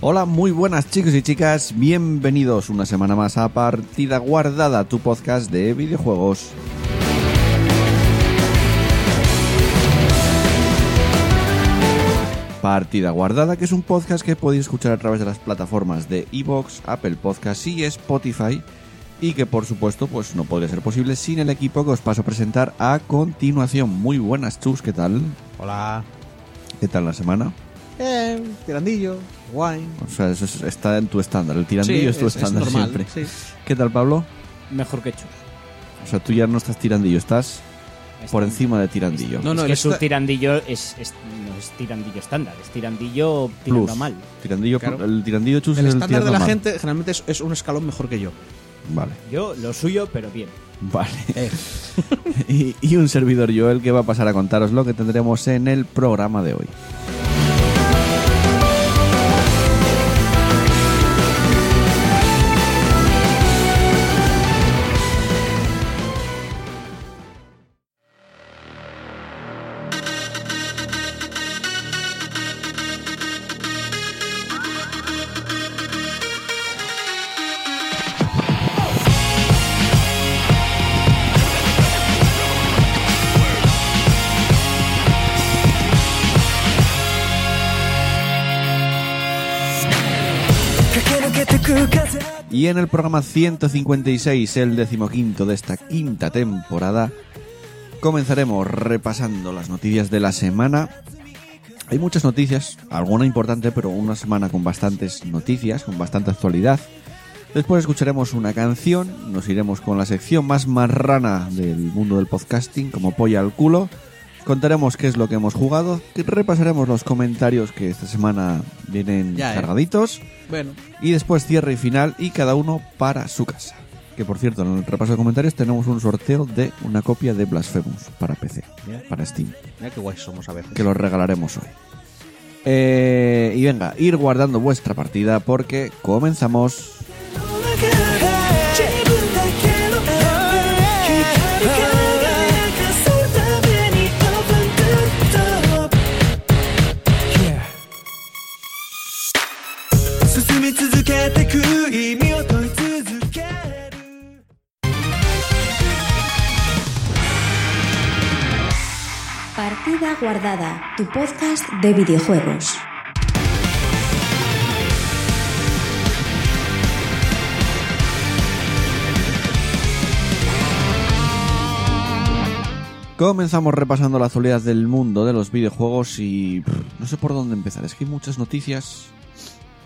Hola, muy buenas chicos y chicas, bienvenidos una semana más a Partida Guardada, tu podcast de videojuegos. Partida Guardada, que es un podcast que podéis escuchar a través de las plataformas de Evox, Apple Podcasts y Spotify, y que por supuesto pues no podría ser posible sin el equipo que os paso a presentar a continuación. Muy buenas chus, ¿qué tal? Hola. ¿Qué tal la semana? Eh, tirandillo, guay. O sea, eso es- está en tu estándar, el tirandillo es tu estándar normal, siempre. sí. ¿Qué tal, Pablo? Mejor que Chus. O sea, tú ya no estás tirandillo, estás por encima de tirandillo. No, no, no, es él que su está- tirandillo es, es- no es tirandillo estándar, es tirandillo Plus. tirando a mal. Tirandillo, Claro. El tirandillo chus El es el estándar de tirando la mal. gente generalmente es, es un escalón mejor que yo. Vale, Yo lo suyo, pero bien. vale. Eh. y, y un servidor Joel que va a pasar a contaros lo que tendremos en el programa de hoy. Y en el programa 156, el decimoquinto de esta quinta temporada, comenzaremos repasando las noticias de la semana. Hay muchas noticias, alguna importante, pero una semana con bastantes noticias, con bastante actualidad. Después escucharemos una canción, nos iremos con la sección más marrana del mundo del podcasting, como polla al culo. Contaremos qué es lo que hemos jugado, que repasaremos los comentarios que esta semana vienen Ya, eh. cargaditos Bueno, y después cierre y final y cada uno para su casa. Que por cierto, en el repaso de comentarios tenemos un sorteo de una copia de Blasphemous para PC, para Steam, mira qué guay somos a veces. que lo regalaremos hoy. Eh, y venga, ir guardando vuestra partida porque comenzamos. 進み続けてく意味を問い続ける Partida Guardada, tu podcast de videojuegos. Comenzamos repasando la actualidad del mundo de los videojuegos y pff, no sé por dónde empezar. Es que hay muchas noticias.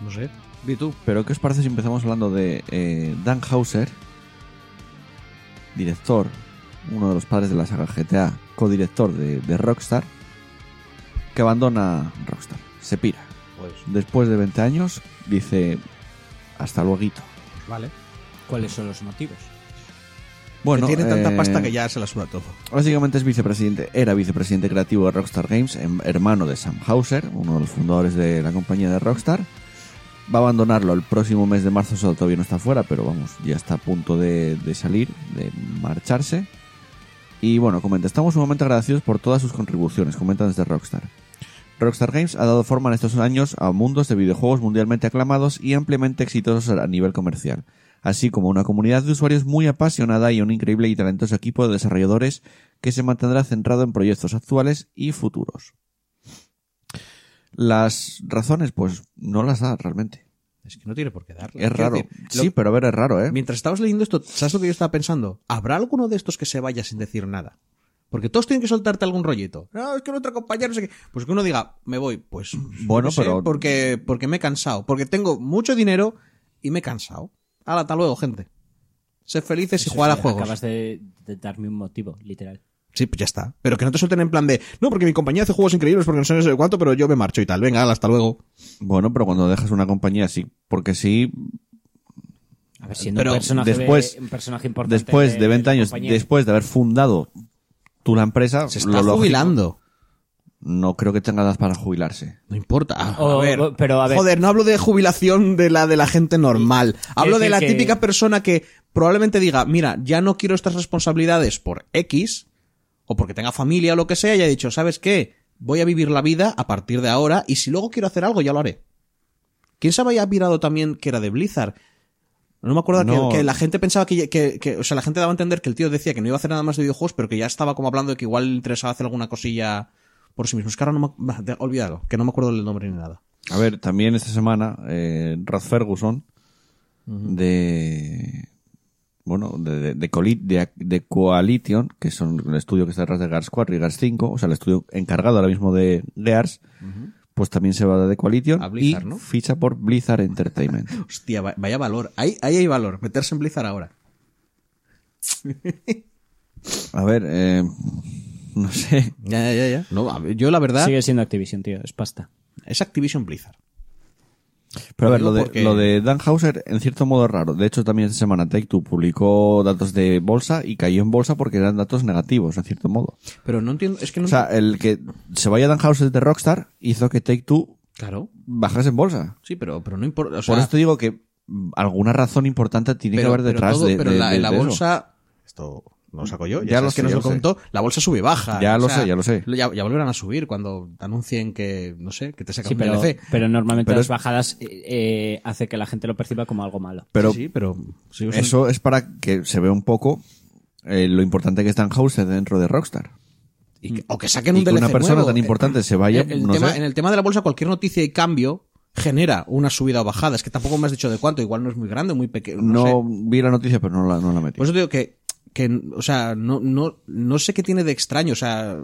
No sé. Di tú. Pero ¿qué os parece si empezamos hablando de eh, Dan Hauser, director, uno de los padres de la saga GTA, codirector de, de Rockstar, que abandona Rockstar, se pira. Pues, Después de 20 años dice, hasta luego. vale. ¿Cuáles son los motivos? Bueno, que tiene tanta eh, pasta que ya se la suda todo. Básicamente es vicepresidente, era vicepresidente creativo de Rockstar Games, em- hermano de Sam Hauser, uno de los fundadores de la compañía de Rockstar. Va a abandonarlo el próximo mes de marzo, eso todavía no está fuera, pero vamos, ya está a punto de, de salir, de marcharse. Y bueno, comenta, estamos sumamente agradecidos por todas sus contribuciones, comenta desde Rockstar. Rockstar Games ha dado forma en estos años a mundos de videojuegos mundialmente aclamados y ampliamente exitosos a nivel comercial, así como una comunidad de usuarios muy apasionada y un increíble y talentoso equipo de desarrolladores que se mantendrá centrado en proyectos actuales y futuros. Las razones, pues, no las da realmente. Es que no tiene por qué darle. Es Quiero raro. decir, lo- Sí, pero a ver, es raro, ¿eh? Mientras estabas leyendo esto, ¿sabes lo que yo estaba pensando? ¿Habrá alguno de estos que se vaya sin decir nada? Porque todos tienen que soltarte algún rollito. No, es que nuestro compañero, no sé qué. Pues que uno diga, me voy, pues. Bueno, no sé, pero- Porque, porque me he cansado. Porque tengo mucho dinero y me he cansado. Hala, hasta luego, gente. Sed felices y Eso jugar a sí, juegos. Acabas de, de darme un motivo, literal. Sí, pues ya está. Pero que no te suelten en plan de, no, porque mi compañía hace juegos increíbles, porque no sé, no sé cuánto, pero yo me marcho y tal. Venga, hasta luego. Bueno, pero cuando dejas una compañía así, porque sí, A ver, siendo Pero un, personaje de- después- un personaje importante. después de 20 la años, compañía. después de haber fundado tú la empresa, Se está lo lógico- jubilando. no creo que tenga edad para jubilarse. No importa. Ah, A O- ver. o- pero a ver. Joder, no hablo de jubilación de la de la gente normal. Hablo de decir la que- típica persona que probablemente diga, mira, ya no quiero estas responsabilidades por X, o porque tenga familia o lo que sea, y ha dicho, ¿sabes qué? Voy a vivir la vida a partir de ahora, y si luego quiero hacer algo, ya lo haré. ¿Quién se había pirado también que era de Blizzard? No me acuerdo que- No. que, la gente pensaba que, que- que- O sea, la gente daba a entender que el tío decía que no iba a hacer nada más de videojuegos, pero que ya estaba como hablando de que igual le interesaba hacer alguna cosilla por sí mismo. Es que ahora no me. de- Olvídalo, que no me acuerdo del nombre ni nada. A ver, también esta semana, eh, Rod Ferguson, de. Bueno, de, de, de Coli- de- de Coalition, que son el estudio que está detrás de Gears 4 y Gears 5, o sea, el estudio encargado ahora mismo de Gears, pues también se va de Coalition A Blizzard, y ¿no? ficha por Blizzard Entertainment. Hostia, va- vaya valor. Ahí, ahí hay valor. Meterse en Blizzard ahora. A ver, eh, no sé. Ya, ya, ya. No, a ver, yo la verdad. Sigue siendo Activision, tío. Es pasta. Es Activision Blizzard. Pero a ver, Digo lo de, porque- lo de Dan Hauser, en cierto modo es raro. De hecho, también esta semana Take Two publicó datos de bolsa y cayó en bolsa porque eran datos negativos, en cierto modo. Pero no entiendo. Es que no. O sea, el que se vaya Dan Hauser de Rockstar hizo que Take Two claro. bajase en bolsa. Sí, pero, pero no importa. O sea, Por esto digo que mm, alguna razón importante tiene que haber detrás todo- de, pero de- la, de- la de eso. bolsa esto no lo saco yo ya, Ya lo sabes sé, que nos ya lo, lo sé. contó la bolsa sube y baja Ya o lo sea, sé, ya lo sé. ya, ya volverán a subir cuando anuncien que no sé que te sacan Sí, un pero, DLC pero normalmente Pero las es- bajadas eh, eh, hace que la gente lo perciba como algo malo. Pero sí, sí, pero sí, o sea, eso es para que se vea un poco eh, lo importante que es Dan Hauser dentro de Rockstar. y que- o que saquen y un que DLC una persona nuevo. tan importante se vaya, El- el no tema- sé. en el tema de la bolsa cualquier noticia y cambio genera una subida o bajada es que tampoco me has dicho de cuánto igual no es muy grande muy pequeño no, No, sé. Pues vi la noticia, pero no la, no la metí. Por eso te digo que, que, o sea, no, no, no sé qué tiene de extraño, o sea,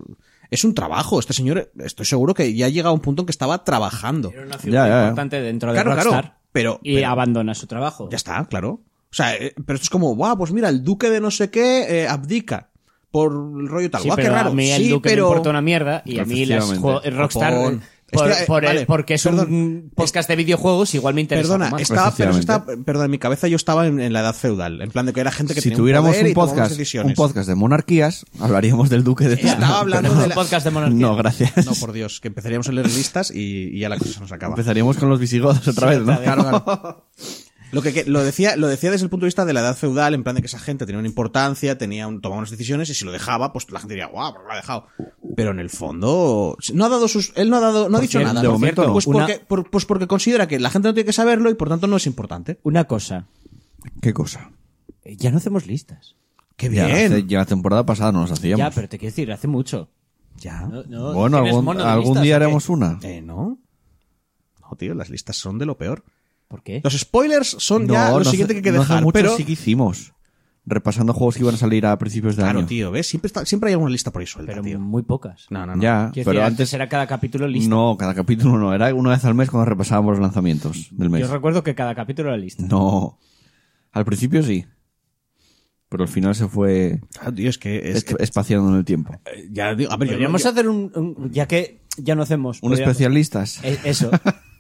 es un trabajo. Este señor, estoy seguro que ya ha llegado a un punto en que estaba trabajando. Era Ya una figura Ya, ya, ya. importante dentro de Claro, claro, Rockstar pero- y pero- abandona su trabajo. está, claro. O sea, eh, pero esto es como, guau, pues mira, el duque de no sé qué eh, abdica por el rollo tal. Sí, Guau, qué pero raro. a mí el sí, Duque pero... me importa una mierda y a mí las Efectivamente. jue- Rockstar Japón. eh, por- Espera, eh, por el- vale, porque es perdón. un podcast de videojuegos igual me interesa Perdona, algo más. estaba, pero eso Efectivamente. estaba- perdón, en mi cabeza yo estaba en, en la edad feudal, en plan de que era gente que si tenía un tuviéramos poder un, y tomaba unas podcast, decisiones. un podcast de monarquías, hablaríamos del duque de Estaba hablando pero- de la- podcast de monarquía. No, gracias. No, por Dios, que empezaríamos a leer listas y, y ya la cosa se nos acaba. Empezaríamos con los visigodos otra vez, ¿no? Claro, claro. Lo que, que- lo decía, lo decía desde el punto de vista de la edad feudal, en plan de que esa gente tenía una importancia, tenía un, tomaba unas decisiones y si lo dejaba, pues la gente diría, guau, pero lo ha dejado. Pero en el fondo, no ha dado sus, él no ha dado, no ha dicho cierto, nada. de por momento, cierto. pues, una- porque, por- pues porque considera que la gente no tiene que saberlo y por tanto no es importante. Una cosa, ¿Qué cosa? eh, ya no hacemos listas. Qué Ya, hace- bien. ya la temporada pasada no las hacíamos. Ya, pero te quiero decir, hace mucho. Ya. No- no, bueno, ¿tienes algún, mono de algún listas día o qué? haremos una. Eh, no. No, tío, las listas son de lo peor. ¿Por qué? Los spoilers son ya No, lo no siguiente hace- que hay que no hace dejar, mucho pero. sí que hicimos. Repasando juegos que iban a salir a principios de Claro, año. tío, ¿ves? Siempre, está- siempre hay alguna lista por ahí suelta, pero tío. muy pocas. No, no, no. Ya, Quiero pero decir, antes era cada capítulo lista. No, cada capítulo no. Era una vez al mes cuando repasábamos los lanzamientos del mes. Yo recuerdo que cada capítulo era lista. No. Al principio sí. Pero al final se fue Ah, tío, es que. Es esp- que espaciando en el tiempo. eh, ya digo, a ver, yo- Podríamos yo- hacer un, un- ya que ya no hacemos Un podríamos- especialistas. Eh, Eso.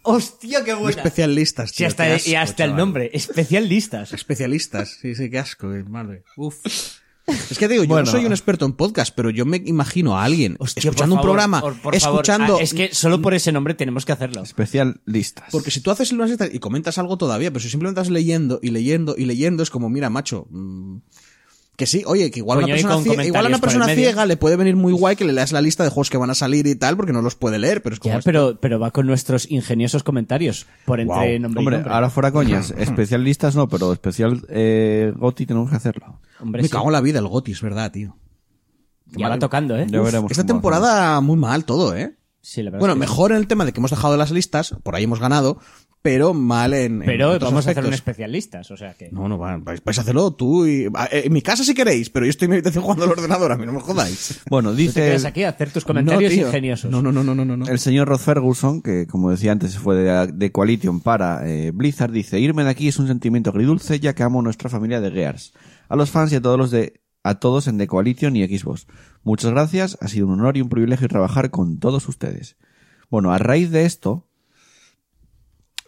Hostia, qué buena. Especialistas, Sí, tío, hasta, qué y asco, hasta el chaval. nombre, especialistas. Especialistas, sí, sí, qué asco, eh, madre. Uf. Es que te digo, yo Bueno. no soy un experto en podcast, pero yo me imagino a alguien escuchando un programa, escuchando... Ah, es que solo por ese nombre tenemos que hacerlo. Especialistas. Porque si tú haces unas listas y comentas algo todavía, pero si simplemente estás leyendo y leyendo y leyendo, es como, mira, macho... mm, que sí, oye, que igual, Coño, y una persona, con ciega, igual a una comentarios por el persona medio. ciega le puede venir muy guay que le leas la lista de juegos que van a salir y tal, porque no los puede leer, pero es como... Ya, esto. pero, pero va con nuestros ingeniosos comentarios por entre Guau. nombre Hombre, y nombre. ahora fuera coñas. Especialistas no, pero especial eh, Goti tenemos que hacerlo. Hombre, Me sí. cago en la vida el Gotis, ¿verdad, tío? ya va tocando, ¿eh? Ya veremos Esta cómo temporada muy mal todo, ¿eh? Sí, la verdad Bueno, es que sí. mejor en el tema de que hemos dejado las listas, por ahí hemos ganado, pero mal en. en Pero otros vamos a hacer aspectos. un especialistas, o sea que. No, no, va, vais, vais a hacerlo tú y. a- En mi casa si queréis, pero yo estoy en mi habitación jugando al ordenador, a mí no me jodáis. hacemos. Bueno, Tú te dice quedas el, aquí a hacer tus comentarios No, tío. ingeniosos. No, no, no, no, no. no. el señor Rod Ferguson, que como decía antes fue de, de Coalition para eh, Blizzard, dice, irme de aquí es un sentimiento agridulce ya que amo nuestra familia de Gears, a los fans y a todos los de a todos en The Coalition y Xbox. Muchas gracias, ha sido un honor y un privilegio trabajar con todos ustedes. Bueno, a raíz de esto,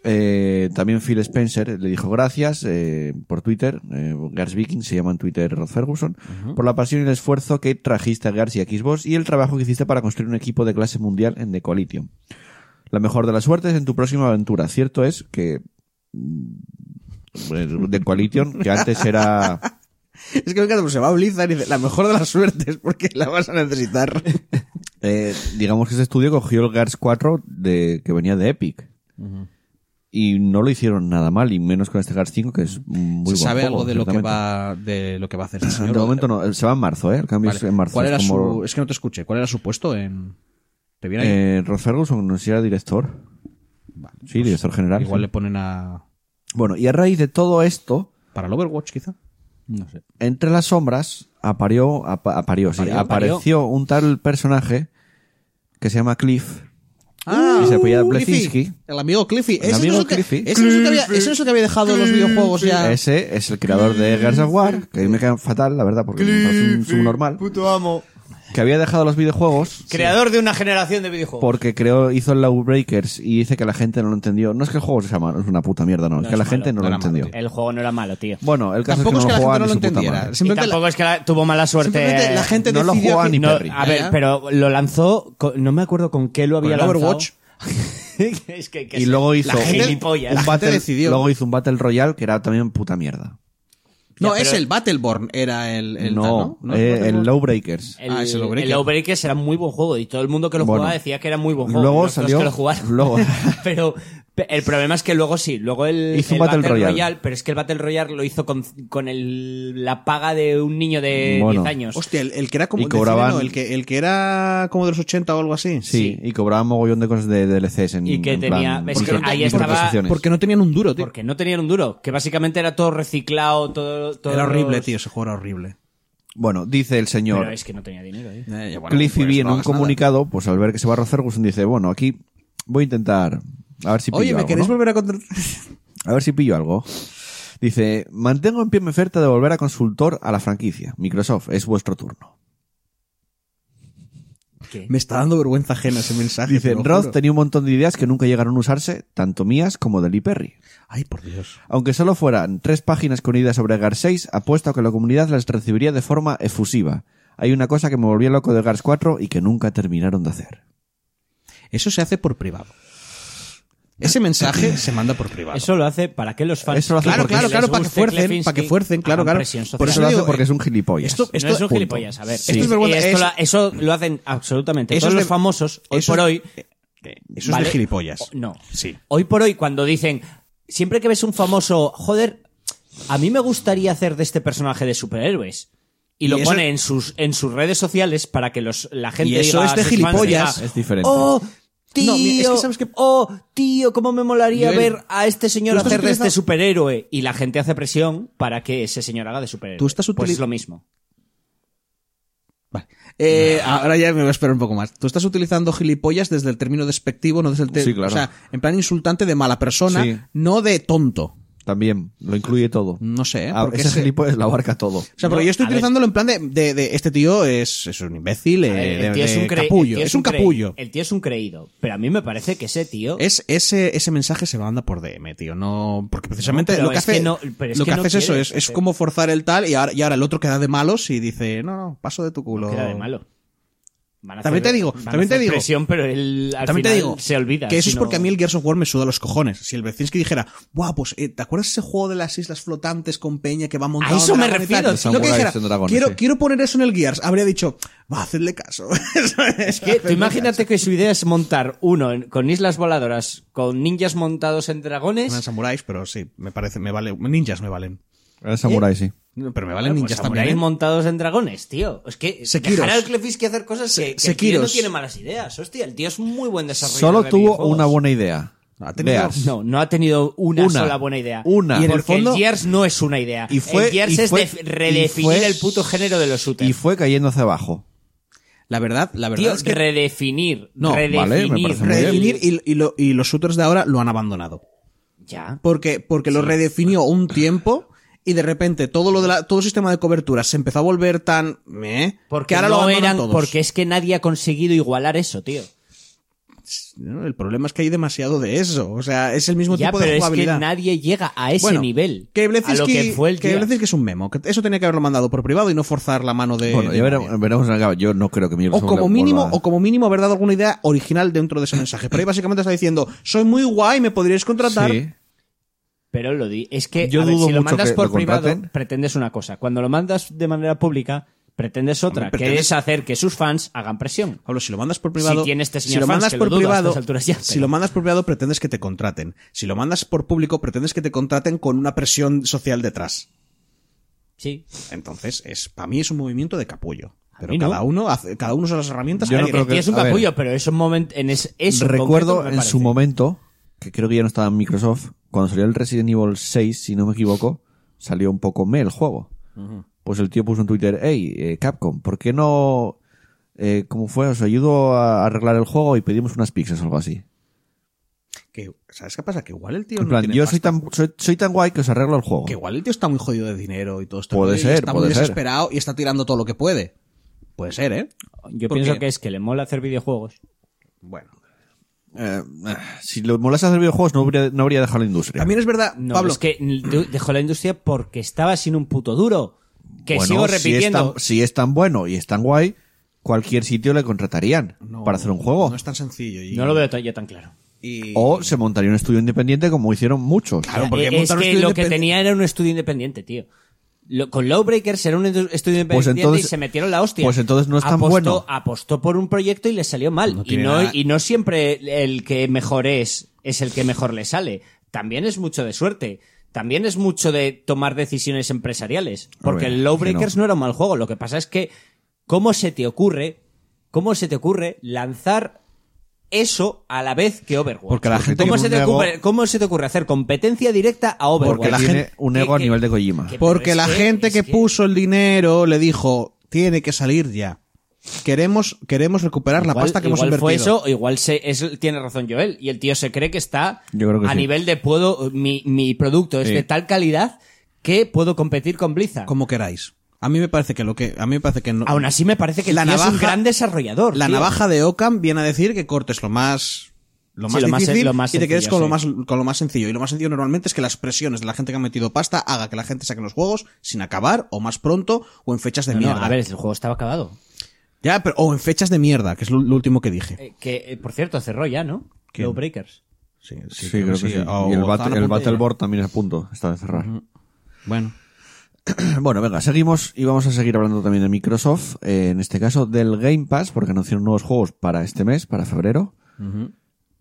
eh, también Phil Spencer le dijo gracias eh, por Twitter, eh, Gars Viking se llama en Twitter Rod Ferguson, por la pasión y el esfuerzo que trajiste a Gars y a Xbox y el trabajo que hiciste para construir un equipo de clase mundial en The Coalition. La mejor de las suertes en tu próxima aventura. Cierto es que mm, The Coalition, que antes era... Es que me encanta, porque se va a Blizzard y dice, la mejor de las suertes, porque la vas a necesitar. Eh, digamos que ese estudio cogió el Gars 4 de, que venía de Epic. Y no lo hicieron nada mal, y menos con este Gars 5, que es muy ¿Se buen sabe juego, algo de lo que ciertamente. va de lo que va a hacer este señor? De momento no, se va en marzo, ¿eh? El cambio Vale. es en marzo. ¿Cuál es era como- su es que no te escuché. ¿Cuál era su puesto en ¿Te viene ahí? Eh, Rod Ferguson no sé si era director. sí, director general. pues Igual sí. le ponen a Bueno, y a raíz de todo esto, para el Overwatch quizá. No sé. entre las sombras apareció, apa- apareció, sí, Apareó, apareció un tal personaje que se llama Cliff. Ah, Y se apellida Cliffy, Blesinski. El amigo Cliffy. El ese amigo no es el que- Cliffy. Ese no es el que había, ese no es el que había dejado los videojuegos ya. Ese es el creador de Gears of War, que a mí me queda fatal, la verdad, porque me parece un subnormal, Puto amo. que había dejado los videojuegos Creador de una generación de videojuegos. porque creó, hizo el Lawbreakers y dice que la gente no lo entendió. No es que el juego sea malo, es una puta mierda, no, es que la gente no lo era malo, entendió. El juego no era malo, tío. Bueno, el caso Tampoco es es que que no la lo jugaban gente no ni lo su puta entendiera. madre. Y Simplemente la- tampoco es que la- tuvo mala suerte. Simplemente la gente No lo decidió juega que- ni No, Perry. a ver, Ya, ya. pero lo lanzó. con- no me acuerdo con qué lo había ¿Con el lanzado. Overwatch? es que, que y se- luego hizo la un- gilipollas. un gente battle, decidió. luego hizo un Battle Royale que era también puta mierda. No, Ya, es pero- el Battleborn era el, el tal, no, ¿no? eh, el Lawbreakers. El, Ah, ese el Lawbreaker. Lawbreakers era muy buen juego y todo el mundo que lo Bueno. jugaba decía que era muy buen juego. Luego y los salió- que lo jugaron. luego- pero pe- el problema es que luego sí, luego el, Hizo un el Battle Royale. pero es que el Battle Royale lo hizo con, con el, la paga de un niño de Bueno. 10 años. Hostia, el, el que era como Y cobraban- el que el que era como de los 80 o algo así. Sí, y cobraban mogollón de cosas de DLCs en Y que en tenía- plan, es que micro- ahí estaba- microtransacciones. Porque no tenían un duro, tío. Porque no tenían un duro, que básicamente era todo reciclado, todo... todo Era horrible, los- tío, ese juego era horrible. Bueno, dice el señor Pero es que no tenía dinero, ¿eh? pues, Cliffy B en un comunicado, pues al ver que se va a rozar, Gusson dice, bueno, aquí voy a intentar a ver si pillo Oye, ¿me algo, queréis ¿no? volver a contar? A ver si pillo algo. Dice, mantengo en pie mi oferta de volver a consultor a la franquicia. Microsoft, es vuestro turno. ¿Qué? Me está dando vergüenza ajena ese mensaje. te Dice, lo Rod juro. tenía un montón de ideas que nunca llegaron a usarse, tanto mías como de Lee Perry. Ay, por Dios. Aunque solo fueran tres páginas con ideas sobre Gars 6, apuesto a que la comunidad las recibiría de forma efusiva. Hay una cosa que me volvió loco de Gars 4 y que nunca terminaron de hacer. Eso se hace por privado. Ese mensaje se manda por privado. Eso lo hace para que los fans... Eso lo hace claro, porque claro, les claro, para que guste fuercen, Klefinski, para que fuercen, claro, hagan claro. presión social. Por eso lo lo hace digo, porque eh, es un gilipollas. esto- Esto, no es un punto. gilipollas, a ver. Sí. Esto es vergüenza, esto es- la- eso lo hacen absolutamente Eso todos es los de- famosos hoy eso por es- hoy. eh, eso es ¿vale? de gilipollas. No. Sí. Hoy por hoy, cuando dicen, siempre que ves un famoso, joder, a mí me gustaría hacer de este personaje de superhéroes. Y lo Y eso- pone en sus, en sus redes sociales para que los, la gente Y eso diga es a de sus fans, gilipollas. diga, Es diferente. ¡Oh! Tío, No, mira, es que sabes que- oh, tío, cómo me molaría Joel, ver a este señor tú estás hacer de este utilizando- superhéroe. Y la gente hace presión para que ese señor haga de superhéroe. Tú estás Pues utili- es lo mismo. Vale. Eh, ahora ya me voy a esperar un poco más. Tú estás utilizando gilipollas desde el término despectivo, no desde el te- Sí, claro. O sea, en plan insultante de mala persona, Sí. no de tonto. También, lo incluye todo. No sé, ¿eh? Ah, Porque ese ese- gilipollas lo abarca todo. O sea, porque No, yo estoy a ver. utilizándolo en plan de, de- de este tío es, es un imbécil, eh, A ver, de- el tío de es un cre- el capullo. tío Es un cre- capullo. El tío es un creído. Pero a mí me parece que ese tío. Es, ese, ese mensaje se manda por DM, tío. No, porque precisamente No, pero lo que es que hace, no- pero es lo que que, no hace es eso, quiere, es, es sí. como forzar el tal y ahora, y ahora el otro queda de malos y dice, no, no, paso de tu culo. queda de malo. Van a También te digo, van a también te hacer digo. presión, pero él al También te final digo se olvida. que eso si es no- porque a mí el Gears of War me suda los cojones. Si el Bezinski dijera, guau, pues, eh, ¿te acuerdas ese juego de las islas flotantes con peña que va montado? A eso en me dragón y tal? refiero, No, tío. que dijera, Samuráis en dragones, quiero, sí. quiero poner eso en el Gears. Habría dicho, va, hacedle caso. Es que tú imagínate que su idea es montar uno en- con islas voladoras, con ninjas montados en dragones. Eran samuráis, pero sí, me parece, me vale. Ninjas me valen. El ¿Eh? samurái, sí. No, Pero me valen Claro, pues, ninjas samuráis también. ¿eh? montados en dragones, tío. Es que Sekiros. dejar al Clefiski hacer cosas que, que el tío no Sekiros. tiene malas ideas. Hostia, el tío es muy buen desarrollador. Solo de tuvo videojuegos. una buena idea. Ha tenido- Gears. No, no ha tenido una, Una. sola buena idea. Una. Y en el Porque fondo. el Gears no es una idea. Y fue- el Gears y fue- es de- redefinir y fue- el puto género de los shooters. Y fue cayendo hacia abajo. La verdad, la verdad Tío, es que redefinir. No, vale, me redefinir. parece muy bien. redefinir y, y lo- y los shooters de ahora lo han abandonado. Ya. Porque, porque lo redefinió un tiempo y de repente todo lo de la- todo el sistema de cobertura se empezó a volver tan meh, Porque que ahora lo no abandonan eran, todos. porque es que nadie ha conseguido igualar eso, tío. No, El problema es que hay demasiado de eso, o sea, es el mismo Ya, tipo de pero es que jugabilidad. nadie llega a ese Bueno, nivel. Que a lo Bleszinski- que fue el que Gears. Bleszinski es un memo. que eso tenía que haberlo mandado por privado y no forzar la mano de. bueno, de ya vere- nadie. veremos en el cabo. Yo no creo que Microsoft o como le mínimo, vuelva- o como mínimo haber dado alguna idea original dentro de ese mensaje. Pero ahí básicamente está diciendo, soy muy guay, me podríais contratar. Sí. Pero lo di. Es que Yo a ver, dudo si lo mucho mandas que por lo privado, contraten. pretendes una cosa. Cuando lo mandas de manera pública, pretendes otra, Hombre, pretendes- que es hacer que sus fans hagan presión. Pablo, si lo mandas por privado. Si tiene este señor si lo fans, mandas que por lo dudo a privado. estas alturas ya, si pero- lo mandas por privado, pretendes que te contraten. Si lo mandas por público, pretendes que te contraten con una presión social detrás. Sí. Entonces, es, para mí es un movimiento de capullo. Pero mí no. cada uno hace, cada uno usa las herramientas Yo que no tiene. creo Y es un a ver. capullo, pero es un momento en es, eso en Recuerdo concreto me en su parece. momento, que creo que ya no estaba en Microsoft, cuando salió el Resident Evil 6, si no me equivoco, salió un poco me el juego. Pues el tío puso en Twitter, hey, eh, Capcom, ¿por qué no... Eh, ¿Cómo fue? Os ayudo a arreglar el juego y pedimos unas pizzas o algo así. Que- ¿Sabes qué pasa? Que igual el tío En no plan, tiene yo soy pasta. tan, soy, soy tan guay que os arreglo el juego. Que igual el tío está muy jodido de dinero y todo esto. Puede y ser, Está muy puede ser. desesperado y está tirando todo lo que puede. Puede ser, ¿eh? Yo ¿Por pienso qué? que es que le mola hacer videojuegos. Bueno. Eh, eh, si lo molase hacer videojuegos no habría, no habría dejado la industria. También es verdad, No, Pablo. es que de- dejó la industria porque estaba sin un puto duro. Que Bueno, sigo si es tan- repitiendo. Si es, tan, bueno y es tan guay, cualquier sitio le contratarían no- para hacer un juego. No es tan sencillo. Y, No lo veo tan- yo tan claro. y- O se montaría un estudio independiente como hicieron muchos. Claro, porque Eh, es montar un que estudio lo que independ- tenía era un estudio independiente, tío. Lo- con Lawbreakers era un edu- estudio independiente entonces- y se metieron la hostia. pues entonces no es tan apostó, bueno. Apostó por un proyecto y le salió mal. y, tiene no, nada- y no siempre el que mejor es es el que mejor le sale. También es mucho de suerte. También es mucho de tomar decisiones empresariales. Porque Hombre, el Lawbreakers que no. no era un mal juego. Lo que pasa es que, ¿cómo se te ocurre? ¿Cómo se te ocurre lanzar eso a la vez que Overwatch? Porque la gente ¿Cómo tiene se un te ego- ocurre, ¿Cómo se te ocurre hacer competencia directa a Overwatch? Porque la gente un ego a nivel de Kojima. que- Porque pero la es que- gente es que, que- puso el dinero le dijo, tiene que salir ya. Queremos, queremos recuperar la Igual- pasta que hemos igual invertido. fue eso, o igual se, es- tiene razón Joel. Y el tío se cree que está Yo creo que a sí. nivel de puedo, mi, mi producto es Sí. de tal calidad que puedo competir con Blizzard. Como queráis. A mí me parece que lo que, a mí me parece que no- Aún así me parece que el La tío es un navaja- gran desarrollador. La tío. navaja de Ockham viene a decir que cortes lo más lo Sí, más lo más- difícil lo más y te quedes sencillo, con lo sí. más con lo más sencillo y lo más sencillo normalmente es que las presiones de la gente que ha metido pasta haga que la gente saque los juegos sin acabar o más pronto o en fechas de No, no, mierda. a ver, el juego estaba acabado. Ya, pero o en fechas de mierda, que es lo, lo último que dije. Eh, que, eh, por cierto, cerró ya, ¿no? ¿Quién? Lawbreakers. Sí, Sí, creo que sí. O- y el, o bat- estaban a el punto de- Battleboard también es a punto, está de cerrar. Bueno, Bueno, venga, seguimos y vamos a seguir hablando también de Microsoft, eh, en este caso del Game Pass, porque anunciaron nuevos juegos para este mes, para febrero.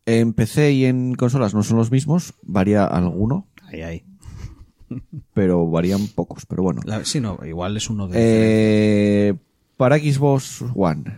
En PC y en consolas no son los mismos, varía alguno, ahí ahí. pero varían pocos, pero bueno. La- sí, no, igual es uno de Eh, para Xbox One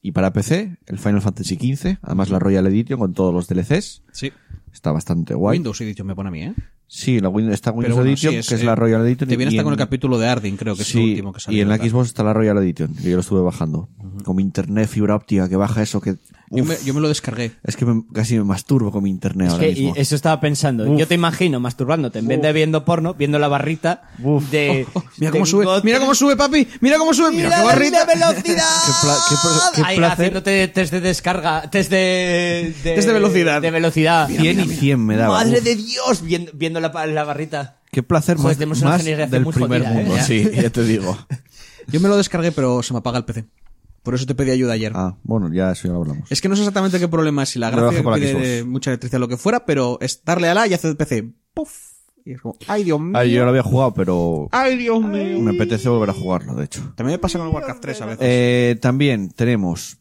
y para PC, el Final Fantasy XV, además la Royal Edition con todos los DLCs, sí. está bastante guay. Windows Edition me pone a mí, ¿eh? Sí, la Win- está Windows bueno, Edition, sí, es, que es eh, la Royal Edition. Te viene y hasta con el en- capítulo de Ardyn, creo que es el Sí, último que salió. Y en la ¿verdad? Xbox está la Royal Edition, que yo lo estuve bajando. Con mi internet, fibra óptica, que baja eso, que... Yo uf, me, yo me lo descargué. Es que me- casi me masturbo con mi internet Es ahora que y mismo. eso estaba pensando. Yo te imagino masturbándote en vez de viendo porno, viendo la barrita de. Oh, Mira cómo de sube, Gotham. mira cómo sube, papi, mira cómo sube, mira, ¡Mira qué la barrita. velocidad! Qué pla- qué pla- qué Ahí, placer. haciéndote test de descarga, test de, Test de velocidad. De velocidad. 100 y 100 me daba. Madre uf. de Dios, viendo, viendo la, pa- la barrita. Qué placer Joder, más, tenemos una más generación del muy primer jodida, ¿eh? mundo. Ya. Sí, ya te digo. Yo me lo descargué, pero se me apaga el PC. Por eso te pedí ayuda ayer. Ah, bueno, ya eso ya lo hablamos. Es que no sé exactamente qué problema es, si la Lo gráfica bajo por que la pide Xbox. mucha electricidad o lo que fuera, pero es darle a la y hace el PC. ¡Puf! Y es como, ¡ay, Dios mío! Ah, yo ya lo había jugado, pero ¡Ay, Dios mío! me apetece volver a jugarlo, de hecho. También me pasa con el Warcraft 3 a veces. Eh, también tenemos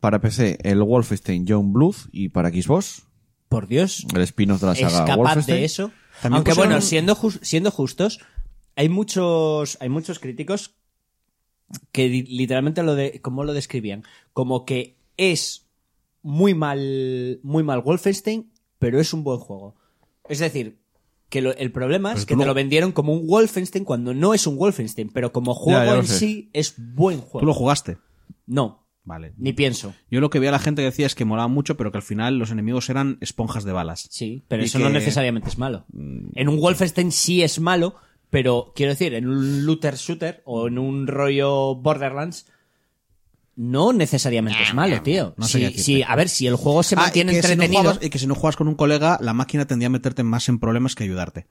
para PC el Wolfenstein Young Blues y para Xbox Por Dios, el spin-off de la es saga capaz Wolfenstein. de eso. También Aunque pusieron- bueno, siendo, jus- siendo justos, hay muchos, hay muchos críticos que di- literalmente lo de, ¿cómo lo describían? Como que es muy mal, muy mal Wolfenstein, pero es un buen juego. Es decir, que lo- el problema es que te lo vendieron como un Wolfenstein cuando no es un Wolfenstein, pero como juego ya lo en sé. sí es buen Tú lo juego. jugaste. No, Vale. ni pienso. Yo lo que vi a la gente que decía es que molaba mucho, pero que al final los enemigos eran esponjas de balas. Sí, pero Y eso que- Mm. no necesariamente es malo. En un Wolfenstein sí es malo, Pero quiero decir, en un looter shooter o en un rollo Borderlands, no necesariamente es malo, tío. no sé qué si, decirte. si- a ver, si el juego se Ah, mantiene y que si no entretenido. jugabas- y que si no juegas con un colega, la máquina tendría a meterte más en problemas que ayudarte.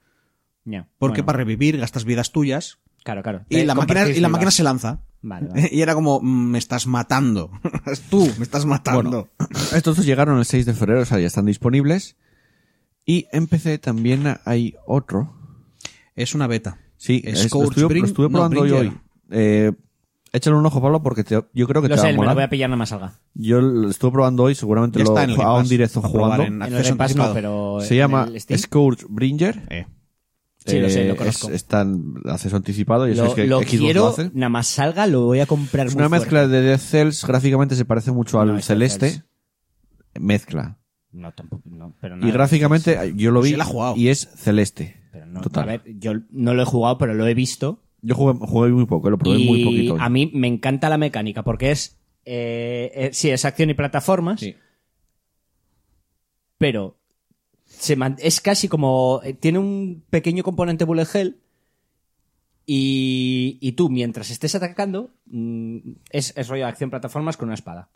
Ya, Porque bueno, para revivir gastas vidas tuyas Claro, claro. y Te la, máquina, compartís y la vivas. máquina se lanza. Vale, vale. Y era como, mm, me estás matando. Tú, me estás matando. Bueno, estos dos llegaron el 6 de febrero, o sea, ya están disponibles. Y en PC también hay otro. Es una beta. Sí, Es es- lo Scourge estuve, Brin- lo estuve no, probando hoy. Bringer. hoy. Eh, échale un ojo, Pablo, porque te- yo creo que Lo te va a sé, me lo molar. voy a pillar nada más salga. Yo lo estuve probando hoy, seguramente Ya lo está en el Game a un Pass, directo para probar jugando. en- En el Acceso Game Pass no, anticipado. pero Se en llama el Steam. Scourge Bringer. Eh. Sí, lo sé, Eh, lo conozco. es- está en acceso anticipado y Lo, es que lo Xbox quiero, lo hace. nada más salga, lo voy a comprar Es muy una fuerte. mezcla de Dead Cells, gráficamente se parece mucho al No, es Dead Celeste. Cells. Mezcla. No, tampoco, no, pero y nada. gráficamente, yo lo Sí, vi Pues la he jugado. y es Celeste. Pero no, Total. A ver, yo no lo he jugado, pero lo he visto. Yo jugué, jugué muy poco, eh, lo probé y muy poquito. hoy. a mí me encanta la mecánica porque es. eh, eh, sí, es acción y plataformas. Sí. Pero se man- es casi como. eh, tiene un pequeño componente bullet hell. Y, y tú, mientras estés atacando, mm, es, es rollo de acción plataformas con una espada.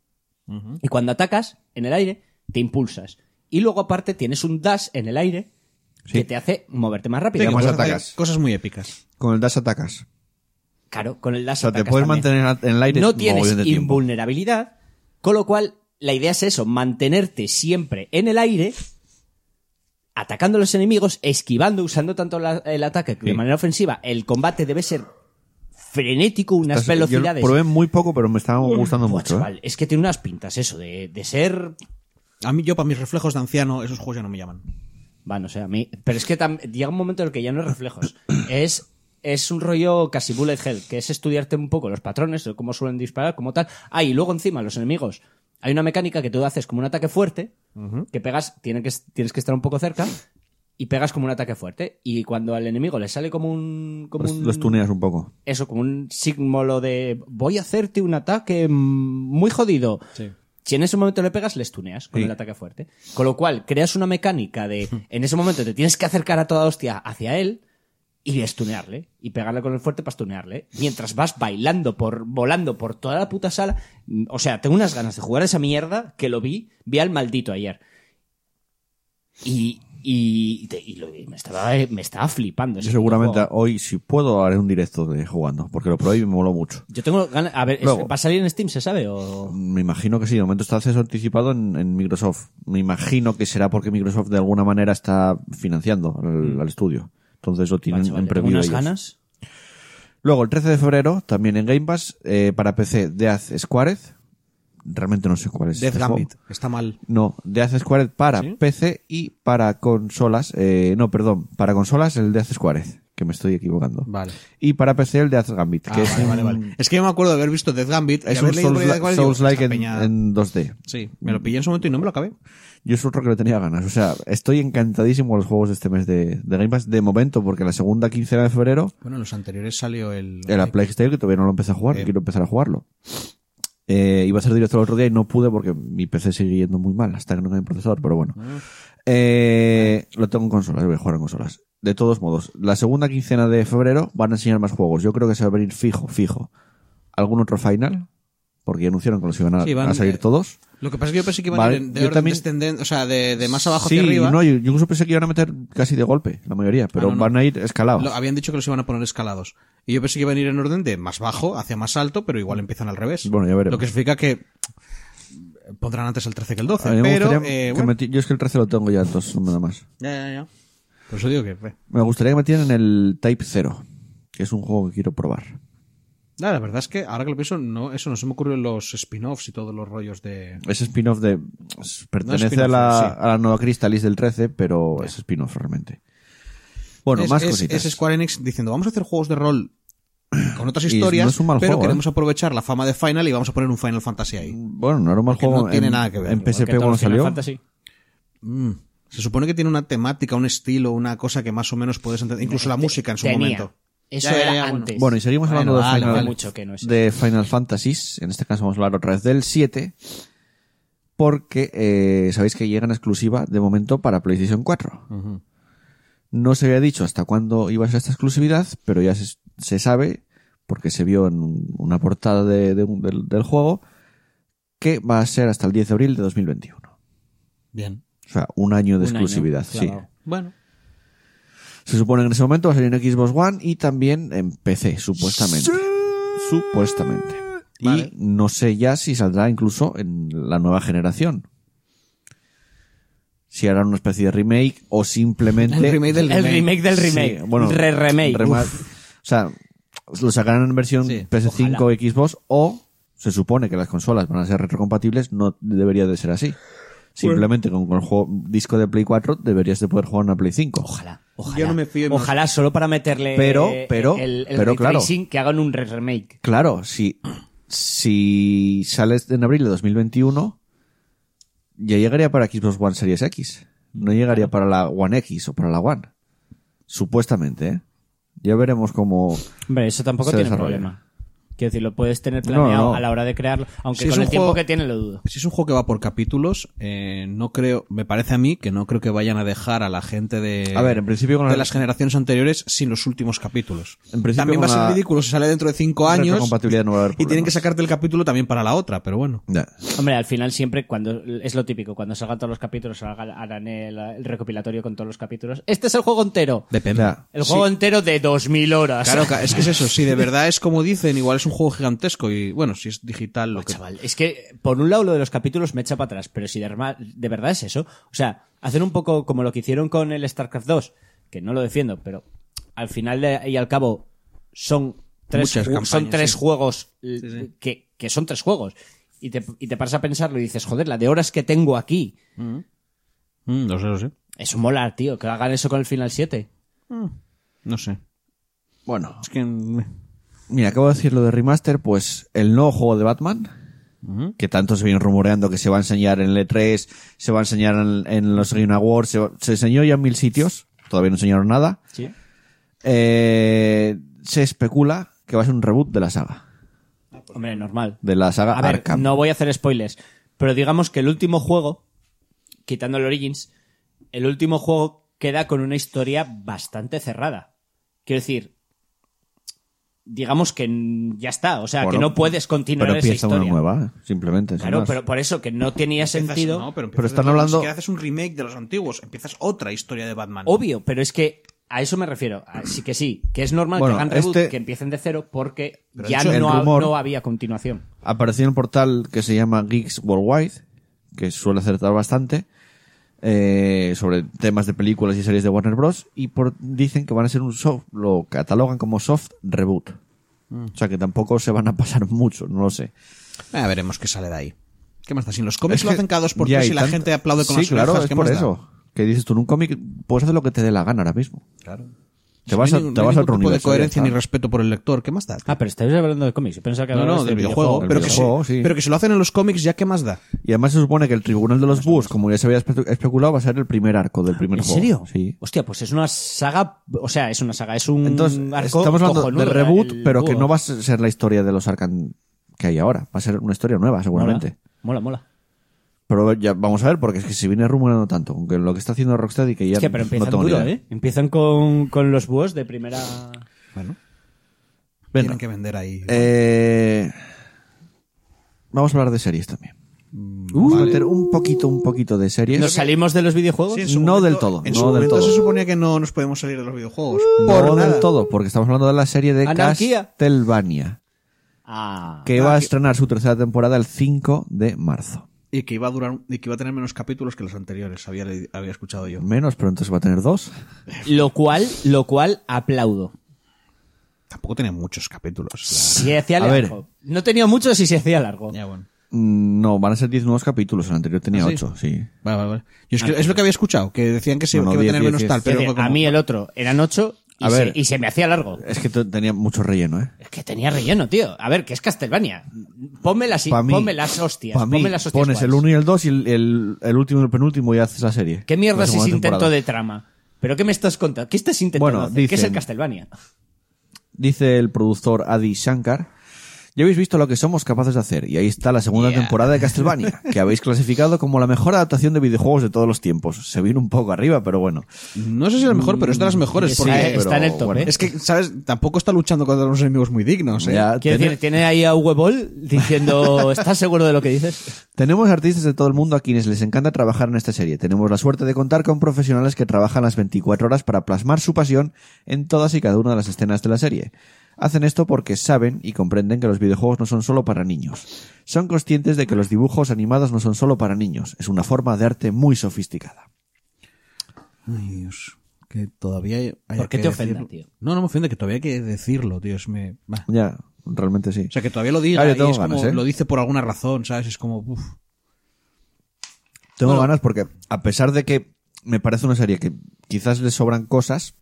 Y cuando atacas en el aire, te impulsas. Y luego, aparte, tienes un dash en el aire que te hace moverte más rápido. Sí, además cosas, atacas. cosas muy épicas. Con el dash atacas. Claro, con el dash O sea, te atacas puedes también. mantener en el aire no un tienes mogollón de tiempo. invulnerabilidad, con lo cual la idea es eso, mantenerte siempre en el aire, atacando a los enemigos, esquivando, usando tanto la- el ataque de Sí. manera ofensiva. El combate debe ser frenético, unas Estás- yo velocidades. probé muy poco, pero me estaba gustando Buah, mucho. ¿eh? chaval, Es que tiene unas pintas eso, de, de ser... A mí, yo para mis reflejos de anciano, esos juegos ya no me llaman. Va, no sé, a mí... Pero es que tam- llega un momento en el que ya no es reflejos. Es... Es un rollo casi bullet hell, que es estudiarte un poco los patrones, cómo suelen disparar, cómo tal. Ah, y luego encima los enemigos. Hay una mecánica que tú haces como un ataque fuerte, que pegas, tiene que, tienes que estar un poco cerca, y pegas como un ataque fuerte. Y cuando al enemigo le sale como un... Como Los, un Pues los tuneas un poco. eso, como un símbolo de voy a hacerte un ataque mm, muy jodido. Si en ese momento le pegas, les tuneas con Sí. el ataque fuerte. Con lo cual, creas una mecánica de en ese momento te tienes que acercar a toda hostia hacia él y estunearle. Y pegarle con el fuerte para estunearle. Mientras vas bailando, por volando por toda la puta sala. Mm, O sea, tengo unas ganas de jugar a esa mierda que lo vi. Vi al maldito ayer. Y, y, te- y lo- y me, estaba, eh, me estaba flipando. ese Yo seguramente juego. hoy, si puedo, haré un directo de jugando, porque lo probé y me moló mucho. Yo tengo ganas. A ver, ¿es- Luego. ¿va a salir en Steam, se sabe? O... Me imagino que sí, de momento está acceso anticipado en, en Microsoft. Me imagino que será porque Microsoft de alguna manera está financiando Mm. al, al estudio. Entonces lo tienen Vale, chaval, en tengo preview unas ellos. ganas. Luego, el 13 de febrero, también en Game Pass, eh, para PC, Death Squared. Realmente no sé cuál es. Death este juego. Gambit. Está mal. No, Death Squared para PC y para consolas. eh, no, perdón, para consolas el Death Squared, que me estoy equivocando. Vale. Y para PC el Death Gambit, que Ah, es vale, un- vale, vale. Es que yo me acuerdo de haber visto Death Gambit. y es haber un leído por ahí Death Gambit y digo, Souls, like "Esta en, peña". en 2D. Sí, me lo pillé en su momento y no me lo acabé. Yo es otro que le tenía ganas. O sea, estoy encantadísimo con los juegos de este mes de, de Game Pass de momento, porque la segunda quincena de febrero Bueno, en los anteriores salió el... era Plague Tale, que todavía no lo empecé a jugar, Eh. quiero empezar a jugarlo. Eh, iba a ser directo el otro día y no pude porque mi PC sigue yendo muy mal hasta que no cambie el procesador, pero bueno. Ah. Eh, lo tengo en consolas, voy a jugar en consolas. De todos modos, la segunda quincena de febrero van a enseñar más juegos. Yo creo que se va a abrir fijo, fijo. ¿Algún otro final? Porque anunciaron que los iban a, Sí, van, a salir eh, todos. Lo que pasa es que yo pensé que iban Vale, a ir de yo orden también- descenden- o sea, de, de más abajo sí, hacia arriba. No, yo, yo incluso pensé que iban a meter casi de golpe, la mayoría, pero Ah, no, no. van a ir escalados. Lo- habían dicho que los iban a poner escalados. Y yo pensé que iban a ir en orden de más bajo hacia más alto, pero igual empiezan al revés. Bueno, ya veremos. Lo que significa que pondrán antes el 13 que el 12. A mí me pero, gustaría eh, que bueno, meti- Yo es que el 13 lo tengo ya, entonces nada más. ya, ya, ya. Por eso digo que... eh. Me gustaría que metieran el Type 0, que es un juego que quiero probar. Nah, la verdad es que ahora que lo pienso, no, eso no se me ocurrió los spin-offs y todos los rollos de... Es spin-off de. Pertenece spin-off, a, la, sí. a la nueva Crystalis del 13, pero es spin-off realmente. Bueno, es, más es- cositas. es Square Enix diciendo, vamos a hacer juegos de rol con otras Y no historias, es un mal pero juego, ¿eh? queremos aprovechar la fama de Final y vamos a poner un Final Fantasy ahí. bueno, no era un mal Porque juego. no tiene en, nada que ver, En igual que PSP todo cuando Final salió. Fantasy. Mm. Se supone que tiene una temática, un estilo, una cosa que más o menos puedes entender. Incluso la música en su Tenía. momento. Eso Ya, ya, era ya, bueno. antes. Bueno, y seguimos Bueno, hablando de, vale, Final, vale. Mucho que no es de Final Fantasies. En este caso vamos a hablar otra vez del 7. Porque eh, sabéis que llega en exclusiva de momento para PlayStation 4. No se había dicho hasta cuándo iba a ser esta exclusividad, pero ya se, se sabe, porque se vio en un- una portada de- de un- del, del juego, que va a ser hasta el 10 de abril de 2021. Bien. O sea, un año de Un año, exclusividad, clavado. sí. Bueno. Se supone que en ese momento va a salir en Xbox One y también en PC, supuestamente. Supuestamente. Vale. Y no sé ya si saldrá incluso en la nueva generación. Si harán una especie de remake o simplemente. El remake del El remake del Sí, remake. bueno, Re-remake. rema- Uf. O sea, lo sacarán en versión Sí, PS5 o Xbox o se supone que las consolas van a ser retrocompatibles, no debería de ser así. Simplemente con, con el juego, disco de Play 4 deberías de poder jugar una Play 5. Ojalá, ojalá. Yo no me fío en- Ojalá solo para meterle Pero, eh, pero, el, el pero, ray claro. tracing, que hagan un remake. Claro, si, si sales en abril de 2021, ya llegaría para Xbox One Series X. No llegaría para la One X o para la One. Supuestamente, ¿eh? Ya veremos cómo... Hombre, eso tampoco Se tiene desarrolla. problema. Quiero decir, lo puedes tener planeado No, no. a la hora de crearlo, aunque Si es con el un tiempo juego- que tiene lo dudo. Si es un juego que va por capítulos, eh, no creo, me parece a mí que no creo que vayan a dejar a la gente de, A ver, en principio con Eh, de la- las generaciones anteriores sin los últimos capítulos. En principio también va con a ser la- ridículo si sale dentro de cinco años Retrocompatibilidad no va a haber y tienen problemas. que sacarte el capítulo también para la otra, pero bueno. Ya. Hombre, al final siempre cuando es lo típico, cuando salgan todos los capítulos, salga- harán el, el recopilatorio con todos los capítulos. Este es el juego entero. Depende. Ya. El juego entero de 2000 horas. Claro, ca- es que es eso. Si de verdad es como dicen, igual es un juego gigantesco y bueno, si es digital lo Oh, que... chaval, es que por un lado lo de los capítulos me echa para atrás, pero si de, arma- de verdad es eso, o sea, hacer un poco como lo que hicieron con el StarCraft 2, que no lo defiendo, pero al final de- y al cabo son tres, Muchas ju- son campañas, tres sí. juegos l- sí. Que, que son tres juegos. Y te, y te paras a pensarlo y dices, joder, la de horas que tengo aquí. Mm, no sé, no sé. Eso mola, tío, que hagan eso con el Final 7. No sé. Bueno, Es que... mira, acabo de decir lo de remaster, pues el nuevo juego de Batman, que tanto se viene rumoreando que se va a enseñar en el E3, se va a enseñar en, en los Game Awards, se, va- se enseñó ya en mil sitios, todavía no enseñaron nada. Sí. Eh, se especula que va a ser un reboot de la saga, Hombre, normal. de la saga A ver, Arkham. no voy a hacer spoilers, pero digamos que el último juego, quitando el Origins, el último juego queda con una historia bastante cerrada. Quiero decir, digamos que mm, ya está, o sea, Bueno, que no puedes continuar pero esa empieza una historia. nueva, eh, simplemente. sin Claro, más. pero por eso que no tenía sentido. No, pero, empiezas Pero están de- hablando- es que haces un remake de los antiguos, empiezas otra historia de Batman. Obvio, pero es que a eso me refiero. Así que sí, que es normal Bueno, que hagan reboot, este- que empiecen de cero, porque Pero ya de hecho, el no, ha- rumor- no había continuación. apareció en un portal que se llama Geeks Worldwide, que suele acertar bastante, eh, sobre temas de películas y series de Warner Bros. Y por- dicen que van a ser un soft, lo catalogan como soft reboot. Mm. O sea que tampoco se van a pasar mucho, no lo sé. Ah, Ya veremos qué sale de ahí. ¿Qué más da? Si en los cómics Es lo que hacen cada dos por ya tres hay y la tanta- gente aplaude con sí, las claro, orejas, es ¿qué por más da? eso. Que dices tú en un cómic, puedes hacer lo que te dé la gana ahora mismo. Claro. Te vas no a, hay ningún- te no hay vas a ningún otro tipo de universo, ya coherencia está. ni respeto por el lector. ¿Qué más da? tío? Ah, pero estáis hablando de cómics. Yo pensaba que no, hablabais no, del videojuego. este videojuego, pero del que, videojuego, se, sí. pero que se lo hacen en los cómics, ya ¿qué más da? Y además se supone que el Tribunal de los Búhos, como ya se había espe- especulado, va a ser el primer arco del primer ¿En juego. serio? Sí. Hostia, pues es una saga, o sea, es una saga, es un Entonces, Mm, arco estamos hablando cojonudo, de reboot, el pero que búho. no va a ser la historia de los Arkham que hay ahora. Va a ser una historia nueva, seguramente. Mola, mola. mola. Pero ya vamos a ver, porque es que se viene rumorando tanto con que lo que está haciendo Rocksteady que ya Hostia, no pero empiezan tengo ni duro, idea. ¿eh? Empiezan con, con los búhos de primera... Bueno, Venga, tienen que vender ahí. eh, vamos a hablar de series también. Mm. Vamos a meter un poquito, un poquito de series. ¿Nos salimos de los videojuegos? Sí, en su no momento- del todo, En no su del momento todo. Uh, se suponía que no nos podemos salir de los videojuegos. Por no nada. del todo, porque estamos hablando de la serie de Anarquía. Castlevania, Ah, que va a estrenar su tercera temporada el 5 de marzo. Y que iba a durar y que iba a tener menos capítulos que los anteriores, había, le- había escuchado yo. Menos, pero entonces va a tener dos. lo cual, lo cual aplaudo. Tampoco tenía muchos capítulos. Si se hacía A largo. No tenía mucho si se hacía largo. la- Ya, bueno. Mm, No, van a ser 10 nuevos capítulos. El anterior tenía ¿Ah, sí? 8, sí. Vale, vale, vale. Yo es, que- es lo que había escuchado, que decían que, se, No, no, que iba a Ah, diez, tener diez, menos diez. tal, Quiero pero decir, fue como- a mí el otro eran ocho y, A se, ver. y se me hacía largo. Es que te- tenía mucho relleno, ¿eh? Es que tenía relleno, tío. A ver, que es Castlevania. Ponme las, Pa' mí- ponme las hostias. pa' mí, ponme las hostias pones el guays. 1 y el 2 y el, el- el último y el penúltimo y haces la serie. ¿Qué mierda La es ese segunda intento temporada. de trama? ¿Pero qué me estás contando? ¿Qué estás intentando Bueno, hacer? ¿Qué es dicen- el Castlevania? Dice el productor Adi Shankar Ya habéis visto lo que somos capaces de hacer, y ahí está la segunda Yeah. temporada de Castlevania, que habéis clasificado como la mejor adaptación de videojuegos de todos los tiempos. Se vino un poco arriba, pero bueno. No sé si es el mejor, pero es de Mm, las mejores. Sí, Porque eh, está en el top, ¿eh? Es que, ¿sabes? Tampoco está luchando contra unos enemigos muy dignos, ¿eh? ya Quiero ah, tener- decir, tiene ahí a Uwe Boll diciendo, ¿estás seguro de lo que dices? Tenemos artistas de todo el mundo a quienes les encanta trabajar en esta serie. Tenemos la suerte de contar con profesionales que trabajan las 24 horas para plasmar su pasión en todas y cada una de las escenas de la serie. Hacen esto porque saben y comprenden que los videojuegos no son solo para niños. Son conscientes de que los dibujos animados no son solo para niños. Es una forma de arte muy sofisticada. Ay, Dios. Que todavía hay ¿Por qué te ofenda, tío? No, no me ofende, que todavía hay que decirlo, tío. Es me... bah. Ya, realmente sí. O sea, que todavía lo diga Ah, yo y tengo es ganas, como... ¿eh? Lo dice por alguna razón, ¿sabes? Es como... uf. Tengo ganas porque, a pesar de que me parece una serie que quizás le sobran cosas,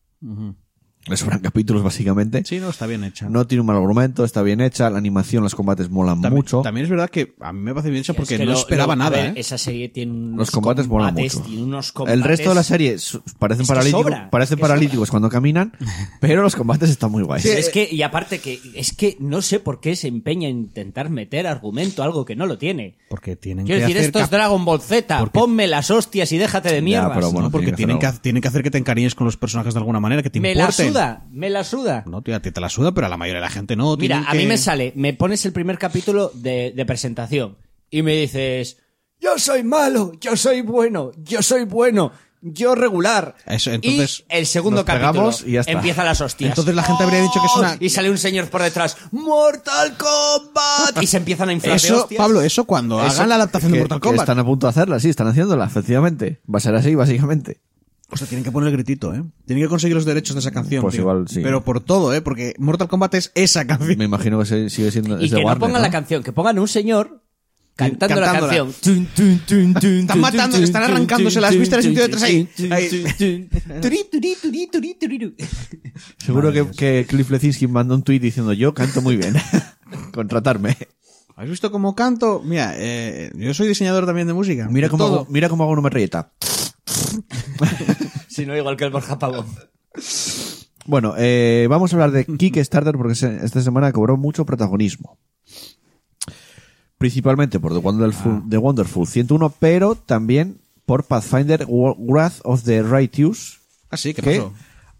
le sobran capítulos básicamente, Sí, no, está bien hecha. No tiene un mal argumento, está bien hecha, la animación, los combates molan También- mucho. También es verdad que a mí me parece bien hecha porque Es que no lo- esperaba lo- nada, a ver, ¿eh? Esa serie tiene unos los combates, molan mucho. tiene unos El resto de la combates- serie su- parecen Es que paralíticos, sobra, parecen es que paralíticos cuando caminan, pero los combates están muy guays. Es que, y aparte que, es que no sé por qué se empeña en intentar meter argumento, algo que no lo tiene. Porque tienen Quiero que decir, hacer esto es cap- Dragon Ball Z, Porque- ponme las hostias y déjate de mierdas. pero bueno, ¿no? ¿no? Porque tienen tienen que que, hacer algo. tienen que hacer que te encariñes con los personajes de alguna manera, que te Me importen. la suda, me la suda. No, tío, a ti te la suda, pero a la mayoría de la gente no. Mira, tienen a mí que- me sale, me pones el primer capítulo de, de presentación y me dices, yo soy malo, yo soy bueno, yo soy bueno, yo regular. Eso, entonces, y el segundo nos pegamos capítulo y ya está. empieza las hostias. Entonces la gente habría dicho que es una- Y sale un señor por detrás, Mortal Kombat. Y se empiezan a inflar de Eso, hostias. Pablo, eso cuando Eso- hagan la adaptación que- de Mortal que Kombat. están a punto de hacerla, sí, están haciéndola, efectivamente. Va a ser así, básicamente. O sea, tienen que poner el gritito, ¿eh? Tienen que conseguir los derechos de esa canción. Pues tío. igual sí. Pero por todo, ¿eh? Porque Mortal Kombat es esa canción. Me imagino que se- sigue siendo Y es de que no Warner, pongan ¿no? la canción, que pongan un señor cantando la Cantándola. canción. Tun, tun, tun, tun, Están tun, matando, tun, están tun, arrancándose tun, las tun, vísceras y tun, tío detrás ahí. tun, Ahí. tun, tun. Turi, turi, turi, turi, turi. Seguro que, que Cliff Lezinski mandó un tuit diciendo yo canto muy bien. Contratarme. ¿Has visto cómo canto? Mira, eh, yo soy diseñador también de música. Mira De cómo, todo. hago, mira cómo hago una metralleta. Si no, igual que el Borja Pavón. Bueno, eh, vamos a hablar de Kickstarter porque se- esta semana cobró mucho protagonismo. Principalmente por The Wonderful, Ah. The Wonderful 101, pero también por Pathfinder Wa- Wrath of the Righteous, Ah, sí, ¿qué que pasó?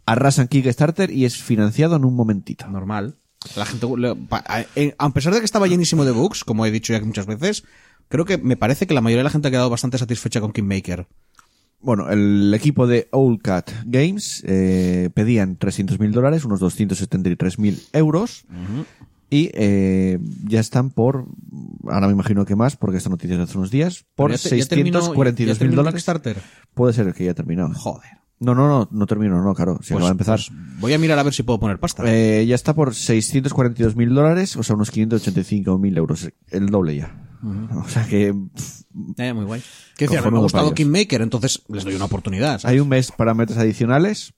arrasan Kickstarter y es financiado en un momentito. Normal. La gente, le- pa- a eh, a pesar de que estaba llenísimo de bugs, como he dicho ya muchas veces, creo que me parece que la mayoría de la gente ha quedado bastante satisfecha con Kingmaker. Bueno, el equipo de Old Cat Games eh, pedían 300.000 dólares, unos 273.000 euros. Y eh, ya están por, ahora me imagino que más, porque esta noticia es de hace unos días, por Pero ya te- ya terminó- ya 642.000 terminó dólares. Kickstarter. Puede ser que ya ha terminado. Joder. No, no, no, no termino, no, claro. Si acaba de empezar. pues voy a mirar a ver si puedo poner pasta. Eh, ya está por 642.000 dólares, o sea, unos 585.000 euros. El doble ya. O sea que pff, Eh, muy guay. Que decía, Conforme me ha los gustado payos. Kingmaker, entonces les doy una oportunidad. ¿sabes? hay un mes para metas adicionales,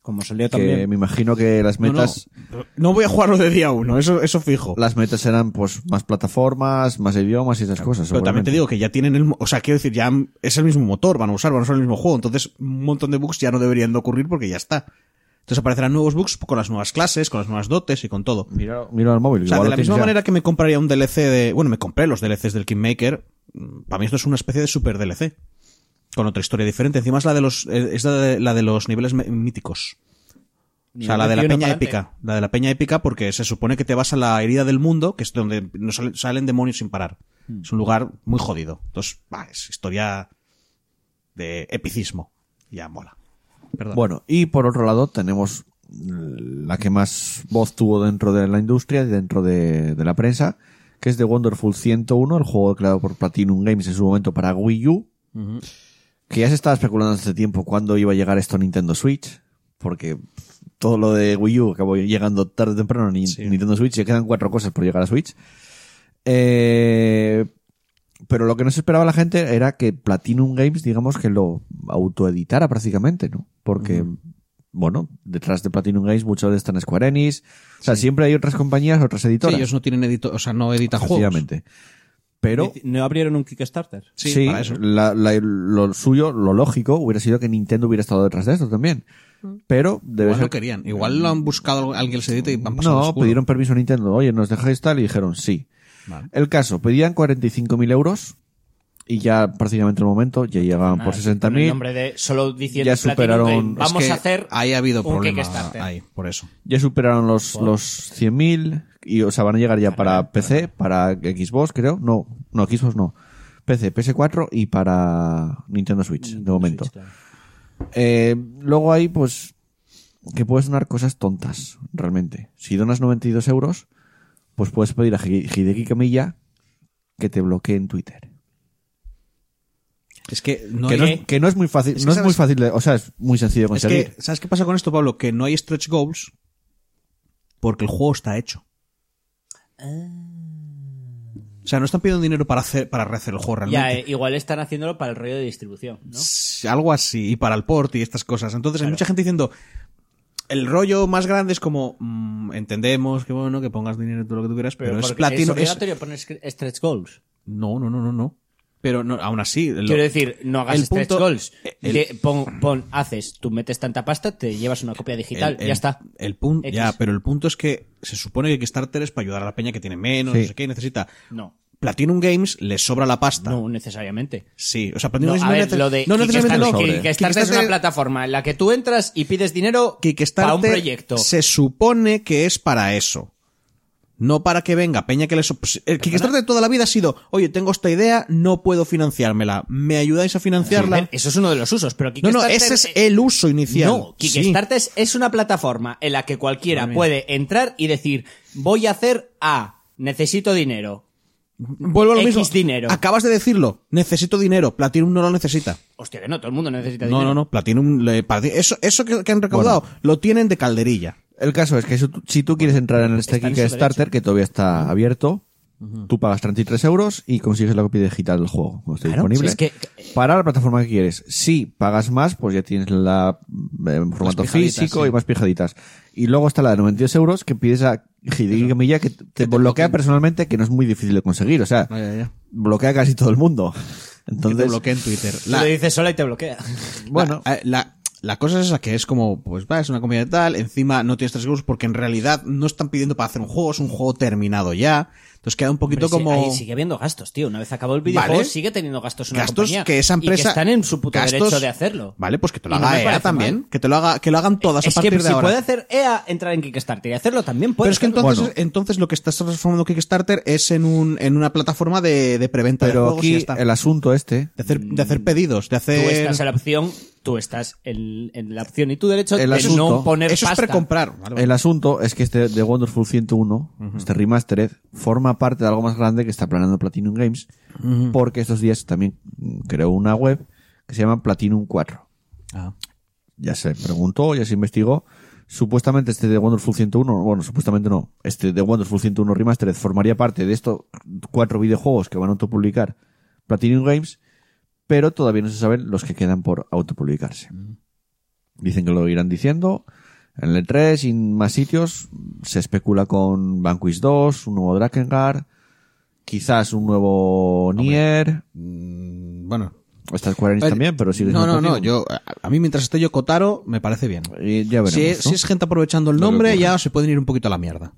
Como salió que me imagino que las No, no, metas... no voy a jugarlo de día uno, eso, eso fijo. las metas eran pues más plataformas, más idiomas y esas cosas. Pero también seguramente. te digo que ya tienen el... mo- O sea, quiero decir, ya han- es el mismo motor, van a usar, van a usar el mismo juego. Entonces, un montón de bugs ya no deberían de ocurrir porque ya está. Entonces aparecerán nuevos bugs con las nuevas clases, con las nuevas dotes y con todo. Mira, mira el móvil. O sea, igual lo de la tienes misma ya. manera que me compraría un DLC de... Bueno, me compré los DLCs del Kingmaker. mm, Para mí esto es una especie de super DLC. Con otra historia diferente. Encima es la de los, eh, es la de, la de los niveles me- míticos. O sea, la de la peña épica. La de la peña épica porque se supone que te vas a la herida del mundo, que es donde no salen, salen demonios sin parar. Es un lugar muy jodido. Entonces, va, es historia de epicismo. Ya mola. Perdón. Bueno, y por otro lado tenemos la que más voz tuvo dentro de la industria y dentro de, de la prensa, que es The Wonderful 101, el juego creado por Platinum Games en su momento para Wii U, que ya se estaba especulando hace tiempo cuándo iba a llegar esto a Nintendo Switch, porque todo lo de Wii U acabó llegando tarde o temprano a Ni- Nintendo Switch, y quedan cuatro cosas por llegar a Switch. Eh, pero lo que no se esperaba la gente era que Platinum Games, digamos, que lo autoeditara prácticamente, ¿no? Porque, bueno, detrás de Platinum Games muchas veces están Square Enix. O sea, siempre hay otras compañías, otras Sí, editoras. ellos no tienen editor, o sea, no editan juegos. Efectivamente. Pero ¿No abrieron un Kickstarter? Ah, Sí, sí, para eso. la- la- lo suyo, lo lógico, hubiera sido que Nintendo hubiera estado detrás de esto también. Pero debe Igual ser lo querían. Igual lo han buscado alguien se edita y han pasado. No, oscuro. pidieron permiso a Nintendo. Oye, ¿nos dejáis tal? Y dijeron sí. Vale. El caso, pedían 45.000 euros y ya prácticamente en el momento ya llegaban por Nada, con el 60.000. nombre de solo diciendo Ya Platinum Game, superaron- es vamos Que a hacer Ahí ha habido un problemas. Kickstarter. Ahí, por eso. Ya superaron los, los 100.000 y, o sea, van a llegar ya para PC, para Xbox, creo. No, no, Xbox no. PC, PS4 y para Nintendo Switch, de momento. Eh, luego hay, pues, que puedes donar cosas tontas, realmente. Si donas 92 euros, pues puedes pedir a Hide- Hideki Kamiya que te bloquee en Twitter. Es que no que, no hay- es, que no es muy fácil, Es que no es sabes- muy fácil, de- o sea, es muy sencillo de Es conseguir. que, ¿sabes qué pasa con esto, Pablo? Que no hay stretch goals porque el juego está hecho. O sea, no están pidiendo dinero para hacer para rehacer el juego ya, realmente. eh, igual están haciéndolo para el rollo de distribución, ¿no? Sí, Algo así, y para el port y estas cosas. Entonces hay mucha gente diciendo, el rollo más grande es como, mm, entendemos que bueno, que pongas dinero todo lo que tú quieras, pero, es porque platino. Es es- obligatorio poner scre- stretch goals. No, no, no, no, no. Pero no, aún así... lo- Quiero decir, no hagas el stretch punto- goals. el- Te- pon, pon- haces, tú metes tanta pasta, te llevas una copia digital, El- el- ya está. El punto, X. ya, pero el punto es que se supone que Kickstarter es para ayudar a la peña que tiene menos, Sí. no sé qué, y necesita. No, Platinum Games le sobra la pasta. no necesariamente. Sí, o sea, No, Platinum Games a ver, nece- lo de no necesariamente Kickstarter, no. que- Kickstarter es una plataforma en la que tú entras y pides dinero para Kickstarter un proyecto. se supone que es para eso. No para que venga peña que les... pues, El Kickstarter de toda la vida ha sido, oye, tengo esta idea, no puedo financiármela. ¿Me ayudáis a A ver, financiarla? Eso es uno de los usos, pero No, Kickstarter... eh, no, ese es el uso inicial. No, Sí. Kickstarter es- es una plataforma en la que cualquiera puede entrar y decir, voy a hacer A, necesito dinero. Vuelvo a lo X mismo. dinero. Acabas de decirlo. Necesito dinero. Platinum no lo necesita. Hostia, que no, todo el mundo necesita No, dinero. no, no. Platinum. le- para- eso eso que, que han recaudado lo tienen de calderilla. El caso es que si tú, si tú quieres entrar en este está en su Kickstarter, que todavía está abierto, tú pagas 33 euros y consigues la copia digital del juego. cuando esté Claro, disponible. si es que- para la plataforma que quieres. Si pagas más, pues ya tienes la eh, en formato pijaditas, físico sí. y más pijaditas. Y luego está la de 92 euros que pides a Hideki Kamiya que te, bloquea personalmente, que no es muy difícil de conseguir. O sea, Ah, bloquea casi todo el mundo. Entonces, Entonces, bloquea en Twitter. Tú le dices sola y te bloquea. bueno, La, eh, la- la cosa es esa que es como, pues va, es una comida de tal, encima no tienes tres grupos porque en realidad no están pidiendo para hacer un juego, es un juego terminado ya. Entonces queda un poquito Hombre, sí, como... ahí sigue habiendo gastos, tío. Una vez acabado el videojuego, Vale. sigue teniendo gastos una gastos compañía. que esa empresa Y que están en su puto gastos- derecho de hacerlo. Vale, pues que te lo Y no haga me EA parece también, mal. que te lo haga que lo hagan todas Es a partir que de si ahora. puede hacer EA, entrar en Kickstarter y hacerlo también puede. Pero es que hacerlo. entonces, Bueno. entonces lo que estás transformando Kickstarter es en un en una plataforma de, de preventa de pero juegos y ya aquí está. el asunto este, de hacer de hacer pedidos, de Tú hacer estás en la opción, tú estás en, en la opción y tu derecho El de no asunto- poner Eso es pasta. precomprar. Vale, vale. el asunto es que este The Wonderful 101, este remastered, forma parte de algo más grande que está planeando Platinum Games, porque estos días también mm, creó una web que se llama Platinum 4. Ah. ya se preguntó, ya se investigó. Supuestamente este de Wonderful 101, bueno, supuestamente no, este de Wonderful 101 Remastered formaría parte de estos cuatro videojuegos que van a autopublicar Platinum Games, pero todavía no se saben los que quedan por autopublicarse. Mm. Dicen que lo irán diciendo. En el 3 y en más sitios se especula con Vanquish 2, un nuevo Drakengard, quizás un nuevo Nier. Mm, Bueno, Está Square Enix Eh, también, pero sigue No, no, siendo no. Platinum. Yo, a- a mí mientras esté yo Kotaro, me parece bien. Y ya veremos, si, es, ¿no? si es gente aprovechando el que nombre, ocurra. ya se pueden ir un poquito a la mierda.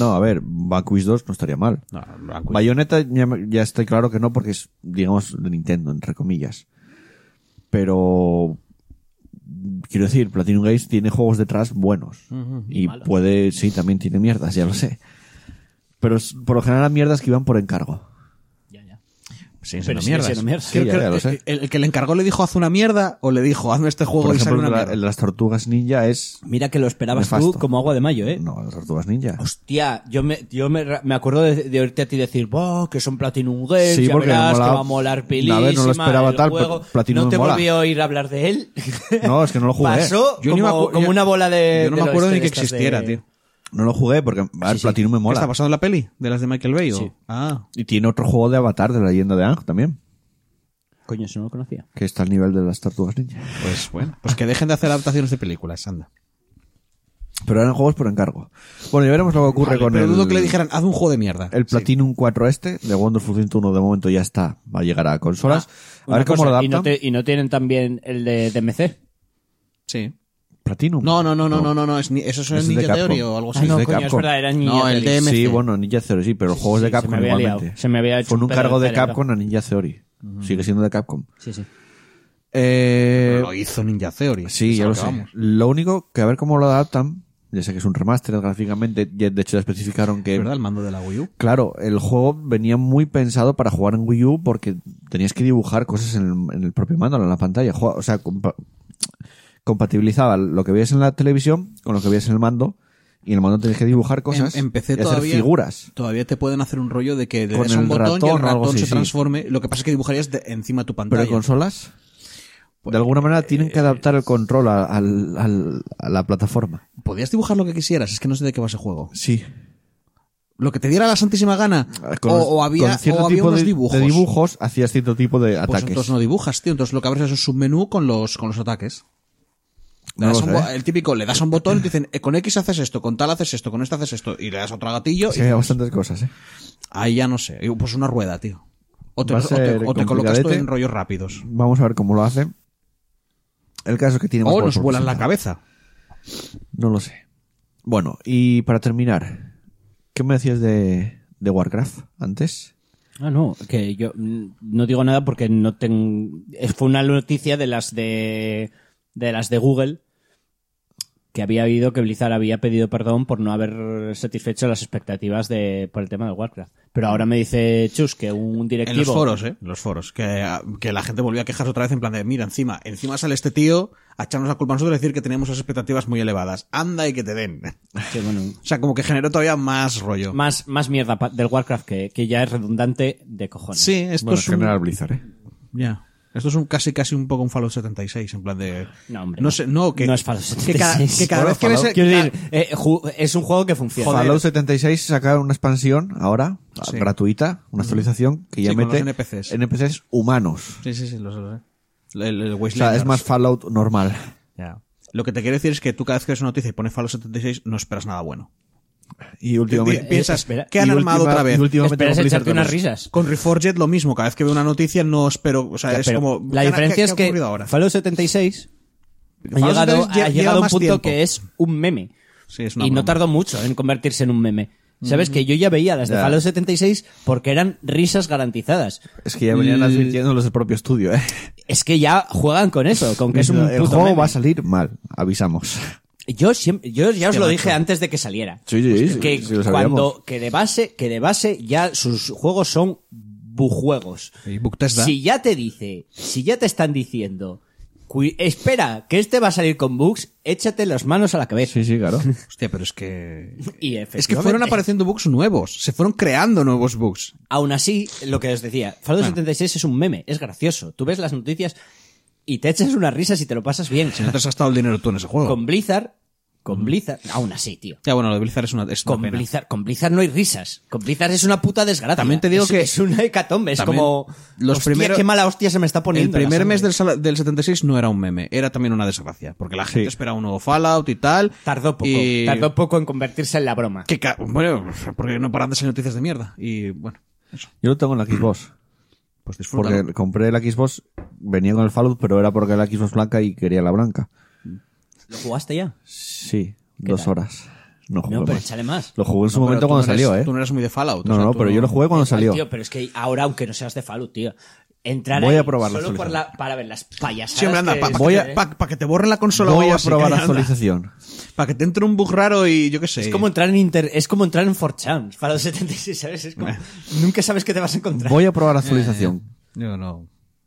No, a ver, Vanquish 2 no estaría mal. No, Bayonetta ya, me- ya estoy claro que no porque es, digamos, de Nintendo, entre comillas. Pero... Quiero decir, Platinum Games tiene juegos detrás buenos. y puede... Sí, también tiene mierdas, ya lo sé. Pero es- por lo general las mierdas que iban por encargo. sí, Pero sigue siendo mierdas. Sí, ya, ya lo sé. El, el que le encargó le dijo haz una mierda o le dijo hazme este juego Por y sale ejemplo, una la- mierda. las tortugas ninja es... Mira que lo esperabas tú Nefasto. como agua de mayo, ¿eh? No, las tortugas ninja. Hostia, yo me, yo me, me acuerdo de, de oírte a ti decir, "Buah, que son Platinum Games, Sí, ya porque me verás, molaba- que va a molar pilísima, A ver, no lo esperaba el tal, juego". pero Platinum No te me mola. volví a oír hablar de él. No, es que no lo jugué. Pasó Yo ni me como, acu- como yo- una bola de... Yo no me del acuerdo oeste ni que de estas de- existiera, tío. No lo jugué porque... A ver, Platinum me ¿Qué está mola. pasando en la peli? ¿De las de Michael Bay? o- Ah. Y tiene otro juego de Avatar, de la leyenda de Ang también. Coño, eso no lo conocía. Que está al nivel de las tortugas ninja. Pues bueno. Pues que dejen de hacer adaptaciones de películas, anda. Pero eran juegos por encargo. Bueno, ya veremos lo que ocurre Vale, con pero el... dudo que le dijeran, haz un juego de mierda. El Sí. Platinum 4 este, de Wonderful 101 de momento ya está, va a llegar a Ah, consolas. a ver cómo lo y, adaptan. no te- y no tienen también el de DMC. Sí. Platinum. No, no, no, no, no, no, no, es ni- eso es Ese es de Ninja Capcom. Theory o algo Ah, así. no, no, de coño, es Capcom. verdad, era Ninja No, el Theory. DMC. Sí, bueno, Ninja Theory, sí, pero los juegos de sí, se Capcom me había igualmente. liado, se me había hecho Fue un un pedo cargo el de cerebro. Capcom a Ninja Theory. Sigue siendo de Capcom. Sí, sí. Eh, Lo hizo Ninja Theory. sí, Es ya lo lo que sé. Pues vamos. Lo único que a ver cómo lo adaptan, ya sé que es un remaster gráficamente, ya de hecho ya especificaron que... ¿Verdad? El mando de la Wii U. Claro, el juego venía muy pensado para jugar en Wii U porque tenías que dibujar cosas en el, en el propio mando, en la pantalla. Jua- O sea, compa- compatibilizaba lo que veías en la televisión con lo que veías en el mando. Y en el mando tenías que dibujar cosas Em- empecé y hacer todavía, figuras. Todavía te pueden hacer un rollo de que le Con des a un el botón y el ratón o algo ratón así, se sí. transforme. Lo que pasa es que dibujarías de- encima tu Pero pantalla. Pues, eh, en consolas, de alguna manera, tienen que adaptar el control a, al- al- a la plataforma. Podías dibujar lo que quisieras, es que no sé de qué va ese juego. Sí. Lo que te diera la santísima gana. Ah, Con, o, o había, con cierto o había tipo unos de, dibujos. de dibujos hacías cierto tipo de Pues ataques. entonces no dibujas, tío. Entonces lo que abres es un submenú con los, con los ataques. Le No das lo un bo- sé. el típico, le das a un botón y te dicen, eh, con X haces esto, con tal haces esto, con este haces esto, y le das a otro gatillo. Sí, y había bastantes cosas, ¿eh? Ahí ya no sé. Y, Pues una rueda, tío. O te, Va a o te- ser o te colocas todo complicadete. en rollos rápidos. Vamos a ver cómo lo hacen. El caso es que tiene más O juegos nos por vuelan la presentar. cabeza. No lo sé. Bueno, y para terminar, ¿qué me decías de, de Warcraft antes? Ah, no, que yo mm, no digo nada porque no tengo. Fue una noticia de las de. de las de Google que había habido que Blizzard había pedido perdón por no haber satisfecho las expectativas de por el tema de Warcraft. Pero ahora me dice Chus que un directivo En los foros, ¿eh? En los foros. Que, que la gente volvió a quejarse otra vez en plan de, mira, encima, encima sale este tío a echarnos la culpa a nosotros y decir que teníamos las expectativas muy elevadas. Anda y que te den. que, bueno, O sea, como que generó todavía más rollo. más más mierda pa- del Warcraft que, que ya es redundante de cojones. Sí, esto Bueno, es en un... general Blizzard, ¿eh? Ya. Esto es un casi casi un poco un Fallout 76, en plan de... No, hombre, No sé, no, que... no es Fallout que cada- 76. Que cada, Bueno, vez que ves... Fallout- Quiero decir, eh, ju- es un juego que funciona. Fallout 76 sacaron una expansión ahora, ah, Sí. Mm. gratuita, una actualización que ya Sí, con mete los NPCs. NPCs humanos. Sí, sí, sí, lo sé. El, el O sea, es Wastelanders. más Fallout normal. Ya. Lo que te quiero decir es que tú cada vez que ves una noticia y pones Fallout 76 no esperas nada bueno. Y Pi- últimamente... piensas, espera, ¿qué han y armado última- otra vez? y últimamente Esperas con Blizzard echarte unas también. risas. Con Reforged lo mismo, cada vez que veo una noticia no espero, o sea, Ya, es pero como... la ¿qué- diferencia qué- es qué que ha ocurrido ahora? Fallout 76 ha Fallout llegado, 76 lle- lleva ha llegado a un más punto tiempo. que es un meme. Sí, es y una no broma. Mm. tardó mucho en convertirse en un meme. ¿Sabes? Que yo ya veía las de Ya. Fallout 76 porque eran risas garantizadas. Es que ya venían advirtiendo los del propio estudio, ¿eh? Es que ya juegan con eso, con que es un El puto juego meme. va a salir mal, avisamos. Yo, siempre, yo ya os lo dije antes de que saliera. Sí, sí, sí, que sí, lo sabíamos. cuando que de base que de base ya sus juegos son bujuegos Y Bethesda. si ya te dice si ya te están diciendo "Cui- espera que este va a salir con bugs échate las manos a la cabeza Sí, sí, claro. Hostia, pero es que... y Es que fueron efectivamente, apareciendo bugs nuevos, se fueron creando nuevos bugs. aún así lo que os decía Fallout 76 es un meme es gracioso tú ves las noticias y te echas unas risas y te lo pasas bien Si no te has gastado el dinero tú en ese juego. con Blizzard con Blizzard aún así tío Ya, bueno, lo de Blizzard es una, es una Con pena. Blizzard, con Blizzard no hay risas. Con Blizzard es una puta desgracia. También te digo Es- que- Es una hecatombe. Es También como. los hostia, primeros- qué mala hostia se me está El poniendo. la primer sangre. mes del, sala- del 76 no era un meme, era también una desgracia, porque la gente esperaba un nuevo Fallout y tal. Tardó poco. y- Tardó poco en convertirse en la broma. que ca- bueno, porque no paran de salir noticias de mierda. Y bueno, Yo lo tengo en la Xbox. pues disfrútalo. Porque compré la Xbox, venía con el Fallout, pero era porque era la Xbox blanca y quería la blanca. ¿Lo jugaste ya? Sí, dos horas. No jugué No, pero más. échale más. Lo jugué en su No, pero momento tú cuando no eres- salió, ¿eh? Tú no eres muy de Fallout. No, o sea, no, tú pero yo lo jugué cuando Igual, salió. tío, pero es que ahora, aunque no seas de Fallout, tío. Entrar Voy a ahí probar la solo por actualización. la- para ver las payasadas. Siempre anda, que- para Voy que, a- pa- pa que te borren la consola Voy a probar la actualización. Para que te entre un bug raro y yo qué sé. Es como entrar en Inter, es como entrar en 4chan, Fallout 76, ¿sabes? Es como, nunca sabes qué te vas a encontrar. Voy a probar Eh. la actualización. Yo no.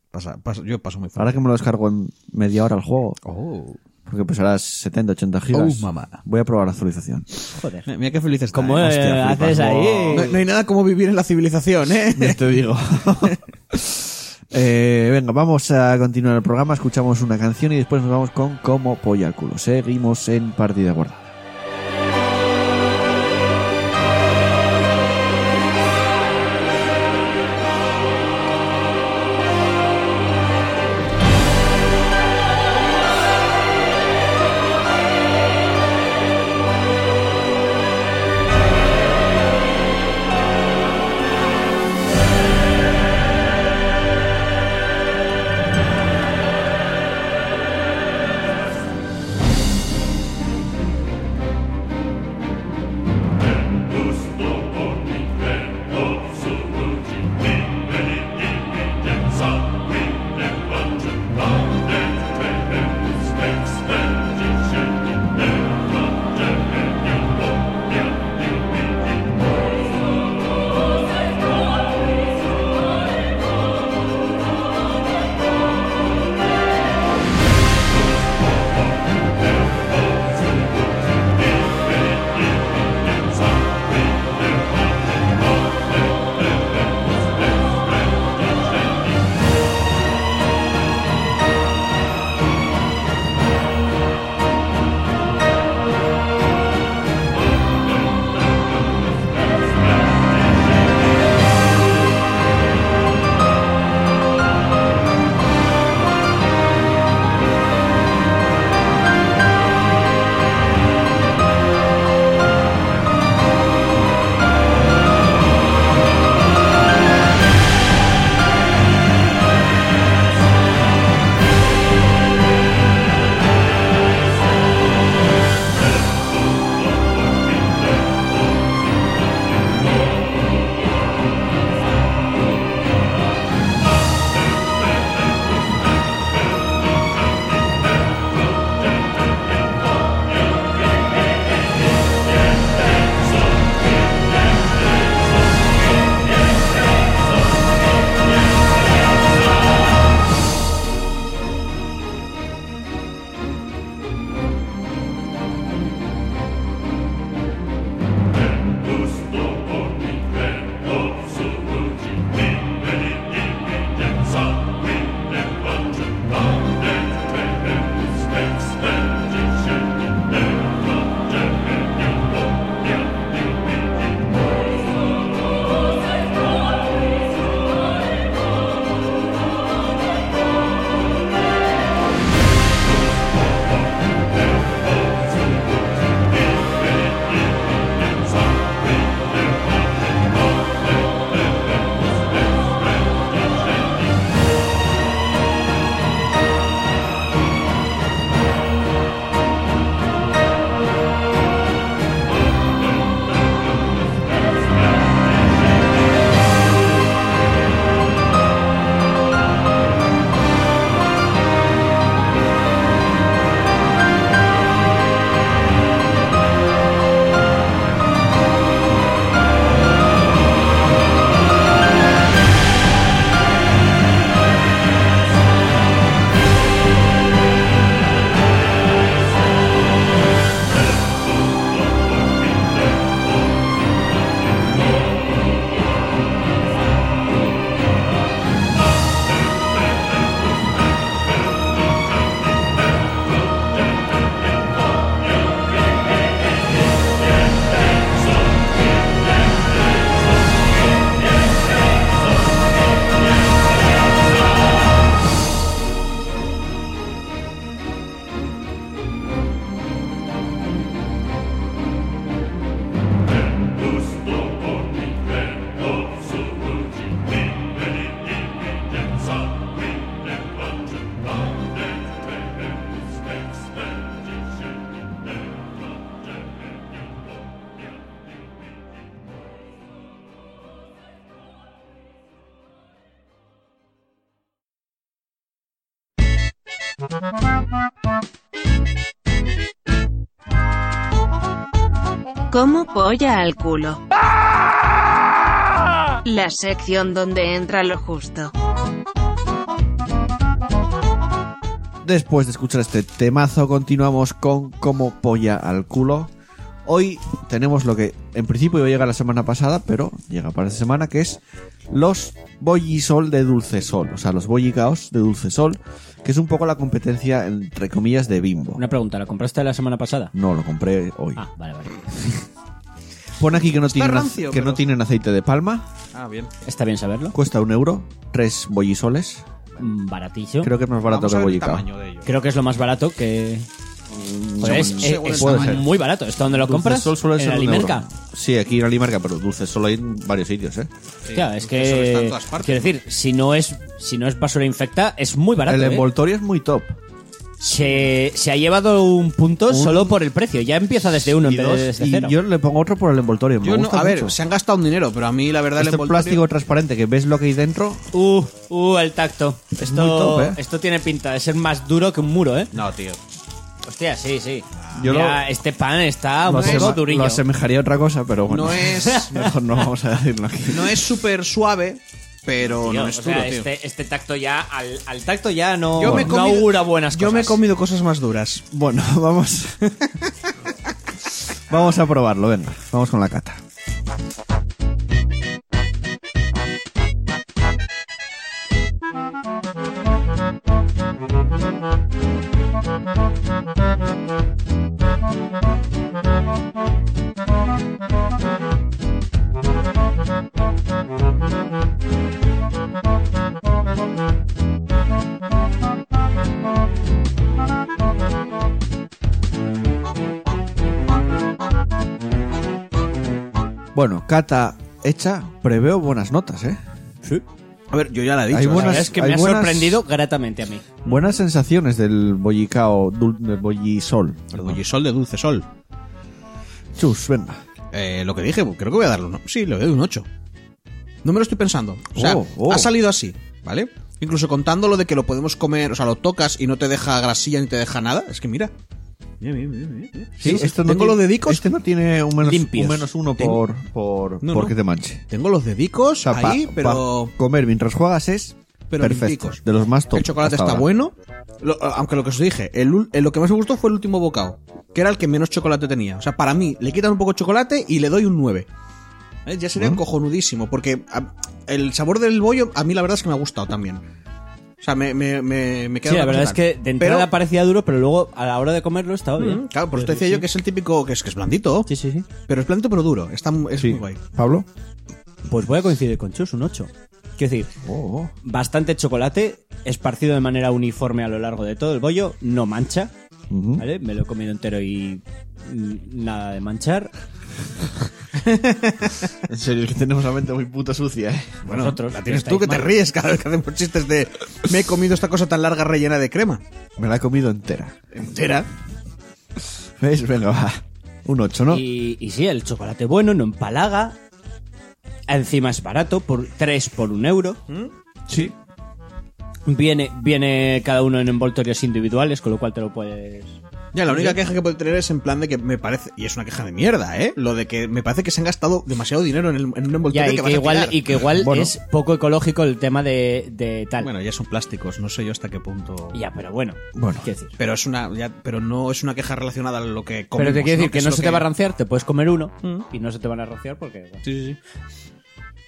Pasa, pasa- yo paso muy Ahora fácil. que me lo descargo en media hora el juego, Oh. porque pesará 70, 80 gigas. Oh, mamá. Voy a probar la actualización. Joder. Mira qué feliz está. ¿Cómo ¿eh? eh, hostia, haces flipas, ahí? No, no hay nada como vivir en la civilización, ¿eh? Ya te digo. Eh, venga, vamos a continuar el programa, escuchamos una canción y después nos vamos con Como Polla al Culo. Seguimos en Partida Guardada. Como polla al culo. La sección donde entra lo justo. Después de escuchar este temazo, continuamos con Como polla al culo. Hoy tenemos lo que en principio iba a llegar la semana pasada, pero llega para esta semana, que es los Bollisol de Dulce Sol, o sea, los Bollicaos de Dulce Sol, que es un poco la competencia, entre comillas, de Bimbo. Una pregunta, ¿la compraste la semana pasada? No, lo compré hoy. Ah, vale, vale. Pone aquí que no, tienen, rancio, ace- que pero- no tienen aceite de palma, Ah, bien. Está bien saberlo. cuesta un euro, tres bollisoles. Mm, Baratillo. Creo que es más barato Vamos a que Mm, ver el bollicao. tamaño de ello. Creo que es lo más barato que. Joder, es, según el es- es tamaño. Pues Puede ser. muy barato. ¿Esto dónde lo Dulce compras? Sol suele en ser la un Limerca. euro. Sí, aquí en Alimerca, pero Dulce Sol hay en varios sitios, ¿eh? Hostia, es Eso está en que. todas partes, Quiero decir, si no es, si no es basura infecta, es muy barato. el ¿eh? envoltorio es muy top. se, se ha llevado un punto solo por el precio. Ya empieza desde uno en y vez dos, de desde y cero. yo le pongo otro por el envoltorio. Me Yo no, gusta a ver, mucho. se han gastado un dinero, pero a mí la verdad este el envoltorio- plástico transparente que ves lo que hay dentro. Uh, uh, el tacto. Esto, Muy top, ¿eh? esto tiene pinta de ser más duro que un muro, ¿eh? No, tío. Hostia, sí, sí. Yo Mira, lo- este pan está lo, un poco asema- durillo. lo asemejaría a otra cosa, pero bueno. No es- Mejor no vamos a decirlo aquí. No es súper suave, pero Tío, no o es sea, duro, tío. este, este tacto ya, al, al tacto ya no, Yo me he no comido- augura buenas cosas. Yo me he comido cosas más duras. Bueno, vamos. vamos a probarlo, venga. Vamos con la cata. Bueno, cata hecha. Preveo buenas notas, ¿eh? A ver, yo ya la he dicho. Hay o sea, La buenas- verdad es que hay me ha buenas- sorprendido gratamente a mí. Buenas sensaciones del bollicao, dul- del bollisol. El Perdón. bollisol de dulce sol. Chus, venga. Eh, lo que dije, creo que voy a darle un... Sí, le doy un 8. No me lo estoy pensando. O sea, Oh, oh. ha salido así, ¿vale? Incluso contando lo de que lo podemos comer, o sea, lo tocas y no te deja grasilla ni te deja nada. Es que mira. Sí, esto no tiene- tengo los dedicos. Este no tiene un menos, limpios. un menos uno Tengo- por, por, No, porque no. te manche. Tengo los dedicos O sea, pa- ahí, pa pero. comer mientras juegas es Pero perfecto. lenticos. De los más top. El chocolate hasta está ahora. bueno. Lo- eh, aunque lo que os dije, el, ul- el- lo que más me gustó fue el último bocado, que era el que menos chocolate tenía. O sea, para mí, le quitan un poco de chocolate y le doy un 9. ¿Eh? Ya sería cojonudísimo, porque a- el sabor del bollo a mí la verdad es que me ha gustado también. O sea, me, me, me, me queda Sí, la una verdad cosa es que tal. de entrada Pero- parecía duro, pero luego a la hora de comerlo estaba bien. Claro, por eso te decía yo que es el típico, que es, que es blandito. Sí, sí, sí. Pero es blandito pero duro. Está, mu- es Sí. muy guay. Pablo. Pues voy a coincidir con Chus, un 8. Quiero decir, Oh, oh. bastante chocolate, esparcido de manera uniforme a lo largo de todo el bollo, no mancha, Ujú. ¿vale? Me lo he comido entero y mm, nada de manchar. En serio, es que tenemos la mente muy puta sucia, ¿eh? Bueno, Vosotros, la tienes que estáis tú que te mal. ríes cada vez que hacemos chistes de me he comido esta cosa tan larga rellena de crema. Me la he comido entera. Entera. ¿Ves? Venga, va. Un 8, ¿no? Y, y sí, el chocolate bueno, no empalaga. Encima es barato, por 3 por un euro. Mm. Sí. Viene, viene cada uno en envoltorios individuales, con lo cual te lo puedes. Ya, la única queja que puedo tener es en plan de que me parece, y es una queja de mierda, ¿eh? Lo de que me parece que se han gastado demasiado dinero en, el- en un envoltorio Ya, y, que que vas a igual, tirar. y que igual Bueno. es poco ecológico el tema de, de tal. Bueno, ya son plásticos, no sé yo hasta qué punto. Ya, pero bueno. Bueno. Quiero decir. Pero es una, ya- pero no es una queja relacionada a lo que comemos. pero te quiero decir que es no lo Mm. se te va a ranciar, te puedes comer uno y no se te van a ranciar porque. bueno.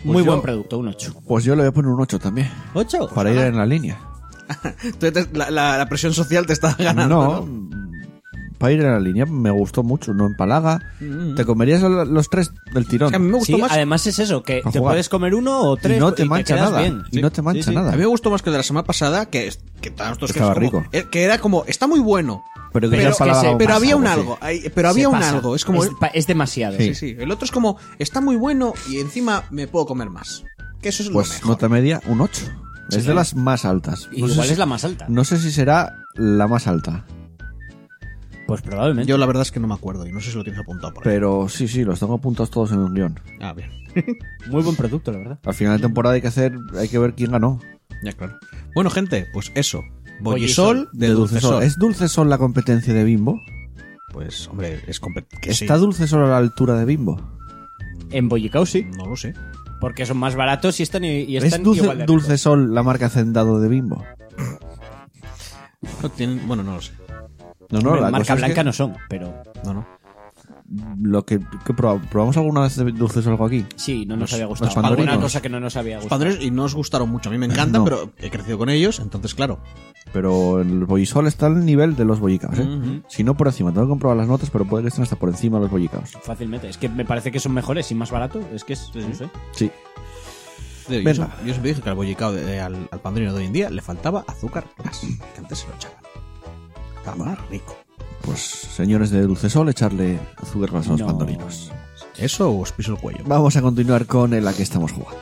Muy yo- buen producto, un Pues 8. Pues yo le voy a poner un 8 también. Pues ¿8? Para ir en la línea. Tú te- la, la- la presión social te está ganando. No, No. para ir en la línea me gustó mucho, no empalaga. Te comerías a los tres del tirón. Es que a mí Mm. me gustó Sí, más. además es eso, que Para te jugar. puedes comer uno o tres y no te mancha quedas nada. bien. Y no te mancha A nada. mí me gustó más que el de la semana pasada, que, es- que estábamos todos que Estaba es como- rico. eh, Que era como, está muy bueno. Pero que Pero, ya empalagaba que se- más, pero había un así. algo, ahí- pero había Se un pasa. algo. Es como. pa- es demasiado. Sí, sí. El otro es como, está muy bueno y encima me puedo comer más. Que eso es lo Pues mejor. nota media, un 8. es de las más altas. Y Igual es la más alta. No sé si será la más alta, Pues probablemente. Yo la verdad es que no me acuerdo y no sé si lo tienes apuntado por ahí. pero sí, sí, los tengo apuntados todos en un guión. Ah, bien. Muy buen producto, la verdad. Al final de temporada hay que hacer, hay que ver quién ganó. Ya, claro. Bueno, gente, pues eso. Bollisol Bollisol de Dulce Sol. ¿Es Dulce Sol la competencia de Bimbo? pues, hombre, es compet- que sí. ¿Está dulce solo a la altura de Bimbo? En Bollicao sí, No lo sé. porque son más baratos y están, i- y ¿Es están dulce, igual de Dulce ricos. Sol la marca Hacendado de Bimbo? No tienen- bueno, no lo sé. No, no, Hombre, la marca cosa es blanca que no son, pero No, no. Lo que, que probamos, ¿Probamos alguna vez de Dulce Sol algo aquí? sí, no nos Los- había los gustado. pandorinos. Alguna cosa que no nos había Los gustado. padres y no os gustaron mucho. A mí me encantan, No. pero he crecido con ellos, entonces, claro. Pero el bollisol está al nivel de los bollicaos, ¿eh? Ujú. Si no por encima, tengo que comprobar las notas, pero puede que estén hasta por encima de los bollicaos. Fácilmente. Es que me parece que son mejores y más baratos. Es que es, no sé. Sí. Yo, Venga. siempre- yo siempre dije que al bollicao de- de- al, al pandrino de hoy en día le faltaba azúcar glas, que antes se lo echaban. Estaba más rico. Pues, señores de Dulce Sol, echarle azúcar glas a los No. pandorinos. Eso o os piso el cuello. Vamos a continuar con el a que estamos jugando.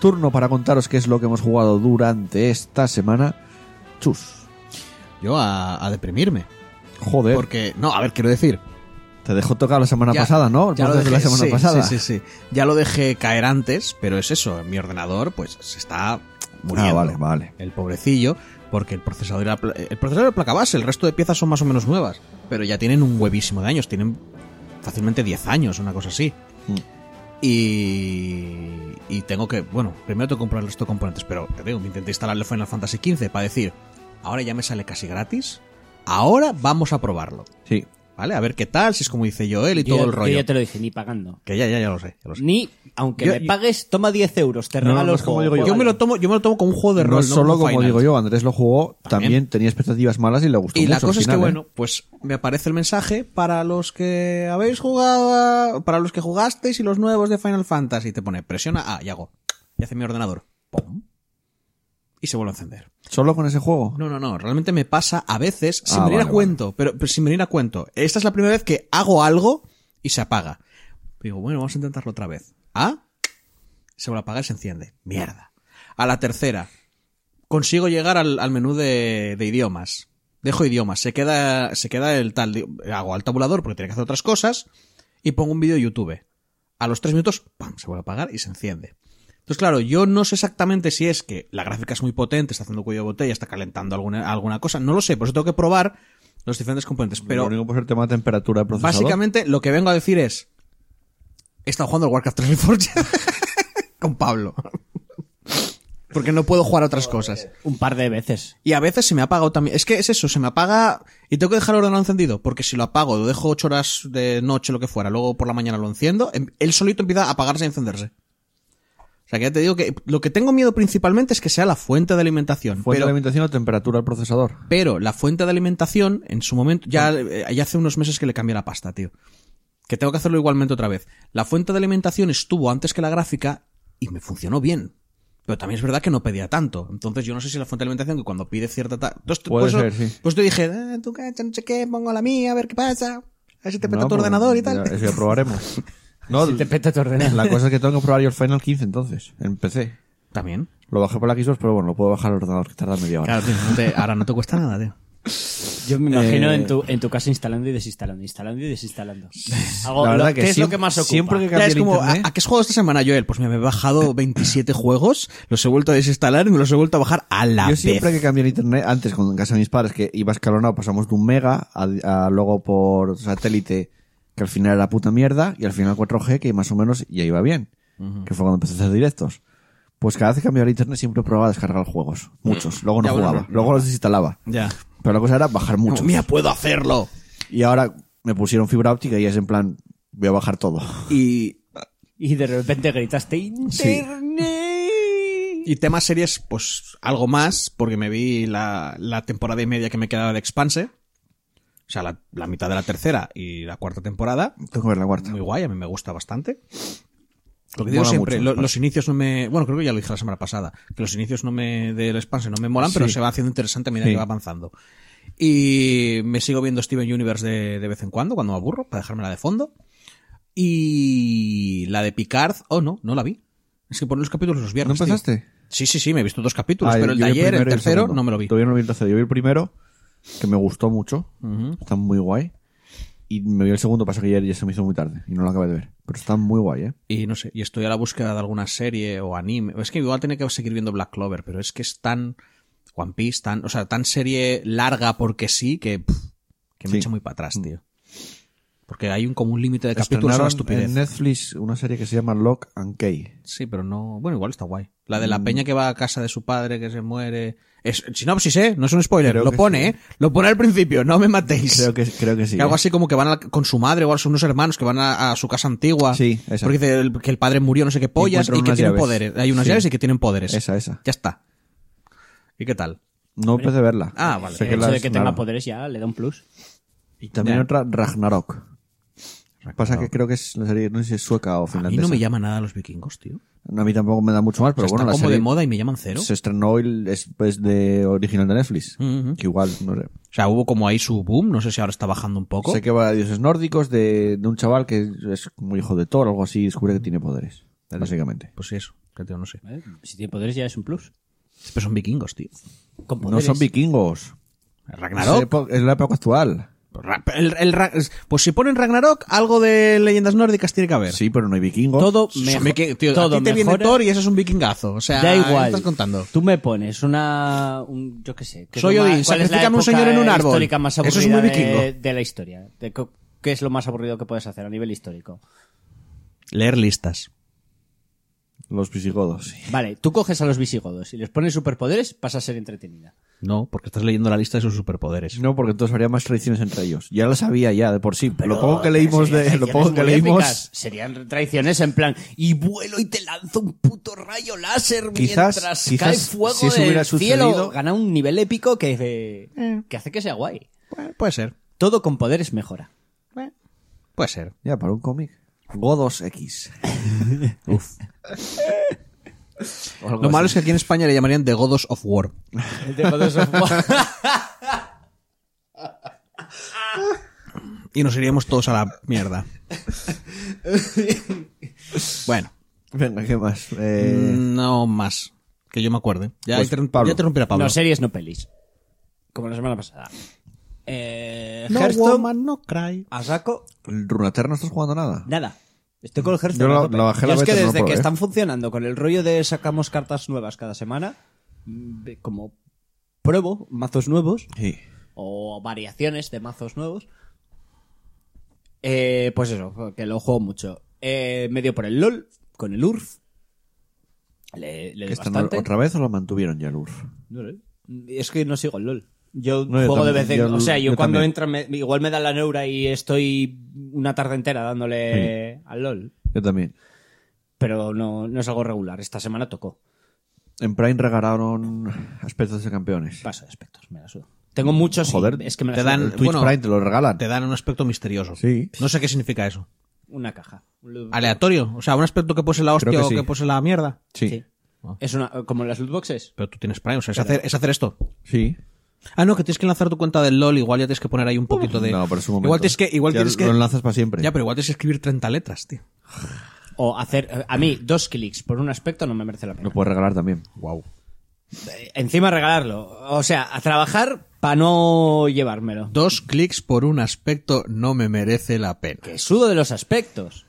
Turno para contaros qué es lo que hemos jugado durante esta semana. Chus. Yo a, a deprimirme. Joder. Porque, no, a ver, quiero decir. Te dejó tocar la semana ya- pasada, ¿no? El ya lo podcast de la dejé- semana sí, pasada. Sí, sí, sí. Ya lo dejé caer antes, pero es eso. Mi ordenador, pues, se está muriendo. Ah, vale, vale. el pobrecillo, porque el procesador era, pla- el procesador era placa base, el resto de piezas son más o menos nuevas, pero ya tienen un huevísimo de años, tienen fácilmente 10 años, una cosa así. Mm. Y, y tengo que, bueno, primero tengo que comprar el resto de componentes, pero te digo, intenté instalarle Final Fantasy XV para decir, ahora ya me sale casi gratis, ahora vamos a probarlo, Sí. ¿vale? A ver qué tal, si es como dice Joel y Yo todo ya- el yo rollo. ya te lo dije, ni pagando. Que ya, ya, ya lo sé, ya lo sé. Ni, aunque Yo- me pagues, toma 10 euros, te No, regalo no el es como juego, digo yo. Yo me, lo tomo, yo me lo tomo como un juego de no rol. solo como Final. digo yo, Andrés lo jugó, también, También. tenía expectativas malas y le gustó Y la mucho al cosa es que, final, ¿eh? bueno, pues me aparece el mensaje para los que habéis jugado, a- para los que jugasteis y los nuevos de Final Fantasy. Te pone, presiona A y hago. Y hace mi ordenador. ¡Pum! Y se vuelve a encender. Solo con ese juego. No, no, no. Realmente me pasa a veces sin Ah, venir vale, a cuento. Pero, pero sin venir a cuento. Esta es la primera vez que hago algo y se apaga. Digo, bueno, vamos a intentarlo otra vez. A. Se vuelve a apagar y se enciende. Mierda. A la tercera. Consigo llegar al, al menú de, de idiomas. Dejo idiomas. Se queda, se queda el tal. digo, Hago al tabulador porque tiene que hacer otras cosas. Y pongo un vídeo de YouTube. A los tres minutos, ¡pam! Se vuelve a apagar y se enciende. Entonces, claro, yo no sé exactamente si es que la gráfica es muy potente, está haciendo cuello de botella, está calentando alguna, alguna cosa. No lo sé, por eso tengo que probar los diferentes componentes. Pero lo único por ser tema de temperatura de procesador. Básicamente, lo que vengo a decir es: He estado jugando al Warcraft 3 Reforged con Pablo. Porque no puedo jugar a otras cosas. Un par de veces. Y a veces se me ha apagado también. Es que es eso, se me apaga y tengo que dejar el ordenador encendido. Porque si lo apago, lo dejo 8 horas de noche, lo que fuera, luego por la mañana lo enciendo, em- él solito empieza a apagarse y encenderse. O sea que ya te digo que lo que tengo miedo principalmente es que sea la fuente de alimentación. ¿Fuente pero- de alimentación o temperatura del procesador? pero la fuente de alimentación, en su momento, Ah. ya, eh, ya hace unos meses que le cambié la pasta, tío. Que tengo que hacerlo igualmente otra vez. La fuente de alimentación estuvo antes que la gráfica y me funcionó bien. Pero también es verdad que no pedía tanto. Entonces yo no sé si la fuente de alimentación que cuando pide cierta... ta- Entonces, Puede pues, ser, sí. pues te dije, eh, tú cacha, no sé qué, pongo la mía, a ver qué pasa. A ver si te peta No, tu pues, ordenador y tal. ya, Eso ya probaremos. No, Si te peta tu ordenador. La cosa es que tengo que probar yo el Final 15 entonces, en PC. También. Lo bajé por la Xbox, pero bueno, lo puedo bajar al ordenador que tarda media hora. Claro, tío, no te- ahora no te cuesta nada, tío. Yo me imagino Eh, en, tu, en tu casa instalando y desinstalando, instalando y desinstalando. Algo- La lo- verdad que ¿Qué es lo siem- que más ocupa? siempre que Ya, Ah, es el como, ¿a, internet. a qué has jugado esta semana, Joel? Pues mira, me he bajado 27 juegos, los he vuelto a desinstalar y me los he vuelto a bajar a la Yo vez. siempre que cambié el internet, antes cuando en casa de mis padres, que iba escalonado, pasamos de un mega a, a luego por satélite, que al final era puta mierda, y al final 4G, que más o menos ya iba bien, que fue cuando empecé a hacer directos. Pues cada vez que cambiaba el internet siempre probaba descargar juegos, muchos. Luego no Ya, bueno, jugaba, no. luego los desinstalaba. Ya. Pero la cosa era bajar mucho. No, mira, puedo hacerlo. Y ahora me pusieron fibra óptica y es en plan, voy a bajar todo. Y, Y de repente gritaste Internet. y temas series, pues algo más, porque me vi la, la temporada y media que me quedaba de Expanse. O sea, la, la mitad de la tercera y la cuarta temporada. Tengo que ver la cuarta. Muy guay, a mí me gusta bastante. Lo que digo Mola siempre, mucho, lo- Sparse. los inicios no me. Bueno, creo que ya lo dije la semana pasada. Que los inicios no me del Expanse no me molan, pero Sí. se va haciendo interesante a medida Sí. que va avanzando. Y me sigo viendo Steven Universe de, de vez en cuando, cuando me aburro, para dejármela de fondo. Y la de Picard, oh no, no la vi. Es que ponen los capítulos los ¿No viernes. tío. empezaste? Sí, sí, sí, me he visto dos capítulos, Ah, pero el de yo vi ayer, el primero y tercero, segundo. no me lo vi. Todavía no lo vi el tercero. Yo vi el primero, que me gustó mucho. Está muy guay. Y me vi el segundo, pasa que ayer ya se me hizo muy tarde y no lo acabé de ver. Pero está muy guay, ¿eh? Y no sé, y estoy a la búsqueda de alguna serie o anime. Es que igual tenía que seguir viendo Black Clover, pero es que es tan One Piece, tan, o sea, tan serie larga porque sí que, pff, que me Sí. Mm. echa muy para atrás, tío. Porque hay un como un límite de capítulos a Estrenaron la estupidez. en Netflix una serie que se llama Lock and Key. Sí, pero no, bueno, igual está guay. La de Mm. la peña que va a casa de su padre que se muere. Es sinopsis, eh, no es un spoiler, Creo lo que pone, sí. eh, lo pone al principio, no me matéis. Creo que, creo que sí. Que algo ¿eh? así como que van a la- con su madre o a unos hermanos que van a, a su casa antigua. Sí, esa. Porque dice el- que el padre murió no sé qué pollas y, encuentran que unas tienen llaves. poderes. Hay unas Sí. llaves y que tienen poderes. Esa, esa. Ya está. ¿Y qué tal? No empecé a verla. Ah, vale. Sé El que hecho la de que tenga estrenaron. poderes ya le da un plus. Y también Ya. otra, Ragnarok. Pasa que creo que es la serie, no sé si es sueca o A finlandesa. mí no me llama nada los vikingos, tío. No, a mí tampoco me da mucho más, pero o sea, bueno, Pues la está como serie de moda y me llaman cero. se estrenó y es, es de original de Netflix. Ujú. Que igual, no sé. O sea, hubo como ahí su boom, no sé si ahora está bajando un poco. Sé que va a dioses nórdicos de, de un chaval que es como hijo de Thor o algo así y descubre que tiene poderes. Básicamente. Pues sí, eso, que tío, no sé. ¿vale? Si tiene poderes ya es un plus. Pero son vikingos, tío. Con No poderes. son vikingos. Es, Ragnarok. epo- es la época actual. Pues Ra- el- el Ra- pues si ponen Ragnarok, algo de leyendas nórdicas tiene que haber. Sí, pero no hay vikingos. Todo Sí, mejor. me que- tío, todo a ti te viene mejora. Thor y eso es un vikingazo. O sea, da igual. ¿qué estás contando? Tú me pones una. un- yo qué sé. que Soy toma- Odín, ¿cuál es la sacrificame un época señor en un árbol? histórica más Eso es aburrida muy de- De, vikingo. la historia. De co- ¿Qué es lo más aburrido que puedes hacer a nivel histórico? Leer listas. Los visigodos. sí. Vale, tú coges a los visigodos y les pones superpoderes, pasa a ser entretenida. No, porque estás leyendo la lista de sus superpoderes. No, porque entonces habría más traiciones entre ellos. Ya lo sabía ya de por sí. lo poco que leímos Serían de, lo poco que traiciones muy leímos. épicas. Serían traiciones en plan, y vuelo y te lanzo un puto rayo láser Quizás- mientras quizás cae fuego si eso del hubiera cielo. sucedido- Gana un nivel épico que, que hace que sea guay. Bueno, puede ser. Todo con poderes mejora. Bueno, puede ser. Ya, para un cómic. Godos X. O algo Lo malo es así. que aquí en España le llamarían The Godos of War. Y nos iríamos todos a la mierda. bueno, Venga, ¿qué más? Eh, no más. Que yo me acuerde. Ya, Pues, interrum- Pablo. ya interrumpirá Pablo. No, series, no pelis. Como la semana pasada. Eh, No Hearthstone, woman, no cry. a saco, ¿Runeterra no estás jugando nada? nada. Estoy con el Hearthstone. Yo la- a tope. la bajé la Yo es que beta, no desde la que probé. están funcionando con el rollo de sacamos cartas nuevas cada semana, mm, de- como pruebo mazos nuevos Sí. o variaciones de mazos nuevos, eh, pues eso, que lo juego mucho. Eh, medio por el LOL, con el URF. Le, le doy ¿Esta no- bastante. otra vez o lo mantuvieron ya el URF? No lo sé. Es que no sigo el LOL. Yo No, yo juego de también, vez en yo- O sea, yo, yo cuando también. entra, me- igual me da la neura y estoy una tarde entera dándole al LOL. Yo también. Pero no, no es algo regular. Esta semana tocó. En Prime regalaron aspectos de campeones. Paso de aspectos, me la suda. Tengo muchos. y Joder, es que me la te suda. El dan- Twitch bueno, Prime te lo regalan. Te dan un aspecto misterioso. Sí. No sé qué significa eso. una caja. Ah, Aleatorio. O sea, un aspecto que pose la hostia Creo que o que sí. pose la mierda. Sí. Ah. Sí. sí. Es una, como en las loot boxes. Pero tú tienes Prime. O sea, es hacer, es hacer esto. Sí. Ah, no, que tienes que lanzar tu cuenta del LOL, igual ya tienes que poner ahí un poquito de. No, pero es un momento. Igual tienes que. Igual Ya tienes que... Lo enlazas para siempre. Ya, pero igual tienes que escribir 30 letras, tío. O hacer. eh, A mí, dos clics por un aspecto no me merece la pena. Lo puedes regalar también. Wow. Eh, Encima regalarlo. O sea, a trabajar para no llevármelo. Dos clics por un aspecto no me merece la pena. Que sudo de los aspectos.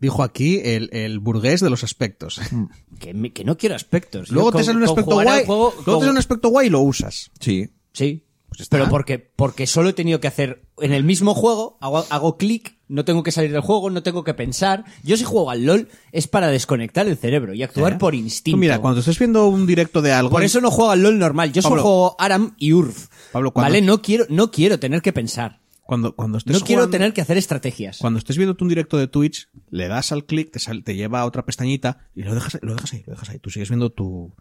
Dijo aquí el, el burgués de los aspectos. Mm. Que, me- que no quiero aspectos. luego Yo te con- sale un con aspecto jugar al guay. juego- luego con- te sale un Pues aspecto guay Eh, y lo usas. Sí. Sí. pero porque, porque solo he tenido que hacer en el mismo juego, hago, hago clic, no tengo que salir del juego, no tengo que pensar. Yo si juego al LOL es para desconectar el cerebro y actuar ¿Eh? por Tú instinto. mira, cuando estés viendo un directo de algo. Por eso no juego al LOL normal, yo solo Pablo. juego Aram y Urf. Pablo, cuando- ¿Vale? No quiero, no quiero tener que pensar. Cuando, cuando estés No quiero jugando- tener que hacer estrategias. Cuando estés viendo tú un directo de Twitch, le das al clic, te, sal- te lleva a otra pestañita y lo dejas, lo dejas ahí, lo dejas ahí. Tú sigues viendo tu,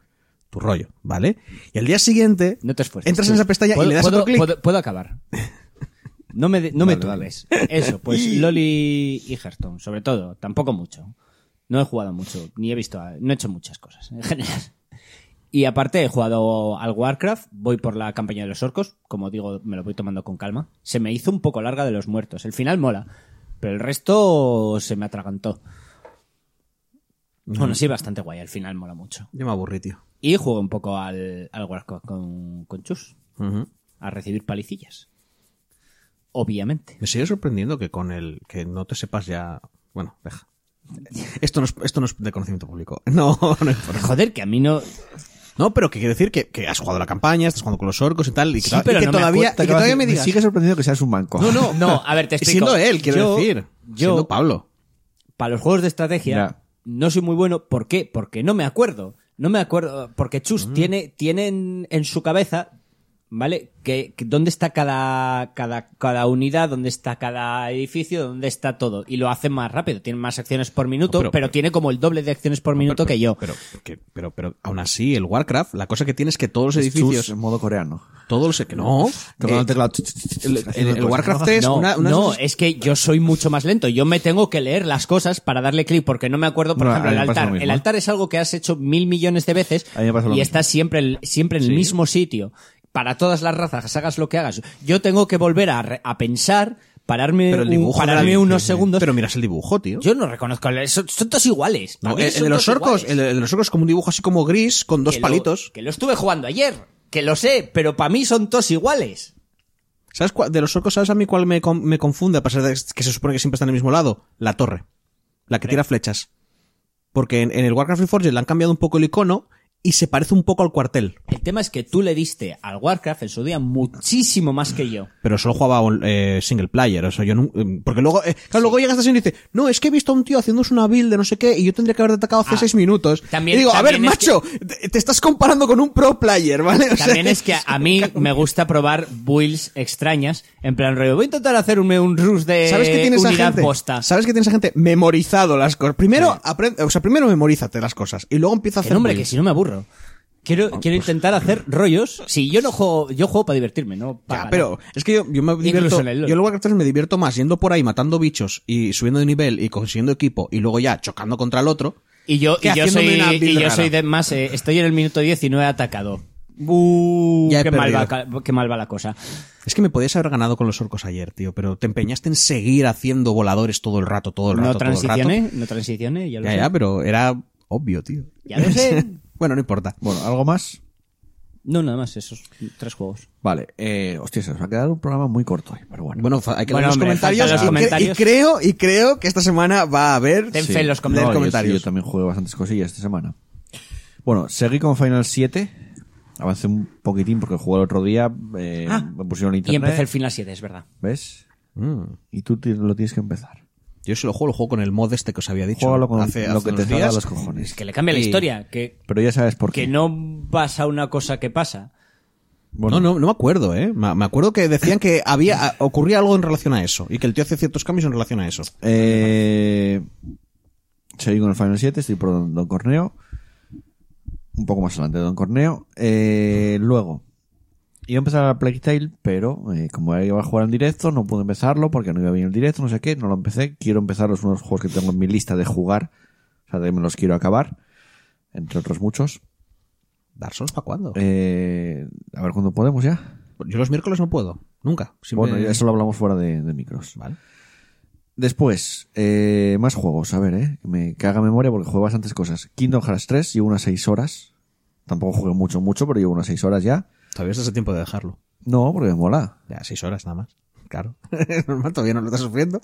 tu rollo, ¿vale? Y al día siguiente, No te esfuerces. entras en tú. esa pestaña y Puedo- le das puedo, otro clic. Puedo, puedo acabar. No me, de- no me Vale, vale. turbes. Eso, pues Loli y Hearthstone, sobre todo. Tampoco mucho. No he jugado mucho, ni he visto, a- no he hecho muchas cosas en general. Y aparte he jugado al Warcraft, voy por la campaña de los orcos, como digo, me lo voy tomando con calma. Se me hizo un poco larga de los muertos, el final mola, pero el resto se me atragantó. Bueno, sí, bastante guay, el final mola mucho. Yo me aburrí, tío. Y juego un poco al, al Warcraft con, con Chus, a recibir palicillas. Obviamente. Me sigue sorprendiendo que con el que no te sepas ya. Bueno, deja. Esto no es, esto no es de conocimiento público. No, no importa. Joder, que a mí no... No, pero que quiere decir que, que has jugado la campaña, estás jugando con los orcos y tal, y que, Sí, y pero que no me todavía, acuerdo, y que todavía me digas. sigue sorprendiendo que seas un manco. No, no, No, a ver, te explico. Siendo él, quiero Yo- decir. yo- Siendo Pablo. para los juegos de estrategia Ya. no soy muy bueno. ¿Por qué? Porque no me acuerdo. No me acuerdo. Porque Chus Mm. tiene, tiene en, en su cabeza, ¿vale? Que, que dónde está cada, cada, cada unidad, dónde está cada edificio, dónde está todo. Y lo hace más rápido. Tiene más acciones por No, minuto, pero, pero- tiene como el doble de acciones por minuto Pero- que yo. Pero, que- pero, pero aún así, el Warcraft, la cosa que tiene es que todos los edificios, Chus en modo coreano. todos los que no, Tocando eh, el teclado. el, el- el Warcraft es no, una, una- no, es que yo soy mucho más lento. Yo me tengo que leer las cosas para darle clic porque no me acuerdo. Por No, ejemplo, a mí el me pasa altar. lo mismo, El ¿eh? altar es algo que has hecho mil millones de veces A mí me pasa lo y mismo. estás siempre, en- siempre en el mismo sitio. Para todas las razas, hagas lo que hagas. Yo tengo que volver a, re- a pensar, pararme, pero el un- dibujo era pararme bien- unos segundos. Pero miras el dibujo, tío. yo no reconozco, son, son todos iguales. Para No, eh, mí el, son el de los todos orcos, iguales. el, el de los orcos es como un dibujo así como gris con dos Que lo- palitos. que lo estuve jugando ayer, que lo sé, pero para mí son todos iguales. ¿Sabes cuál- de los orcos, sabes a mí cuál me, con- me confunde, a pesar de que se supone que siempre están en el mismo lado? La torre. La que tira flechas. Porque en, en el Warcraft Reforged le han cambiado un poco el icono y se parece un poco al cuartel. El tema es que tú le diste al Warcraft en su día muchísimo más que yo. Pero solo jugaba on- eh, single player, o sea, yo nun- em, Porque luego, eh, claro, luego llega esta escena y dice, no, es que he visto a un tío haciéndose una build de no sé qué y yo tendría que haber atacado hace Ah, seis minutos. también- y digo, a ver, también es macho, te, te estás comparando con un pro player, ¿vale? O sea, También es que a mí me gusta probar builds extrañas. En plan, rollo, voy a intentar hacer un, un rush de ¿Sabes qué tiene esa unidad gente? posta. ¿Sabes qué tiene esa gente? Memorizado las cosas. Primero, aprende, o sea, primero memorízate las cosas y luego empieza a Que hacer no, hombre, que builds. si no me aburro. Quiero, quiero intentar hacer rollos. Si yo no juego, yo juego para divertirme, no Ya, para. ganar. pero es que yo, yo me divierto. en el yo LoL. en el Warcraft 3 me divierto más yendo por ahí matando bichos y subiendo de nivel y consiguiendo equipo y luego ya chocando contra el otro. Y yo, que y yo haciéndome soy, una build y yo rara. soy de más. eh, estoy en el minuto 10 y no he atacado. Buh, Ya he Uh, qué, mal va, perdido. ca- qué mal va la cosa. Es que me podías haber ganado con los orcos ayer, tío, pero te empeñaste en seguir haciendo voladores todo el rato, todo el rato, No todo el rato. transicioné, no transicioné, ya lo Ya, sé. ya, pero era obvio, tío. Ya lo sé. bueno, no importa. Bueno, ¿algo más? No, nada más, esos tres juegos. Vale. Eh, hostia, se nos ha quedado un programa muy corto hoy, pero bueno. Bueno, fa- hay que leer Bueno, los, hombre, comentarios, faltan los y cre- comentarios. Y creo, y creo que esta semana va a haber Ten fe en los No, leer comentarios. yo sí, comentarios. Yo, también jugué bastantes cosillas esta semana. Bueno, seguí con Final 7. Avancé un poquitín porque jugué el otro día. eh, me pusieron Ah, Y internet. empecé el final 7, es verdad. ¿Ves? Mm. Y tú ti- lo tienes que empezar. Yo si lo juego, lo juego con el mod este que os había dicho. Júgalo con hace, lo hace que te unos salga días. a los cojones. Que le cambia la Y- historia, que, Pero ya sabes por qué. que no pasa una cosa que pasa. Bueno, No, no, no me acuerdo, ¿eh? Ma- Me acuerdo que decían que había a- ocurría algo en relación a eso y que el tío hace ciertos cambios en relación a eso. Eh, seguí con el Final 7, estoy por Don, Don Corneo. Un poco más adelante de Don Corneo. Eh, luego, iba a empezar a Plague Tale, pero eh, como ya iba a jugar en directo, no pude empezarlo porque no iba bien el directo, no sé qué, no lo empecé. Quiero empezar los unos juegos que tengo en mi lista de jugar. O sea, de me los quiero acabar. Entre otros muchos. ¿Dar Souls para cuándo? Eh, a ver cuándo podemos ya. Yo los miércoles no puedo, nunca. Siempre- Bueno, ya eso lo hablamos fuera de, de micros. Vale. Después, eh, más juegos, a ver, eh, que me caga memoria porque juego bastantes cosas. Kingdom Hearts 3, llevo unas 6 horas. Tampoco jugué mucho, mucho, pero llevo unas 6 horas ya. Todavía estás a tiempo de dejarlo. No, porque me mola. Ya, seis horas nada más. Claro. Normal, todavía no lo estás sufriendo.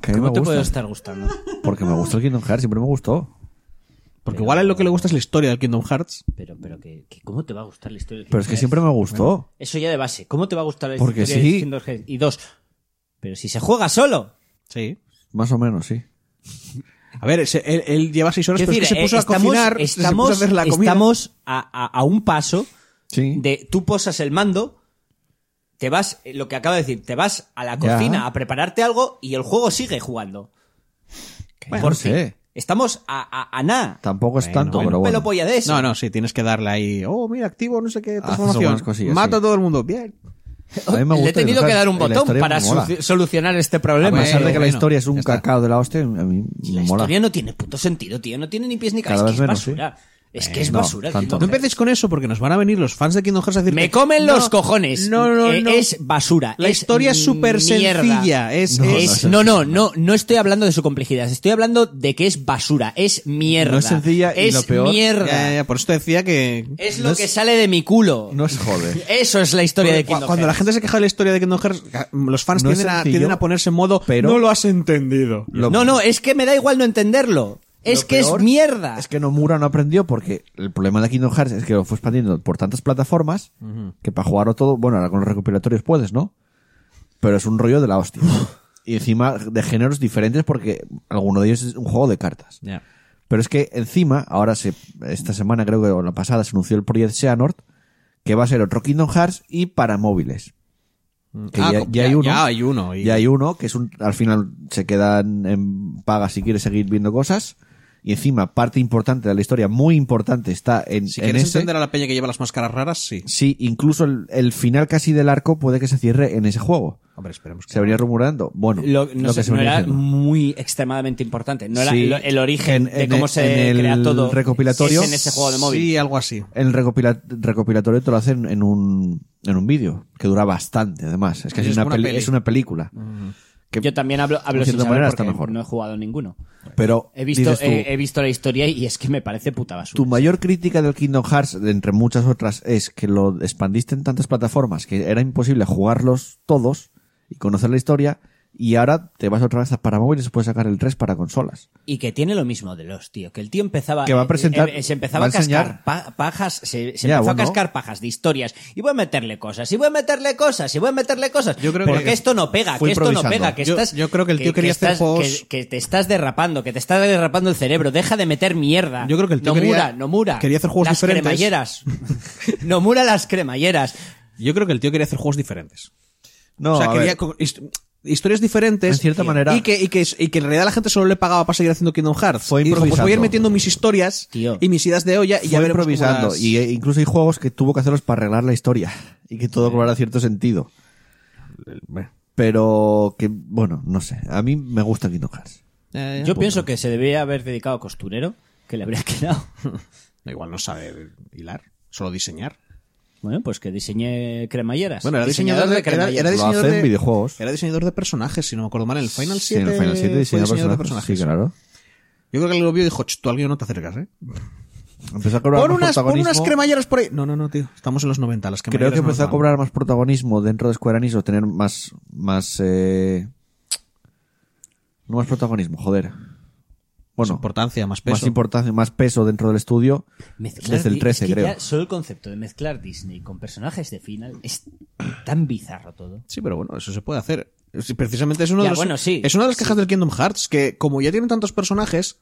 Que a mí ¿Cómo me te puede gusta. estar gustando? Porque me gustó el Kingdom Hearts, siempre me gustó. Porque igual a él lo que le gusta es la historia del Kingdom Hearts. Pero, pero que, que ¿cómo te va a gustar la historia? del Pero es que Kingdom siempre Hearts? me gustó. Eso ya de base. ¿Cómo te va a gustar la Porque historia sí. del Kingdom Hearts? Y dos, pero si se juega solo. Sí. Más o menos, sí. A ver, se- él, él lleva seis horas, Es pero es decir, que se puso eh, a cocinar, se puso estamos, a hacer la comida. estamos a, a- a un paso Sí. de tú posas el mando, te vas, eh, lo que acabo de decir, te vas a la Ya. cocina a prepararte algo y el juego sigue jugando. Bueno, Por no fin. sé. Estamos a, a, a nada. Tampoco es Bueno, tanto, bueno, pero un bueno. pelo polla de eso. No, no, sí, tienes que darle ahí, oh, mira, activo, no sé qué, Haces transformación. algunas cosillas, Mato sí. a todo el mundo, bien. A mí me Le gusta he tenido dibujar. que dar un La historia botón me para mola. solu- solucionar este A problema. pesar de que la bueno, historia es un ya está. cacao de la hostia, a mí me La mola. historia no tiene puto sentido, tío. No tiene ni pies ni Cada cabeza. Es que es vez menos, sí. basura. Es que es Eh, no, basura. tío. tanto. No empecéis con eso porque nos van a venir los fans de Kingdom Hearts a decir Me que- comen No, los cojones. No, no, Eh, no. Es basura. La historia es súper mierda. sencilla, es- no, es- no, no, no, no estoy hablando de su complejidad. Estoy hablando de que es basura. Es mierda. No es sencilla y es lo peor- mierda. Ya, ya, ya, por eso te decía que. Es no lo que sale de mi culo. No es jode. Eso es la historia de Cu- Kingdom Cuando la Hearts. gente se queja de la historia de Kingdom Hearts, los fans No es tienden, a, sencillo, tienden a ponerse en modo. pero- no lo has entendido. No, no, es que me da igual no entenderlo. Es Lo que peor es mierda. Es que Nomura no aprendió porque el problema de Kingdom Hearts es que lo fue expandiendo por tantas plataformas que para jugarlo todo, bueno, ahora con los recopilatorios puedes, ¿no? Pero es un rollo de la hostia. y encima de géneros diferentes porque alguno de ellos es un juego de cartas. Ya. Pero es que encima, ahora se, esta semana creo que o la pasada se anunció el Project Seanort, que va a ser otro Kingdom Hearts y para móviles. Que Ah, ya, co- ya ya- hay uno. ya hay uno, y- Ya hay uno, que es un, al final se quedan en paga si quieres seguir viendo cosas. Y encima, parte importante de la historia, muy importante, está en, Si en quieres ese. entender a la peña que lleva las máscaras raras, sí. Sí, incluso el, el final casi del arco puede que se cierre en ese juego. Hombre, esperemos que. Se venía rumorando. Bueno, Lo, no lo sé, que se no venía era diciendo. muy extremadamente importante. No era Sí. lo- el origen En- de en cómo el- se en el crea todo. recopilatorio. es en ese juego de móvil. Sí, algo así. El recopila- recopilatorio te lo hacen en un, en un vídeo, que dura bastante, además. Es casi Es una, una peli- peli. es una película. Que- Yo también hablo, hablo de sin cierta saber manera porque está mejor. no he jugado ninguno. Pero He visto, dices tú, he, he visto la historia y es que me parece puta basura. tu mayor crítica del Kingdom Hearts, de entre muchas otras, es que lo expandiste en tantas plataformas que era imposible jugarlos todos y conocer la historia. Y ahora te vas otra vez a para móviles y puedes sacar el 3 para consolas. Y que tiene lo mismo de los, tío. Que el tío empezaba. Que va a presentar- eh, eh, se empezaba va a a cascar enseñar- pa- pajas. Se, se Ya, empezó bueno. a cascar pajas de historias. Y voy a meterle cosas. Y voy a meterle cosas. Y voy a meterle cosas. Yo creo Porque que- esto no pega. fue Que esto no improvisando. pega. Que Yo- estás. yo creo que el tío quería hacer estás- juegos- Que, que te estás derrapando. Que te está derrapando el cerebro. Deja de meter mierda. Yo creo que el tío Nomura, quería- Nomura. quería hacer juegos las diferentes. cremalleras. Nomura las cremalleras. Yo creo que el tío quería hacer juegos diferentes. No, o sea, a quería ver, co- hist- historias diferentes. En cierta y- manera- Y que, y, que, y que en realidad la gente solo le pagaba para seguir haciendo Kingdom Hearts. Fue Y dijo, pues voy a ir improvisando. metiendo mis historias Tío. y mis ideas de olla y ya fue veremos cómo improvisando. las- Y eh, incluso hay juegos que tuvo que hacerlos para arreglar la historia y que todo cobrara cierto sentido. Pero que, bueno, no sé. A mí me gusta Kingdom Hearts. Eh, Yo pienso que se debía haber dedicado a costurero. Que le habría quedado. Igual no sabe hilar, solo diseñar. Bueno, pues que diseñé cremalleras. Bueno, era Diseñador diseñador de, era, era cremalleras. Lo diseñador hace de en videojuegos. Era diseñador de personajes, si no me acuerdo mal, en el Final 7. Sí, en el Final 7 fue diseñaba diseñador de personajes. Sí, personajes. claro. Yo creo que lo vio y dijo, "Ch, tú alguien no te acercas, ¿eh? Empezó a cobrar Pon más unas, pon protagonismo. unas cremalleras por ahí. No, no, no, tío. Estamos en los 90, las Creo cremalleras. que no empezó a nos van. cobrar más protagonismo dentro de Square Enix o tener más. más eh, No más protagonismo, joder. Más Bueno, importancia, más peso. más importancia, más peso dentro del estudio. Mezclar desde el Di- 13, es que creo. ya solo el concepto de mezclar Disney con personajes de Final es tan bizarro todo. Sí, pero bueno, eso se puede hacer. Sí, Precisamente es uno Ya, de los, bueno, sí. es una de las quejas del Kingdom Hearts, que como ya tienen tantos personajes,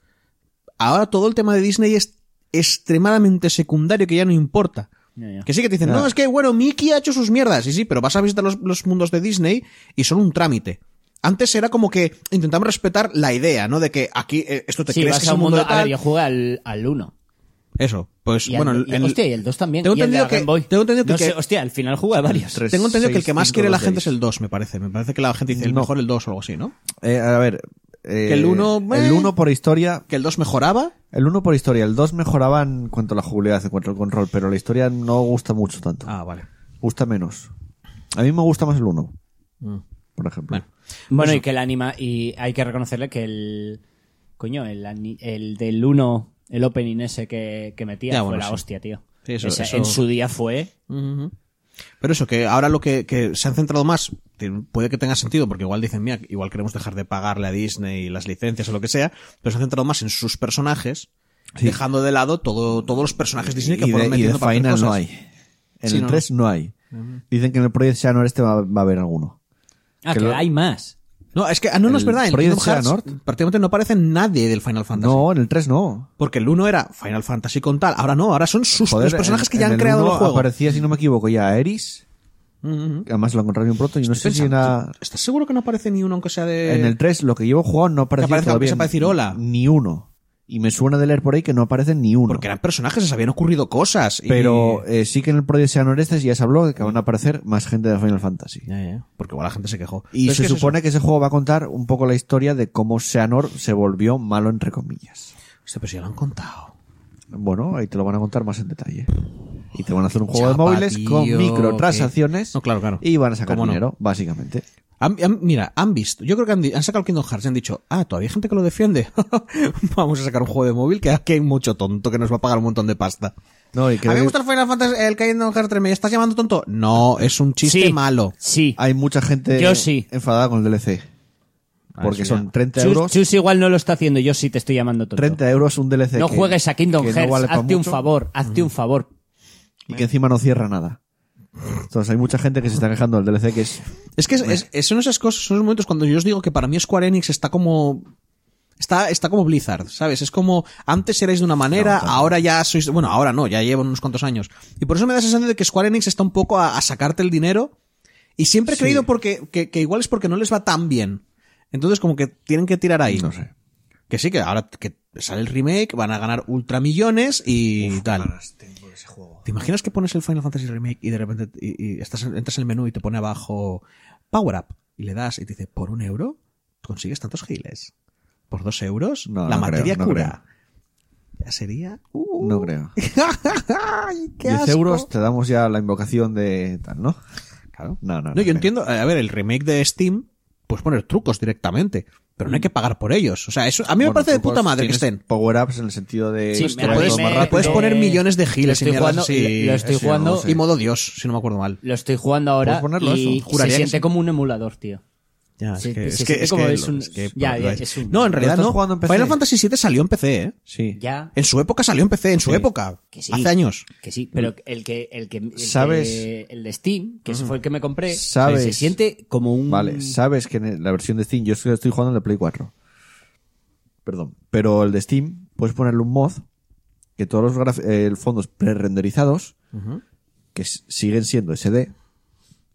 ahora todo el tema de Disney es extremadamente secundario que ya no importa. Ya, ya. Que sí que te dicen, no, es que bueno, Mickey ha hecho sus mierdas. Y sí, pero vas a visitar los, los mundos de Disney y son un trámite. Antes era como que intentamos respetar la idea, ¿no? De que aquí eh, esto te Sí, crees vas que es a un mundo, de a ver, tal. yo jugué al, al 1. Eso, pues Y al- bueno, y, el- hostia, y el 2 también. Tengo y el de entendido la que- Game Boy. tengo entendido que- No sé, hostia, al final jugué a varios. Tres, tengo entendido que el que seis, más cinco, quiere la dos, gente es seis. el 2, me parece. Me parece que la gente dice el No. mejor el 2 o algo así, ¿no? Eh, a ver. eh, Que el uno, eh. El 1 por historia. Que el 2 mejoraba. El 1 por historia. El 2 mejoraba en cuanto a la jugabilidad, en cuanto al control, pero la historia no gusta mucho tanto. Ah, vale. Gusta menos. A mí me gusta más el 1. Por ejemplo. Mm. Bueno. Bueno, y que el anima. Y hay que reconocerle que el. Coño, el, ani- el del 1, el opening ese que, que metía, Ya, fue bueno, la sí. hostia, tío. Sí, eso- Ese- eso- En su día fue. Pero eso, que ahora lo que, que se han centrado más, que puede que tenga sentido, porque igual dicen, mira, igual queremos dejar de pagarle a Disney las licencias o lo que sea, pero se han centrado más en sus personajes, dejando de lado todo, todos los personajes Disney que y fueron de, y de metiendo para hacer Final no cosas. hay. En Sí, el no, 3 no, hay. Dicen que en el Project Seanor este va, va a haber alguno. Ah, que, Que lo- hay más. No, es que, ah, no, no es El verdad, en Project Kingdom Hearts Xehanort. prácticamente no aparece nadie del Final Fantasy. No, en el 3 no. Porque el uno era Final Fantasy con tal, ahora no, ahora son sus Joder, los personajes en- que ya en han creado el, uno juego. Mm, Aparecía, si no me equivoco, ya Eris. que Además lo encontré bien pronto. Y no sé si en, Pensando, la- ¿Estás seguro que no aparece ni uno aunque sea de... en el 3, lo que llevo jugado, no aparecía aparece, aunque todavía sea para decir hola. Ni uno. Y me suena de leer por ahí que no aparece ni uno. Porque eran personajes, les habían ocurrido cosas. y- Pero eh, sí que en el proyecto Sean Orestes ya se habló de que van a aparecer más gente de Final Fantasy. Ya, ya, Porque igual la gente se quejó. Y Pero es se que es supone que ese juego va a contar un poco la historia de cómo Seanor se volvió malo, entre comillas. eso. Hostia, pero si ya lo han contado. Bueno, ahí te lo van a contar más en detalle. Y te van a hacer un juego Chapa, de móviles con tío, microtransacciones. que- No, claro, claro. Y van a sacar ¿Cómo no? dinero, básicamente. Han- han- mira, han visto. Yo creo que han, di- han sacado el Kingdom Hearts y han dicho, ah, todavía hay gente que lo defiende. Vamos a sacar un juego de móvil que aquí hay mucho tonto que nos va a pagar un montón de pasta. No, y creo a mí me que gusta el Final Fantasy, el Kingdom Hearts 3. ¿Me estás llamando tonto? No, es un chiste Sí. malo. Sí. hay mucha gente Yo sí. enfadada con el DLC. Ah, Porque sí, son ya. 30 Chus, euros. Chus igual no lo está haciendo, yo sí te estoy llamando tonto. 30 euros un DLC. no que- juegues a Kingdom que no Hearts, vale pa' hazte un mucho favor, hazte un favor. Y que encima no cierra nada. Entonces hay mucha gente que se está quejando del DLC que es... Es que es- es- son esas cosas, son los momentos cuando yo os digo que para mí Square Enix está como. Está, está como Blizzard, ¿sabes? Es como antes erais de una manera, ahora ya sois. Bueno, ahora no, ya llevan unos cuantos años. Y por eso me da la sensación de que Square Enix está un poco a, a sacarte el dinero. Y siempre he creído porque, que, que igual es porque no les va tan bien. Entonces, como que tienen que tirar ahí. No sé. Que sí, que ahora que sale el remake, van a ganar ultra millones y tal. ¿Te imaginas que pones el Final Fantasy Remake y de repente y, y estás, en- entras en el menú y te pone abajo Power Up y le das y te dice, por un euro consigues tantos giles? ¿Por dos euros? No, la no materia creo, no cura. Ya sería... Uh, No creo. ¡Ay, qué 10 asco! euros te damos ya la invocación de tal, ¿no? Claro. No, no, no No, yo creo. entiendo, a ver, el remake de Steam puedes poner trucos directamente, pero no hay que pagar por ellos. O sea, eso a mí me Mm. Bueno, parece de tú puta puedes- madre que tienes estén. Power-ups en el sentido de... Sí, que me vayas puedes- todo más me- rápido. Puedes de- poner millones de lo giles y estoy mierdas jugando- así. lo estoy Eso, jugando- no sé. Y modo Dios, si no me acuerdo mal. Lo estoy jugando ahora ¿Puedes ponerlo y eso? se Juraría que siente sí. como un emulador, tío. Ya, Sí, es que sí, es sí, que- sí, es como que es lo- un- es que- ya, ya, es- es un- No, en realidad estás no. jugando en PC? Final Fantasy VII salió en PC, ¿eh? Sí. Ya. En su época salió en PC, en su época. Que sí. Hace años. Que sí, pero el que el que el ¿Sabes? que- el de Steam, que ese fue el que me compré, ¿Sabes? se siente como un Vale, sabes que en el- la versión de Steam, yo estoy estoy jugando en el Play 4. Perdón. Pero el de Steam, puedes ponerle un mod que todos los graf- eh, fondos pre-renderizados, que s- siguen siendo SD,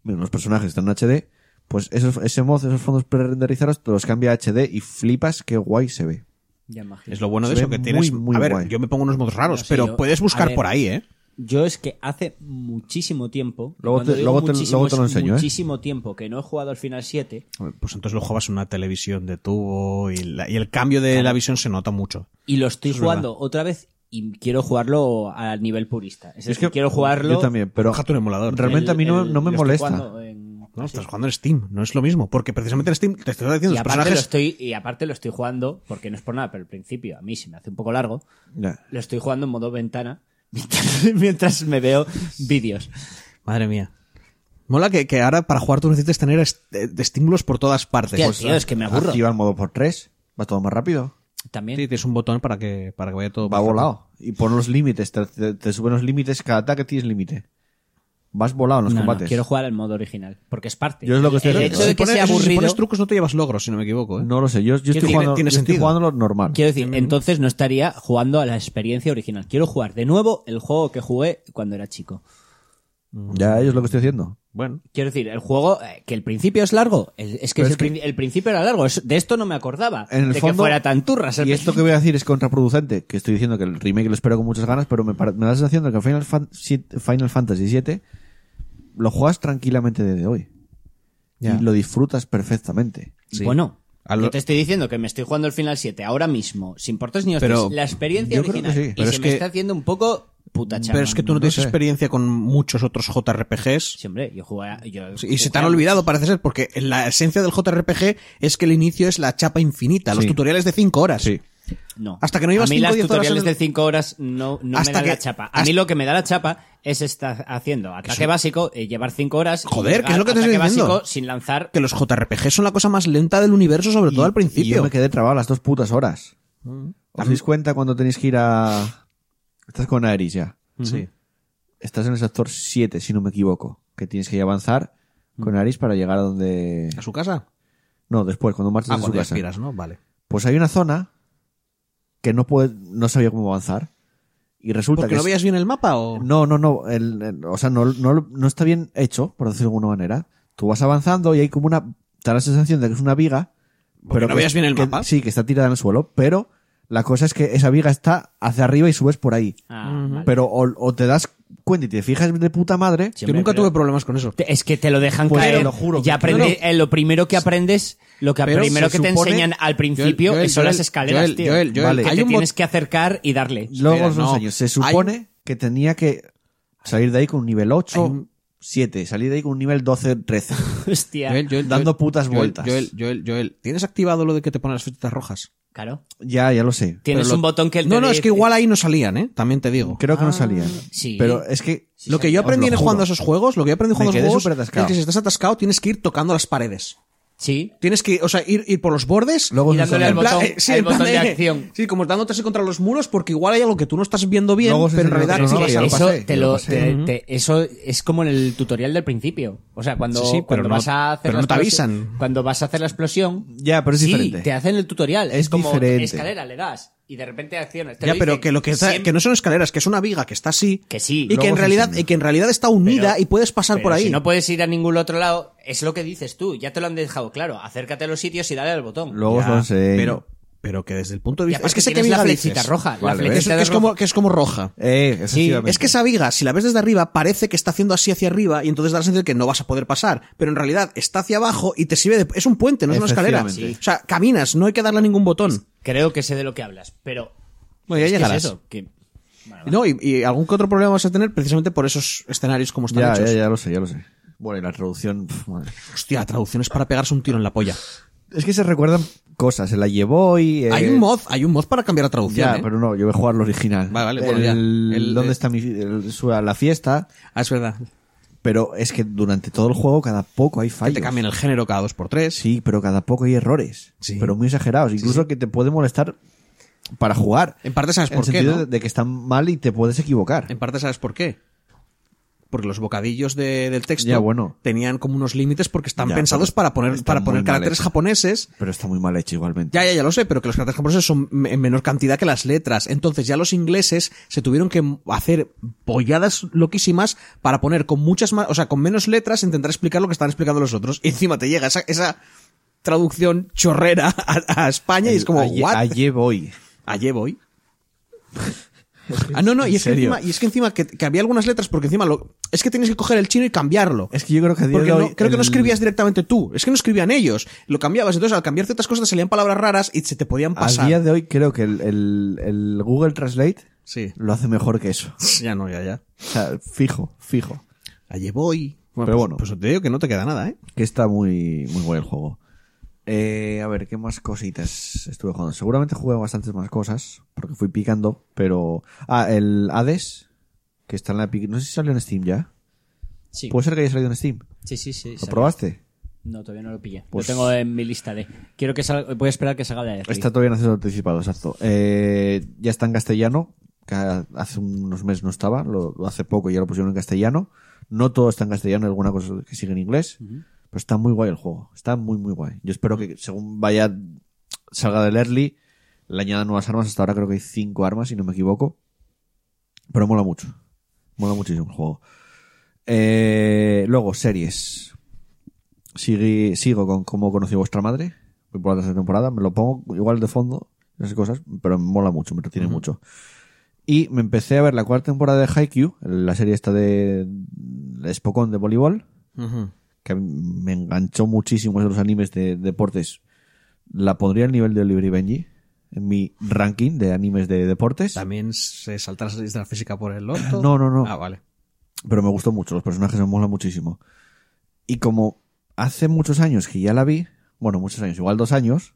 menos los personajes están en HD, pues esos, ese mod, esos fondos pre-renderizados, te los cambia a HD y flipas qué guay se ve. Ya imagino. Es lo bueno Se de eso, ve que tienes... muy, muy a ver, guay. yo me pongo unos modos raros, No sé, pero yo- puedes a buscar ver. por ahí, ¿eh? Yo es que hace muchísimo tiempo, y Luego cuando te- digo luego te- muchísimo, luego te lo es enseño, ¿eh? muchísimo tiempo que no he jugado al Final 7, Pues entonces lo juegas en una televisión de tubo y, la- y el cambio de la visión se nota mucho. Y lo estoy Eso es jugando otra vez y quiero jugarlo a nivel purista. Es, decir, quiero jugarlo. Yo también, pero Baja tu emulador. Realmente- a mí no- no me lo estoy molesta. jugando en- No, sí. estás jugando en Steam, no es lo mismo. Porque precisamente en Steam te estoy diciendo Y los aparte, lo personajes... estoy, y aparte lo estoy jugando, porque no es por nada, pero al principio a mí se me hace un poco largo. Ya. Lo estoy jugando en modo ventana mientras, mientras me veo vídeos. Madre mía. Mola que, que ahora para jugar tú necesitas tener est- eh, estímulos por todas partes. Hostia, Pues, tío, es que me aburro. activa el modo por 3, va todo más rápido. También. Sí, tienes un botón para que, para que vaya todo. Va más volado. Y pon los límites, te, te- te suben los límites, cada ataque tienes límite. Vas volado en los No, no, combates. quiero jugar al modo original, porque es parte. Yo es lo que estoy El haciendo, hecho ¿eh? de que pones, sea eso sí, Si aburrido. pones trucos no te llevas logros, si no me equivoco. ¿eh? No lo sé, yo, yo estoy, tiene- jugando, tiene yo estoy sentido. jugando lo normal. Quiero decir, entonces no estaría jugando a la experiencia original. Quiero jugar de nuevo el juego que jugué cuando era chico. Mm. Ya, yo es lo que estoy haciendo. Bueno. Quiero decir, el juego, eh, que el principio es largo. El- es que, Pero es es el, prin- el principio era largo. Es- de esto no me acordaba. En el de que fondo- fuera tan turras. el Y esto que voy a decir es contraproducente, que estoy diciendo que el remake lo espero con muchas ganas, pero me, pare- me da la sensación de que Final, Fan- siete- Final Fantasy VII lo juegas tranquilamente desde hoy. Ya. Y lo disfrutas perfectamente. principio. Bueno, A lo- yo te estoy diciendo que me estoy jugando el Final 7 ahora mismo, sin portes ni hostias. Pero la experiencia yo creo original. que sí, y pero se es me que- está haciendo un poco puta chama. Pero es que tú no, no tienes sé. experiencia con muchos otros JRPGs. Sí, hombre, yo jugué a- yo Y se te han jugué a- olvidado, parece ser, porque la esencia del JRPG es que el inicio es la chapa infinita, los Sí. tutoriales de 5 horas. Sí. No. Hasta que no llevas A mí cinco o las diez horas tutoriales en el- de 5 horas no, no Hasta me dan que- la chapa. A hasta- mí lo que me da la chapa es estar haciendo ataque básico, eh, llevar 5 horas. y Joder, llegar que es lo que te ataque estoy diciendo. básico sin lanzar. Que los JRPGs son la cosa más lenta del universo, sobre todo al Y yo principio. Mm. me quedé trabado las dos putas horas. ¿Os dais cuenta cuando tenéis que ir a... Estás con Aeris ya. Sí. Estás en el sector 7, si no me equivoco, que tienes que avanzar Mm. con Aeris para llegar a donde... ¿A su casa? No, después, cuando marchas Ah, a su cuando casa. respiras, ¿no? Vale. Pues hay una zona que no puede, no sabía cómo avanzar. Y resulta ¿Porque que. no es- veías bien el mapa o...? no, no, no, el- el- o sea, no, no, no está bien hecho, por decirlo de alguna manera. Tú vas avanzando y hay como una. Te da la sensación de que es una viga. no que- veías bien el que- mapa. Sí, que está tirada en el suelo, pero La cosa es que esa viga está hacia arriba y subes por ahí. Ah, vale. Pero o, o te das cuenta y te fijas de puta madre. Yo nunca tuve problemas con eso. Te- Es que te lo dejan Pues, caer. te lo juro. Ya aprende- No, no. eh, lo primero que aprendes, lo que Pero primero se que te supone- enseñan al principio Joel, Joel, son las Joel, escaleras, Joel, tío. Joel, Joel, Vale. Que hay te un mo- tienes que acercar y darle. Luego Espera, os no. enseño. Se supone que tenía que salir de ahí con un nivel 8, Hay un- 7, salir de ahí con un nivel 12, 13. Hostia. Joel, Joel, Dando Joel, putas Joel, vueltas. Joel, Joel, Joel, ¿tienes activado lo de que te ponen las flechitas rojas? Claro. ya, ya lo sé. Tienes Pero lo- un botón que él te No, no, es dice- que igual ahí no salían, ¿eh? También te digo. Creo que no salían. sí. Pero es que. lo que yo Os lo aprendí en juro. jugando a esos juegos, lo que yo aprendí jugando a Me esos quedé juegos, superatascado. es que si estás atascado tienes que ir tocando las paredes. Sí. Tienes que, o sea, ir, ir por los bordes Luego os dándole enseño. al en plan- botón- eh, sí, al en plan botón de de- acción. Sí, como dándote así contra los muros porque igual hay algo que tú no estás viendo bien, Luego os pero en enseño realidad otro, sí, ¿no? es Ya lo algo. pasé, eso, ya te lo lo, pasé. te- te- eso es como en el tutorial del principio. O sea, cuando, Sí, sí, pero cuando no- vas a hacer pero la no te explosión- avisan. Cuando vas a hacer la explosión. Ya, pero es sí, diferente. Te hacen el tutorial. Es, Es como diferente. escalera, le das. Y de repente acciones. Te Ya, lo pero dicen que lo que está, siempre. que no son escaleras, que es una viga que está así. Que sí. Y Luego que en os realidad, enseño. y que en realidad está unida Pero- y puedes pasar pero por ahí. Si no puedes ir a ningún otro lado, es lo que dices tú. Ya te lo han dejado claro. Acércate a los sitios y dale al botón. Luego os lo enseño. Pero, pero que desde el punto de Y vista. aparte Es que sé que tienes viga la dices. flechita roja. la Vale, Que es, flechita que es de roja. como, que es como roja. Eh, efectivamente. Es que esa viga, si la ves desde arriba, parece que está haciendo así hacia arriba y entonces da la sensación de que no vas a poder pasar. Pero en realidad está hacia abajo y te sirve de. Es un puente, no es una escalera. Efectivamente. O sea, caminas, no hay que darle a ningún botón. Creo que sé de lo que hablas, pero. Bueno, ya es que es llegarás. eso, que- No, y, y algún que otro problema vas a tener precisamente por esos escenarios como están Ya, hechos. ya, ya lo sé, ya lo sé. Bueno, y la traducción. pf, madre. Hostia, traducciones para pegarse un tiro en la polla. Es que se recuerdan cosas. Se la llevó y. eh, Hay un mod, hay un mod para cambiar la traducción. Ya, ¿eh? pero no, yo voy a jugar lo original. Vale, vale, bueno, ya. El- El- ¿Dónde eh, está mi, el- su- la fiesta? Ah, es verdad. Pero es que durante todo el juego, cada poco hay Que fallos. te cambian el género cada dos por tres. Sí, pero cada poco hay errores. Sí. Pero muy exagerados. Incluso que te puede molestar para jugar. En parte sabes En pues, por el qué, sentido ¿no? Em, de- de que están mal y te puedes equivocar. En parte sabes por qué. Porque los bocadillos de- del texto Ya, bueno. tenían como unos límites porque están Ya, pensados pero para poner, están para poner muy mal caracteres hechos. japoneses. Pero está muy mal hecho igualmente. Ya, ya, ya lo sé, pero que los caracteres japoneses son me- en menor cantidad que las letras. Entonces ya los ingleses se tuvieron que hacer bolladas loquísimas para poner con muchas más, o sea, con menos letras intentar explicar lo que están explicando los otros. Y encima te llega esa, esa traducción chorrera a, a España y es como, ayer, ¿what? ayer voy. Ayer voy. ah, no, no, y es, que serio. encima, y es que encima que, que había algunas letras, porque encima lo, es que tienes que coger el chino y cambiarlo. Es que yo creo que a día Porque de no- hoy creo que no el- escribías directamente tú, es que no escribían ellos. Lo cambiabas, entonces al cambiar ciertas cosas te salían palabras raras y se te podían pasar. A día de hoy creo que el, el- el Google Translate Sí. lo hace mejor que eso. Ya no, ya, ya. O sea, fijo, fijo. Ayer voy. Pero pues- bueno. Pues te digo que no te queda nada, ¿eh? Que está muy, muy bueno el juego. Eh, a ver, ¿qué más cositas estuve jugando? Seguramente jugué bastantes más cosas, porque fui picando, pero... Ah, el Hades, que está en la... Epic- No sé si salió en Steam ya. Sí. Puede Pues, ser que haya salido en Steam. sí, sí, sí. ¿Lo salió. probaste? No, todavía no lo pillé. Pues- Lo tengo en mi lista de. Quiero que salga. Voy a esperar que salga de. Está todavía en acceso anticipado, exacto. Eh, ya está en castellano, que hace unos meses no estaba, lo, lo hace poco ya lo pusieron en castellano. No todo está en castellano, hay alguna cosa que sigue en inglés, pero está muy guay el juego, está muy muy guay. Yo espero que según vaya, salga del early, le añadan nuevas armas, hasta ahora creo que hay cinco armas, si no me equivoco. Pero mola mucho, mola muchísimo el juego. Eh, luego, series. Sigue- sigo con cómo conocí a vuestra madre. Voy por la tercera temporada. Me lo pongo igual de fondo, esas cosas, pero me mola mucho, me retiene mucho. Y me empecé a ver la cuarta temporada de Haikyuu, la serie esta de de Spokon de voleibol, que a mí me enganchó muchísimo esos animes de deportes. La pondría al nivel de Oliver y Benji en mi ranking de animes de deportes. También se salta las leyes de la física por el otro. No, no, no. Ah, vale. pero me gustó mucho, los personajes me molan muchísimo. Y como hace muchos años que ya la vi, bueno, muchos años, igual dos años,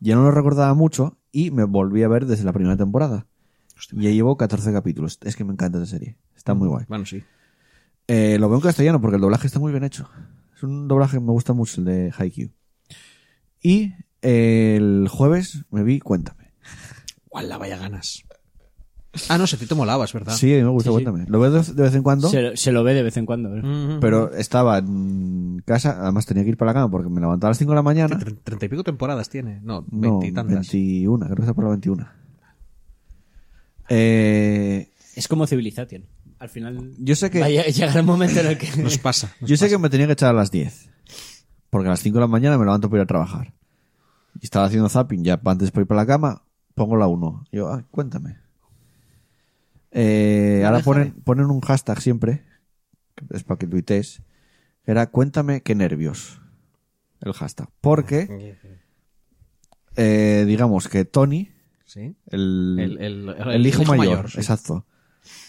ya no lo recordaba mucho y me volví a ver desde la primera temporada. ya llevo 14 capítulos. Es que me encanta esa serie. Está muy guay. Bueno, sí. Eh, lo veo en castellano porque el doblaje está muy bien hecho. Es un doblaje que me gusta mucho, el de Haikyuu. Y eh, el jueves me vi Cuéntame. Guala, vaya ganas. Ah, no, si a ti te molaba, es verdad. Sí, a mí me gusta Sí, sí. Cuéntame. Lo veo de de vez en cuando. Se, se lo ve de vez en cuando. ¿eh? Ujú. Pero estaba en casa, además tenía que ir para la cama porque me levantaba a las 5 de la mañana. Tre- Treinta y pico temporadas tiene. No, No, veintitantas. 21, creo que está por la 21. Eh, Es como Civilization. Al final. yo sé que va a lle- llegar el momento en el que. Nos pasa. yo sé que me tenía que echar a las 10. Porque a las 5 de la mañana me levanto para ir a trabajar. Y estaba haciendo zapping ya pa- antes para ir para la cama. pongo la 1. Yo, ah, cuéntame. Eh, ahora ponen, ponen un hashtag siempre, que es para que tuitees, que era cuéntame qué nervios. El hashtag. Ah, Porque, eh, digamos que Tony, Sí. el, El- el- el el hijo, mayor, sí. exacto,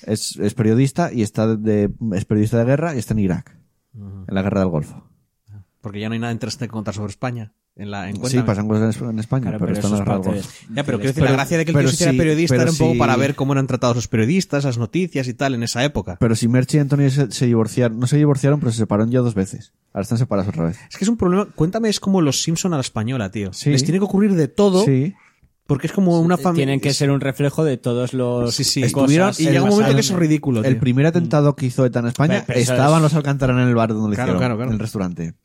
es, es periodista y está de, es periodista de guerra y está en Irak, en la guerra del Golfo. Porque ya no hay nada interesante que contar sobre España. En la en Sí, Cuéntame. pasan cosas en- en España, Claro, pero, pero está en eso la es guerra del parte Golfo. Ya, pero quiero decir, la Pero- gracia de que el pero tío se hiciera sí, periodista pero era un poco sí. para ver cómo eran tratados los periodistas, las noticias y tal en esa época. Pero si Merch y Anthony se, se divorciaron, no se divorciaron, pero se separaron ya dos veces. Ahora están separados otra vez. es que es un problema. Cuéntame, es como los Simpson a la española, tío. Sí. Les tiene que ocurrir de todo Sí. porque es como una familia. Tienen que ser un reflejo de todos los. Sí, sí. cosas Estuvieron- y llega un momento pasaron. que es ridículo. El tío. Mm. primer atentado que hizo ETA en España Pero- pero eso estaban es- los Alcántara en el bar donde lo Claro, hicieron, claro, claro. en el restaurante.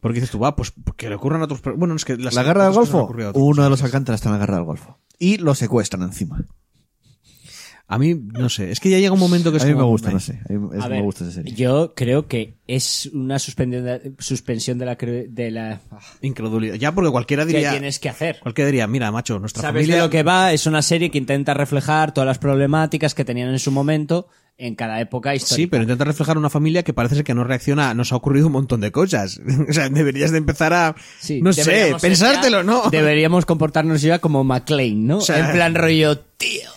Porque dices tú, va, pues que le ocurran a otros. pero Bueno, es que las- la guerra del otras cosas Golfo, han ocurrido a otros. uno de los Alcántara está en la guerra del Golfo. Y lo secuestran encima. A mí, no sé. Es que ya llega un momento que es a mí me como- gusta, no sé. A mí es- A me ver, gusta esa serie. Yo creo que es una suspensión de, suspensión de la. cre- De la Incredulidad. Ya porque cualquiera ¿Qué diría. tienes que hacer? Cualquiera diría, mira, macho, nuestra Sabes familia. de lo que va, es una serie que intenta reflejar todas las problemáticas que tenían en su momento en cada época histórica. Sí, pero intenta reflejar una familia que parece ser que no reacciona, nos ha ocurrido un montón de cosas. o sea, deberías de empezar a, Sí, no sé, deberíamos pensártelo, ya- ¿no? Deberíamos comportarnos ya como McLean, ¿no? sea, en plan rollo, tío.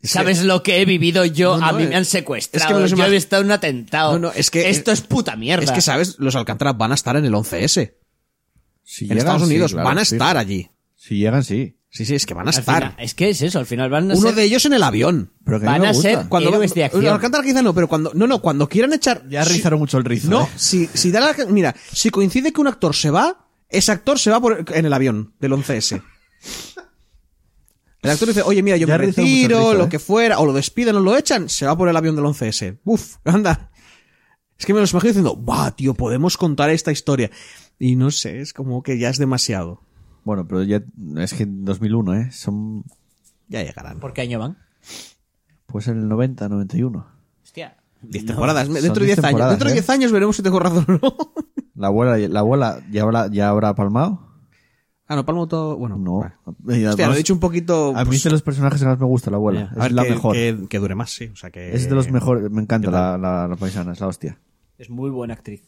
¿Sabes lo que he vivido yo? No, no, a mí eh, me han es que me secuestrado. los yo imag- he estado en un atentado. No, no, es que- Esto es puta mierda. Es que, ¿sabes? Los Alcántara van a estar en el 11S. Si En llegan, Estados sí, Unidos claro, van a sí. estar allí. Si llegan, sí. Sí, sí, es que van a Al estar. final- es que es eso, al final van a Uno ser- de ellos en el avión. Pero que Van a mí me a gusta. ser- Cuando Héroes de acción. Los Alcántara quizá no, pero cuando no, no, cuando quieran echar Ya si- rizaron mucho el rizo. No, ¿eh? si, si da la- mira, si coincide que un actor se va, ese actor se va por, en el avión del 11S. El actor dice, oye, mira, yo Ya me realizaron mucho el retiro, rizo, lo ¿eh? que fuera, o lo despiden o lo echan, se va por el avión del 11S. Uf, anda. Es que me los imagino diciendo, va, tío, podemos contar esta historia. Y no sé, es como que ya es demasiado. Bueno, pero ya es que en 2001, ¿eh? Son, Ya llegarán. ¿Por qué año van? puede ser el 90, 91. Hostia. 10 temporadas, dentro diez de 10 años. temporadas, Dentro de ¿eh? 10 años veremos si tengo razón o no. La abuela, la abuela ya, habrá, ya habrá palmado. Ah, no, Palmo todo. Bueno, No. va. Y Hostia, además, lo he dicho un poquito. A mí pues, es de los personajes que más me gusta, la abuela. a es ver, la que, mejor. Que, que dure más, sí. O sea que. Es de los mejores. Me encanta ¿qué tal? la, la, la paisana, es la hostia. Es muy buena actriz.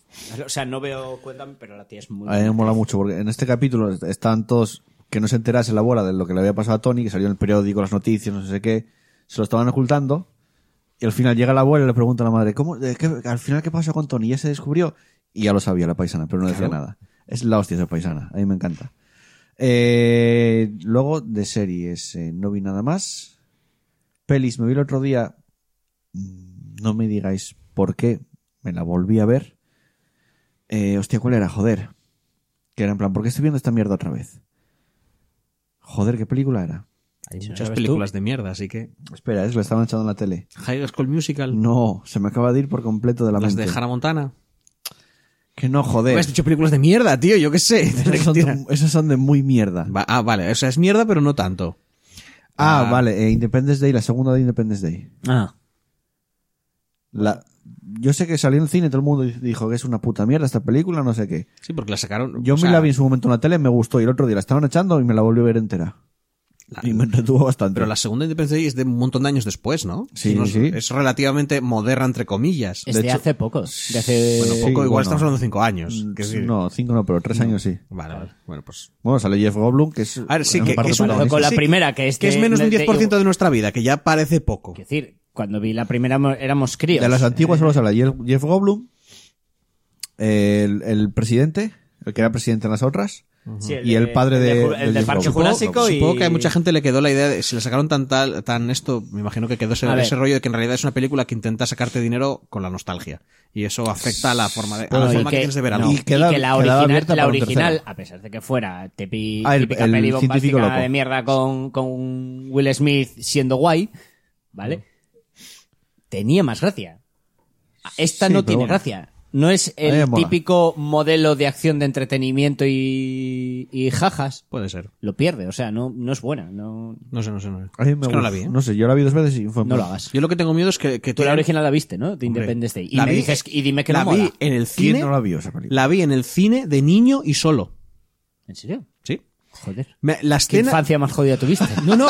O sea, no veo Cuéntame, pero la tía es muy A mí me mola mucho porque en este capítulo est- están todos que no se enterase la abuela de lo que le había pasado a Tony, que salió en el periódico, las noticias, no sé qué. Se lo estaban ocultando. Y al final llega la abuela y le pregunta a la madre, ¿cómo, de qué- al final qué pasó con Tony? Ya se descubrió. Y ya lo sabía la paisana, pero no decía nada. Es la hostia esa paisana, a mí me encanta. Eh, luego de series, eh, no vi nada más. Pelis, me vi el otro día, mm, no me digáis por qué, me la volví a ver. Eh, hostia, ¿cuál era? Joder. Que era en plan, ¿por qué estoy viendo esta mierda otra vez? Joder, ¿qué película era? Hay muchas películas de mierda, así que. Espera, es que la estaban echando en la tele. High School Musical, No, se me acaba de ir por completo de la las mente. de Hannah Montana. Que no, Me joder. has dicho películas de mierda, tío, yo qué sé. Esas son, Tira. de, esas son de muy mierda. Va- ah, vale, o sea, es mierda, pero no tanto. Ah, Ah. vale, eh, Independence Day, la segunda de Independence Day. Ah. La, yo sé que salió en el cine, todo el mundo dijo que es una puta mierda esta película, no sé qué. Sí, porque la sacaron. Yo o me sea, la vi en su momento en la tele, me gustó, y el otro día la estaban echando y me la volví a ver entera. y me entretuvo bastante. Pero la segunda Independence Day es de un montón de años después, ¿no? Sí, Si no es- sí. Es relativamente moderna, entre comillas. Es de de, hecho- hace poco. De hace... Bueno, sí, poco, igual bueno. Mm, estamos hablando de cinco años. que sí. No, cinco no, pero tres años sí. Vale, vale. Bueno, pues. Bueno, sale Jeff Goldblum, que es... A ver, sí, un que, par que de es un- protagonistas. Con la sí, primera, que es Que es de- menos de un de- 10% de nuestra vida, que ya parece poco. Quiero decir, cuando vi la primera mo- éramos críos. De las antiguas Eh. solo sale Jeff- Jeff Goldblum, el, el presidente, el que era presidente en las otras, Sí, y el de- padre el de, de Ju- el de de Jeff Parque Goldblum. Jurásico. Supongo- y- Supongo que a mucha gente le quedó la idea de si le sacaron tan tal, tan esto, me imagino que quedó ese, A ver. ese rollo de que en realidad es una película que intenta sacarte dinero con la nostalgia. Y eso afecta a la forma de, a No, la y forma que, que- tienes de ver algo. no, Y y queda- que quedaba la original, abierta la para un original tercero. a pesar de que fuera tepi- Ah, el- típica el peli científico bombástica loco. de mierda con, con Will Smith siendo guay, ¿vale? Tenía más gracia. Esta Sí, no pero tiene bueno. gracia. No es A mí me el mola. típico modelo de acción de entretenimiento y, y jajas. Puede ser. Lo pierde, o sea, no, no es buena. No, No sé, no sé. No, sé. A mí me Es que no gusta. la vi. ¿eh? No sé, yo la vi dos veces y fue... en no lo plan, hagas. Yo lo que tengo miedo es que, que Tú la tiran- original la viste, ¿no? Hombre, De Independence Day. Y, la me vi- dices, y dime que la no vi mola. en el ¿Quién cine. no la vio esa película? La vi en el cine de niño y solo. ¿En serio? ¿Sí? Joder. Me- la ¿Qué escena... infancia más jodida tuviste? No, no,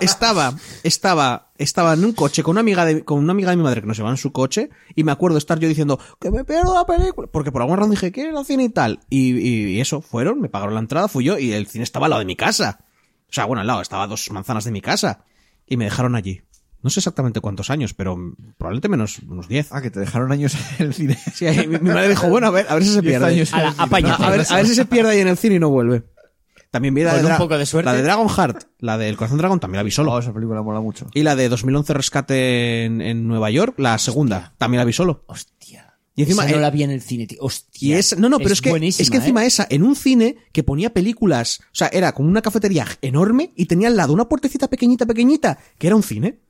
estaba, estaba, estaba en un coche con una amiga de, con una amiga de mi madre que nos llevaba en su coche y me acuerdo estar yo diciendo que me pierdo la película porque por alguna razón dije que era cine y tal y, y- y eso, fueron, me pagaron la entrada, fui yo y el cine estaba al lado de mi casa. O sea, bueno, al lado, estaba a dos manzanas de mi casa y me dejaron allí. No sé exactamente cuántos años, pero mm, probablemente menos unos 10. Ah, que te dejaron años en el cine. Sí, ahí mi, mi madre dijo, bueno, a ver, a ver si se Diez pierde. años en a, el la- cine. apáñate. A ver, a ver si se pierde ahí en el cine y no vuelve. También vi la Con de, un Dra- poco de suerte. la de Dragon Heart, la del Corazón Dragón, también la vi solo. Oh, esa película mola mucho. Y la de 2011 Rescate en, en Nueva York, la segunda, también la vi solo. Hostia. Y encima, Esa no eh, la vi en el cine, tío. Hostia. Y es, no, no, pero es, que, buenísima, es que ¿eh? encima esa, en un cine que ponía películas, o sea, era como una cafetería enorme y tenía al lado una puertecita pequeñita, pequeñita, que era un cine.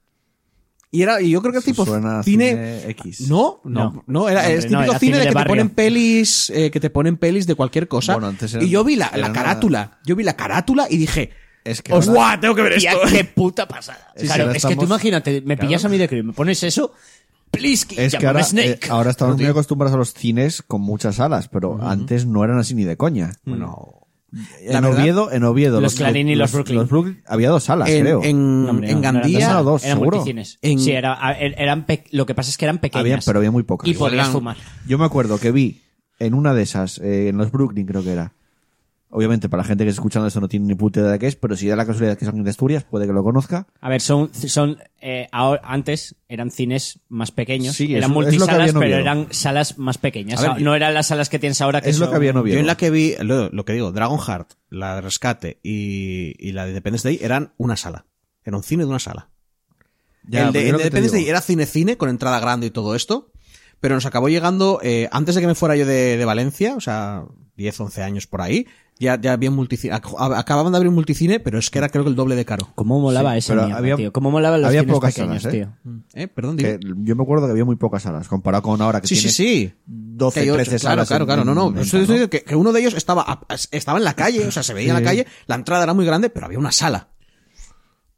Y era, y yo creo que el Eso tipo suena a cine, cine X. No, no, no, No. era No, el hombre, no, típico era cine, cine de de que te barrio. ponen pelis, eh, que te ponen pelis de cualquier cosa. Bueno, antes eran- y yo vi la, la eran- carátula, yo vi la carátula y dije, Es que ¡guau! ahora- Tengo que ver Tía, esto. qué puta pasada. Sí, sí, claro, ahora es que estamos- tú imagínate, me pillas a mí de crío, me pones eso, Plisky, Es que llámame ahora, Snake. eh, ahora estamos muy acostumbrados a los cines con muchas salas, pero antes no eran así ni de coña. Bueno, Mm. la en verdad- Oviedo, en Oviedo, Los Clarín y los Brooklyn. había dos salas, en, creo. en- No, hombre, en no, no eran Gandía, dos, no, dos. eran seguro. multicines. En- Sí, era- a- er- eran pe- lo que pasa es que eran pequeñas. Había- pero había muy pocas. Y podías Eran- fumar. Yo me acuerdo que vi en una de esas, eh, en los Brooklyn creo que era. Obviamente, para la gente que está escuchando esto no tiene ni puta idea de qué es, pero si da la casualidad que son de Asturias, puede que lo conozca. A ver, son, son eh, ahora- antes eran cines más pequeños, Sí, es- eran es lo que había multisalas, en pero Oviedo. eran salas más pequeñas. A ver, O sea, no eran las salas que tienes ahora que Es lo son- que había en Oviedo. Yo en la que vi, lo, lo que digo, Dragon Heart, la de Rescate y, y la de Independence Day eran una sala. Era un cine de una sala. Ya, el de, pero yo el lo de que te Independence digo- Day era cine-cine con entrada grande y todo esto. Pero nos acabó llegando, eh, antes de que me fuera yo de, de Valencia, o sea, 10, 11 años por ahí, ya, ya había un multicine. ac- Acababan de abrir un multicine, pero es que era creo que el doble de caro. Cómo molaba Sí, esa pero mierda, había- tío. Cómo molaba los había cines pocas pequeños, salas, ¿eh? tío. ¿eh, perdón, digo. que yo me acuerdo que había muy pocas salas, comparado con ahora que Sí, sí, tienes sí. 12, Que hay 13 ocho, claro, salas. claro, en- claro, no, no. en- Yo en- estoy diciendo que, que uno de ellos estaba, a- estaba en la calle, o sea, se veía en la calle, la entrada era muy grande, pero había una sala.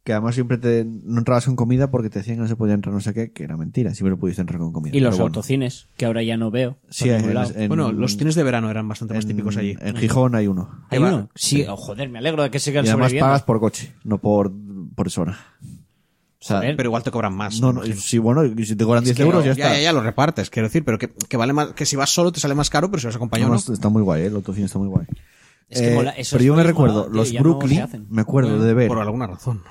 Que además siempre te, no entrabas con comida porque te decían que no se podía entrar no sé qué, que era mentira, siempre pudiste entrar con comida. Y los Pero bueno. autocines, que ahora ya no veo. por Sí, eh, ningún en- lado. en- bueno, los cines de verano eran bastante más en- típicos allí. En Gijón hay uno. ¿Hay Ahí va. uno? Sí, oh, joder, me alegro de que sigan Y además sobreviviendo. pagas por coche, no por persona. O sea, Joder. Pero igual te cobran más. no, me no, imagino. sí, bueno, y si te cobran 10 Que euros no, ya, está. Ya, ya lo repartes, quiero decir, pero que, que vale más, que si vas solo te sale más caro, pero si vas acompañado Además, no. Está muy guay, ¿eh? el autocine está muy guay. Eh, Es que mola- esos pero yo me rollos recuerdo, molaban, tío, los ya no Brooklyn, se hacen. me acuerdo de ver Por alguna razón.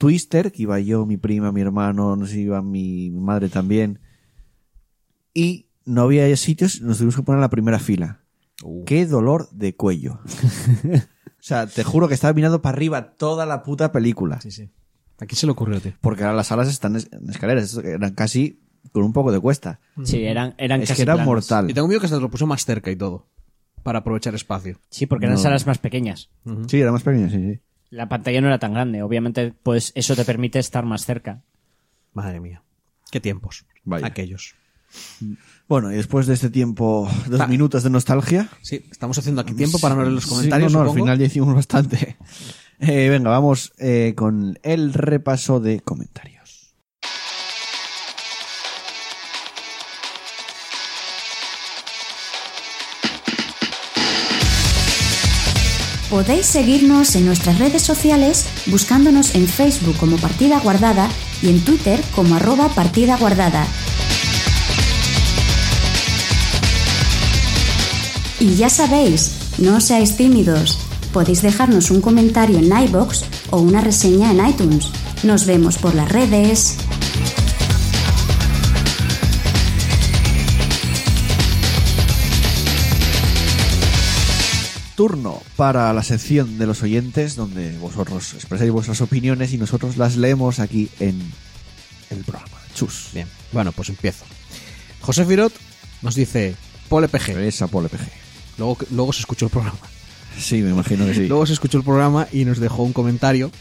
Twister, que iba yo, mi prima, mi hermano, no sé si iba mi, mi madre también. Y no había sitios, nos tuvimos que poner en la primera fila. Uh. Qué dolor de cuello. o sea, te juro que estaba mirando para arriba toda la puta película. ¿A quién se le ocurrió, tío? Porque ahora las salas están es- en escaleras, eso eran casi con un poco de cuesta. Sí, eran, eran es casi que era planos. mortal. Y tengo miedo que se lo puso más cerca y todo. Para aprovechar espacio. Sí, porque eran No. salas más pequeñas. Sí, era más pequeño, sí, sí. La pantalla no era tan grande. Obviamente, pues eso te permite estar más cerca. Madre mía. Qué tiempos. Vaya. Aquellos. Bueno, y después de este tiempo, dos Ah. minutos de nostalgia. Sí, estamos haciendo aquí tiempo para no leer los Sí, comentarios. no, no, al supongo. final ya hicimos bastante. Eh, venga, vamos eh, con el repaso de comentarios. Podéis seguirnos en nuestras redes sociales buscándonos en Facebook como Partida Guardada y en Twitter como arroba Partida Guardada. Y ya sabéis, no seáis tímidos. Podéis dejarnos un comentario en iBox o una reseña en iTunes. Nos vemos por las redes. Turno para la sección de los oyentes, donde vosotros expresáis vuestras opiniones y nosotros las leemos aquí en el programa. Chus. Bien. Bueno, pues empiezo. José Firot nos dice Pole PG. Esa Pole PG. Luego, luego se escuchó el programa. Sí, me imagino que sí. Luego se escuchó el programa y nos dejó un comentario.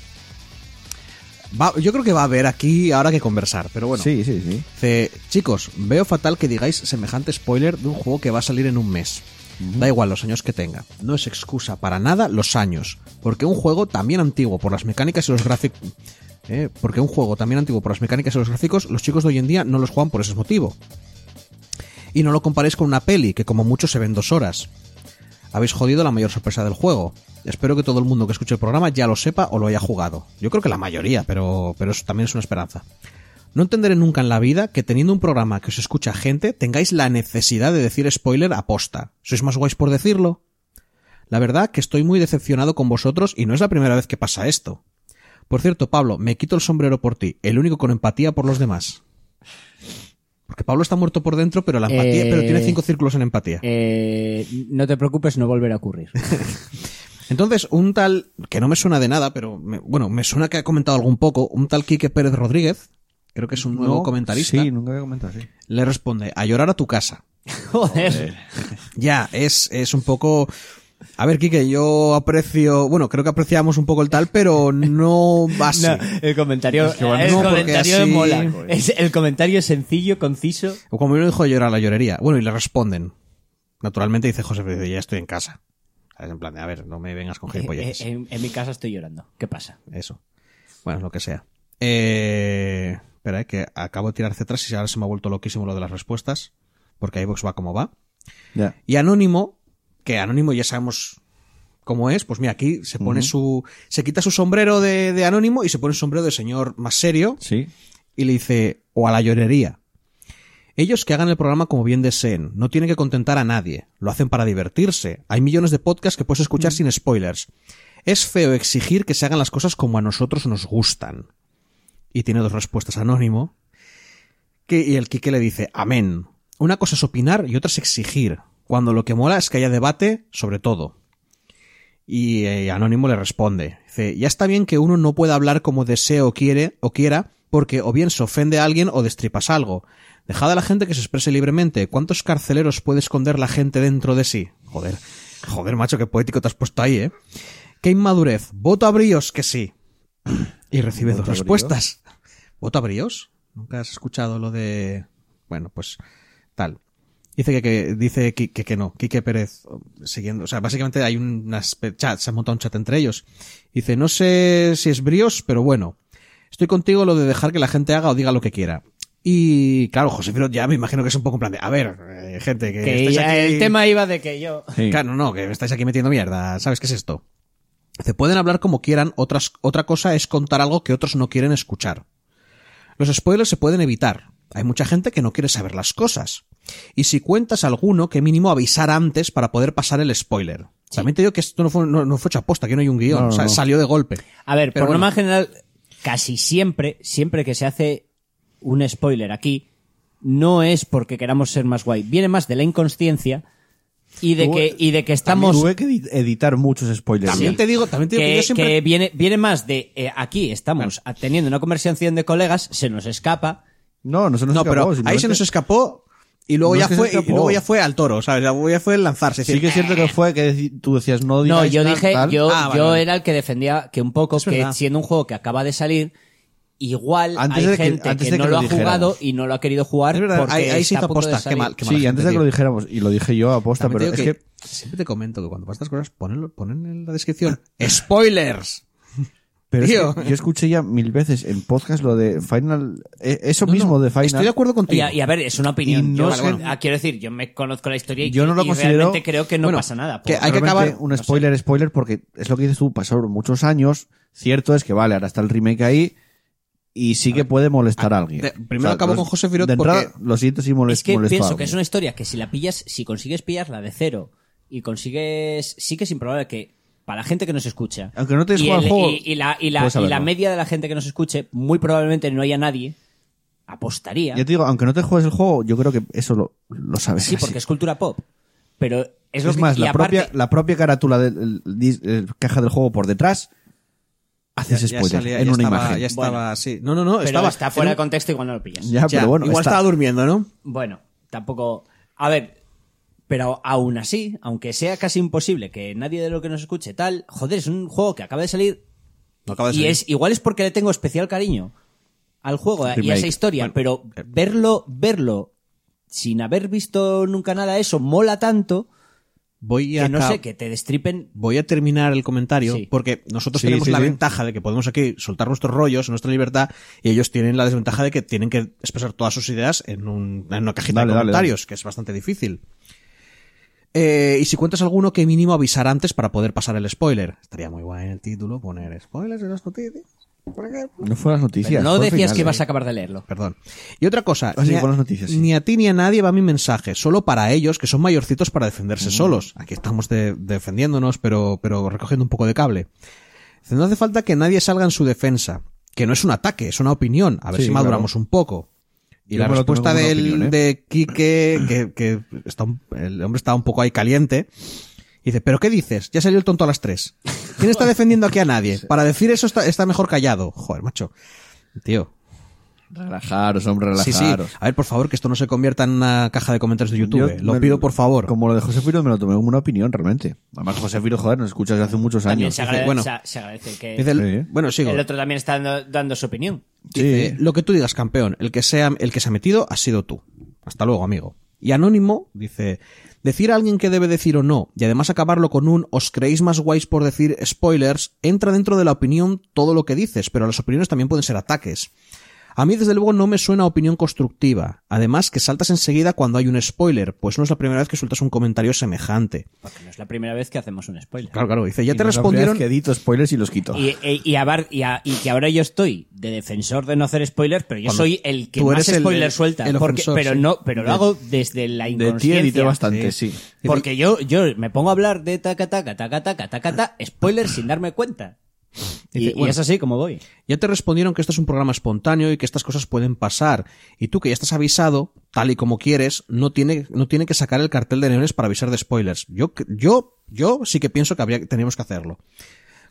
Va- yo creo que va a haber aquí ahora que conversar, pero bueno. Sí, sí, sí. Dice, chicos, veo fatal que digáis semejante spoiler de un juego que va a salir en un mes. Da igual los años que tenga. No es excusa para nada los años. Porque un juego también antiguo por las mecánicas y los gráficos... porque un juego también antiguo por las mecánicas y los gráficos, los chicos de hoy en día no los juegan por ese motivo. Y no lo comparéis con una peli, que como mucho se ven dos horas. habéis jodido la mayor sorpresa del juego. Espero que todo el mundo que escuche el programa ya lo sepa o lo haya jugado. Yo creo que la mayoría, pero, pero eso también es una esperanza. No entenderé nunca en la vida que teniendo un programa que os escucha gente, tengáis la necesidad de decir spoiler a posta. ¿Sois más guays por decirlo? La verdad que estoy muy decepcionado con vosotros y no es la primera vez que pasa esto. Por cierto, Pablo, me quito el sombrero por ti, el único con empatía por los demás. Porque Pablo está muerto por dentro, pero la empatía, Eh, pero tiene cinco círculos en empatía. Eh, no te preocupes, no volverá a ocurrir. Entonces, un tal, que no me suena de nada, pero me- bueno, me suena que ha comentado algún poco, un tal Quique Pérez Rodríguez, creo que es un nuevo No, comentarista, Sí, nunca había comentado así. le responde, a llorar a tu casa. Joder. Ya, es, es un poco... A ver, Quique, yo aprecio... Bueno, creo que apreciamos un poco el tal, pero no va así. No, el comentario, el no, porque comentario así- mola. pues. Es, el comentario es sencillo, conciso. O Como yo dijo llorar la llorería. Bueno, y le responden. Naturalmente dice José, pero ya estoy en casa. ¿Sabes? En plan de, a ver, no me vengas con pues gilipolleces. Eh, eh, en, en mi casa estoy llorando. ¿Qué pasa? Eso. Bueno, lo que sea. Eh, espera, eh, que acabo de tirar hacia atrás y ahora se me ha vuelto loquísimo lo de las respuestas. Porque iVox va como va. Ya. Y Anónimo, que Anónimo ya sabemos cómo es, pues mira, aquí se pone su. Se quita su sombrero de, de Anónimo y se pone un sombrero de señor más serio Sí. y le dice, o a la llorería. Ellos que hagan el programa como bien deseen, no tienen que contentar a nadie, lo hacen para divertirse. Hay millones de podcasts que puedes escuchar sin spoilers. Es feo exigir que se hagan las cosas como a nosotros nos gustan. Y tiene dos respuestas anónimo. Que, y el Quique le dice, amén. Una cosa es opinar y otra es exigir, cuando lo que mola es que haya debate sobre todo. Y eh, Anónimo le responde. Dice, ya está bien que uno no pueda hablar como desee o quiere o quiera, porque o bien se ofende a alguien o destripas algo. Dejad a la gente que se exprese libremente. ¿Cuántos carceleros puede esconder la gente dentro de sí? Joder, joder, macho, qué poético te has puesto ahí, ¿eh? Qué inmadurez. Voto a bríos que sí. Y recibe dos respuestas. ¿Voto a bríos? ¿Nunca has escuchado lo de... Bueno, pues tal. Dice que, que- dice que, que, que no, Quique Pérez, o- siguiendo, o sea, básicamente hay unas pe- chat, se ha montado un chat entre ellos. Dice, no sé si es bríos, pero bueno, estoy contigo lo de dejar que la gente haga o diga lo que quiera. Y claro, José Firo ya me imagino que es un poco en plan de, a ver, eh, gente, que, Que estáis ya aquí- el tema iba de que yo. Sí. Claro, no, que me estáis aquí metiendo mierda, ¿sabes qué es esto? Se pueden hablar como quieran, otras, otra cosa es contar algo que otros no quieren escuchar. Los spoilers se pueden evitar. Hay mucha gente que no quiere saber las cosas. Y si cuentas alguno, que mínimo avisar antes para poder pasar el spoiler. También te digo que esto no fue, no, no fue hecho aposta, que no hay un guión, No, no, o sea, no. salió de golpe. A ver, Pero por bueno. norma general, casi siempre, siempre que se hace un spoiler aquí, no es porque queramos ser más guay. Viene más de la inconsciencia y de Tuve- que, y de que Estamos... estamos. tuve que edi- editar muchos spoilers. También te digo, eh, también te digo que, que, yo siempre... que viene, viene más de eh, aquí estamos teniendo una conversación de colegas, se nos escapa. No, no se nos No, pero escapó, ahí se simplemente- nos escapó y luego, No es ya que se fue, y escapó. luego ya fue al toro, ¿sabes? Luego ya fue el lanzarse. es Sí decir, que es cierto que fue que deci- tú decías no No, digáis yo tal, dije, tal. yo, Ah, vale, yo vale. era el que defendía que un poco, Es que verdad. siendo un juego que acaba de salir, igual Antes hay de que- gente que, antes de que no lo lo ha dijéramos. jugado y no lo ha querido jugar. Es verdad, porque ahí- ahí se está hizo a punto de aposta, qué salir. mal, qué mala Sí, antes gente, de que tío. lo dijéramos, y lo dije yo aposta, También pero te es digo que... siempre te comento que cuando pasan estas cosas ponen, ponen en la descripción spoilers. Pero es que Tío. yo escuché ya mil veces en podcast lo de Final... eh, Eso No, mismo no, de Final... Estoy de acuerdo Y contigo. a, y a ver, es una opinión. Y no Yo- es que- ah, quiero decir, yo me conozco la historia y, Yo no lo y considero- realmente creo que no Bueno, pasa nada. que por- hay que Realmente, acabar- un spoiler, spoiler, porque es lo que dices tú, pasaron muchos años. Cierto es que, vale, ahora está el remake ahí y sí que puede molestar a alguien. Ah, de- primero acabo los- con José Firot de entrada, porque- Lo siento si molest, es que molestó a pienso que alguien. es una historia que si la pillas, si consigues pillarla de cero y consigues, sí que es improbable que para la gente que nos escucha, Aunque no te hayas y, jugado al el- juego, y- y la, y la- puedes y la saberlo. media de la gente que nos escuche, muy probablemente no haya nadie, apostaría, Ya te digo, aunque no te juegues el juego, yo creo que eso lo, lo sabes. sí, casi. porque es cultura pop, pero es Es, lo que- más, y la, aparte- propia, la propia carátula de el- dis- el caja del juego por detrás haces Ya- ya spoiler salía, en ya una estaba, imagen. Ya Ya, estaba así. No, no, no. pero estaba, está fuera de era un- contexto igual no lo pillas. ya, pero bueno, Igual está- estaba durmiendo, ¿no? Bueno, tampoco. A ver, pero aún así, aunque sea casi imposible que nadie de lo que nos escuche tal, joder, es un juego que acaba de salir. No acaba de y salir. es igual es porque le tengo especial cariño al juego eh, y a Remake. esa historia, pero eh. verlo, verlo sin haber visto nunca nada eso mola tanto Voy a, que no acab- sé que te destripen. voy a terminar el comentario Sí. porque nosotros Sí, tenemos sí, la sí. ventaja de que podemos aquí soltar nuestros rollos, nuestra libertad, y ellos tienen la desventaja de que tienen que expresar todas sus ideas en, un- en una cajita Dale, de dale, comentarios, que es bastante difícil. Eh, y si cuentas alguno, que mínimo avisar antes para poder pasar el spoiler. Estaría muy guay en el título poner spoilers en las noticias. por ejemplo. No fueron las noticias. No fue el decías final, que eh. vas a acabar de leerlo. Perdón. Y otra cosa, Así ni que a, pon las noticias, sí. ni a ti ni a nadie va mi mensaje, solo para ellos que son mayorcitos para Mm. defenderse solos. Aquí estamos de- defendiéndonos, pero, pero recogiendo un poco de cable. Dice, No hace falta que nadie salga en su defensa, que no es un ataque, es una opinión, a ver Sí, si maduramos un poco. Y Yo la me lo tomo respuesta como una del, opinión, ¿eh? de Quique, que, que está un- el hombre está un poco ahí caliente, dice, ¿pero qué dices? Ya salió el tonto a las tres. ¿Quién está defendiendo aquí a nadie? Para decir eso está, está mejor callado. Joder, macho. Tío, Relajaros, hombre, Sí, sí. relajaros. A ver, por favor, que esto no se convierta en una caja de comentarios de YouTube. Yo Lo me- pido, por favor. Como lo de José Firo me lo tomé como una opinión, realmente. Además, José Firo, joder, nos escuchas desde hace muchos También años. se agradece, bueno. se- se agradece que Dice el- Sí. Bueno, sigo. el otro también está dando, dando su opinión. Dice, Lo que tú digas, campeón. El que, sea, el que se ha metido ha sido tú. Hasta luego, amigo. Y Anónimo dice, decir a alguien que debe decir o no, y además acabarlo con un os creéis más guays por decir spoilers, entra dentro de la opinión todo lo que dices, pero las opiniones también pueden ser ataques. A mí desde luego no me suena a opinión constructiva. Además que saltas enseguida cuando hay un spoiler, pues no es la primera vez que sueltas un comentario semejante. Porque no es la primera vez que hacemos un spoiler. Claro, claro, dice, ya Y te no es la primera respondieron... vez que edito spoilers y los quito. Y, eh, y- y abar- y a- y que ahora yo estoy de defensor de no hacer spoilers, pero yo Cuando soy el que tú más eres el- spoilers el- suelta. el porque- ofensor, pero sí. no, pero lo De- hago desde la de ti inconsciencia. edité bastante, sí. Porque yo, yo me pongo a hablar de taca, taca, taca, taca, taca, taca, spoilers sin darme cuenta. Y, Dice, y bueno. Eh, es así como voy. Ya te respondieron que esto es un programa espontáneo y que estas cosas pueden pasar. Y tú que ya estás avisado, tal y como quieres, no tiene, no tiene que sacar el cartel de neones para avisar de spoilers. Yo, yo, yo sí que pienso que habría, teníamos que hacerlo.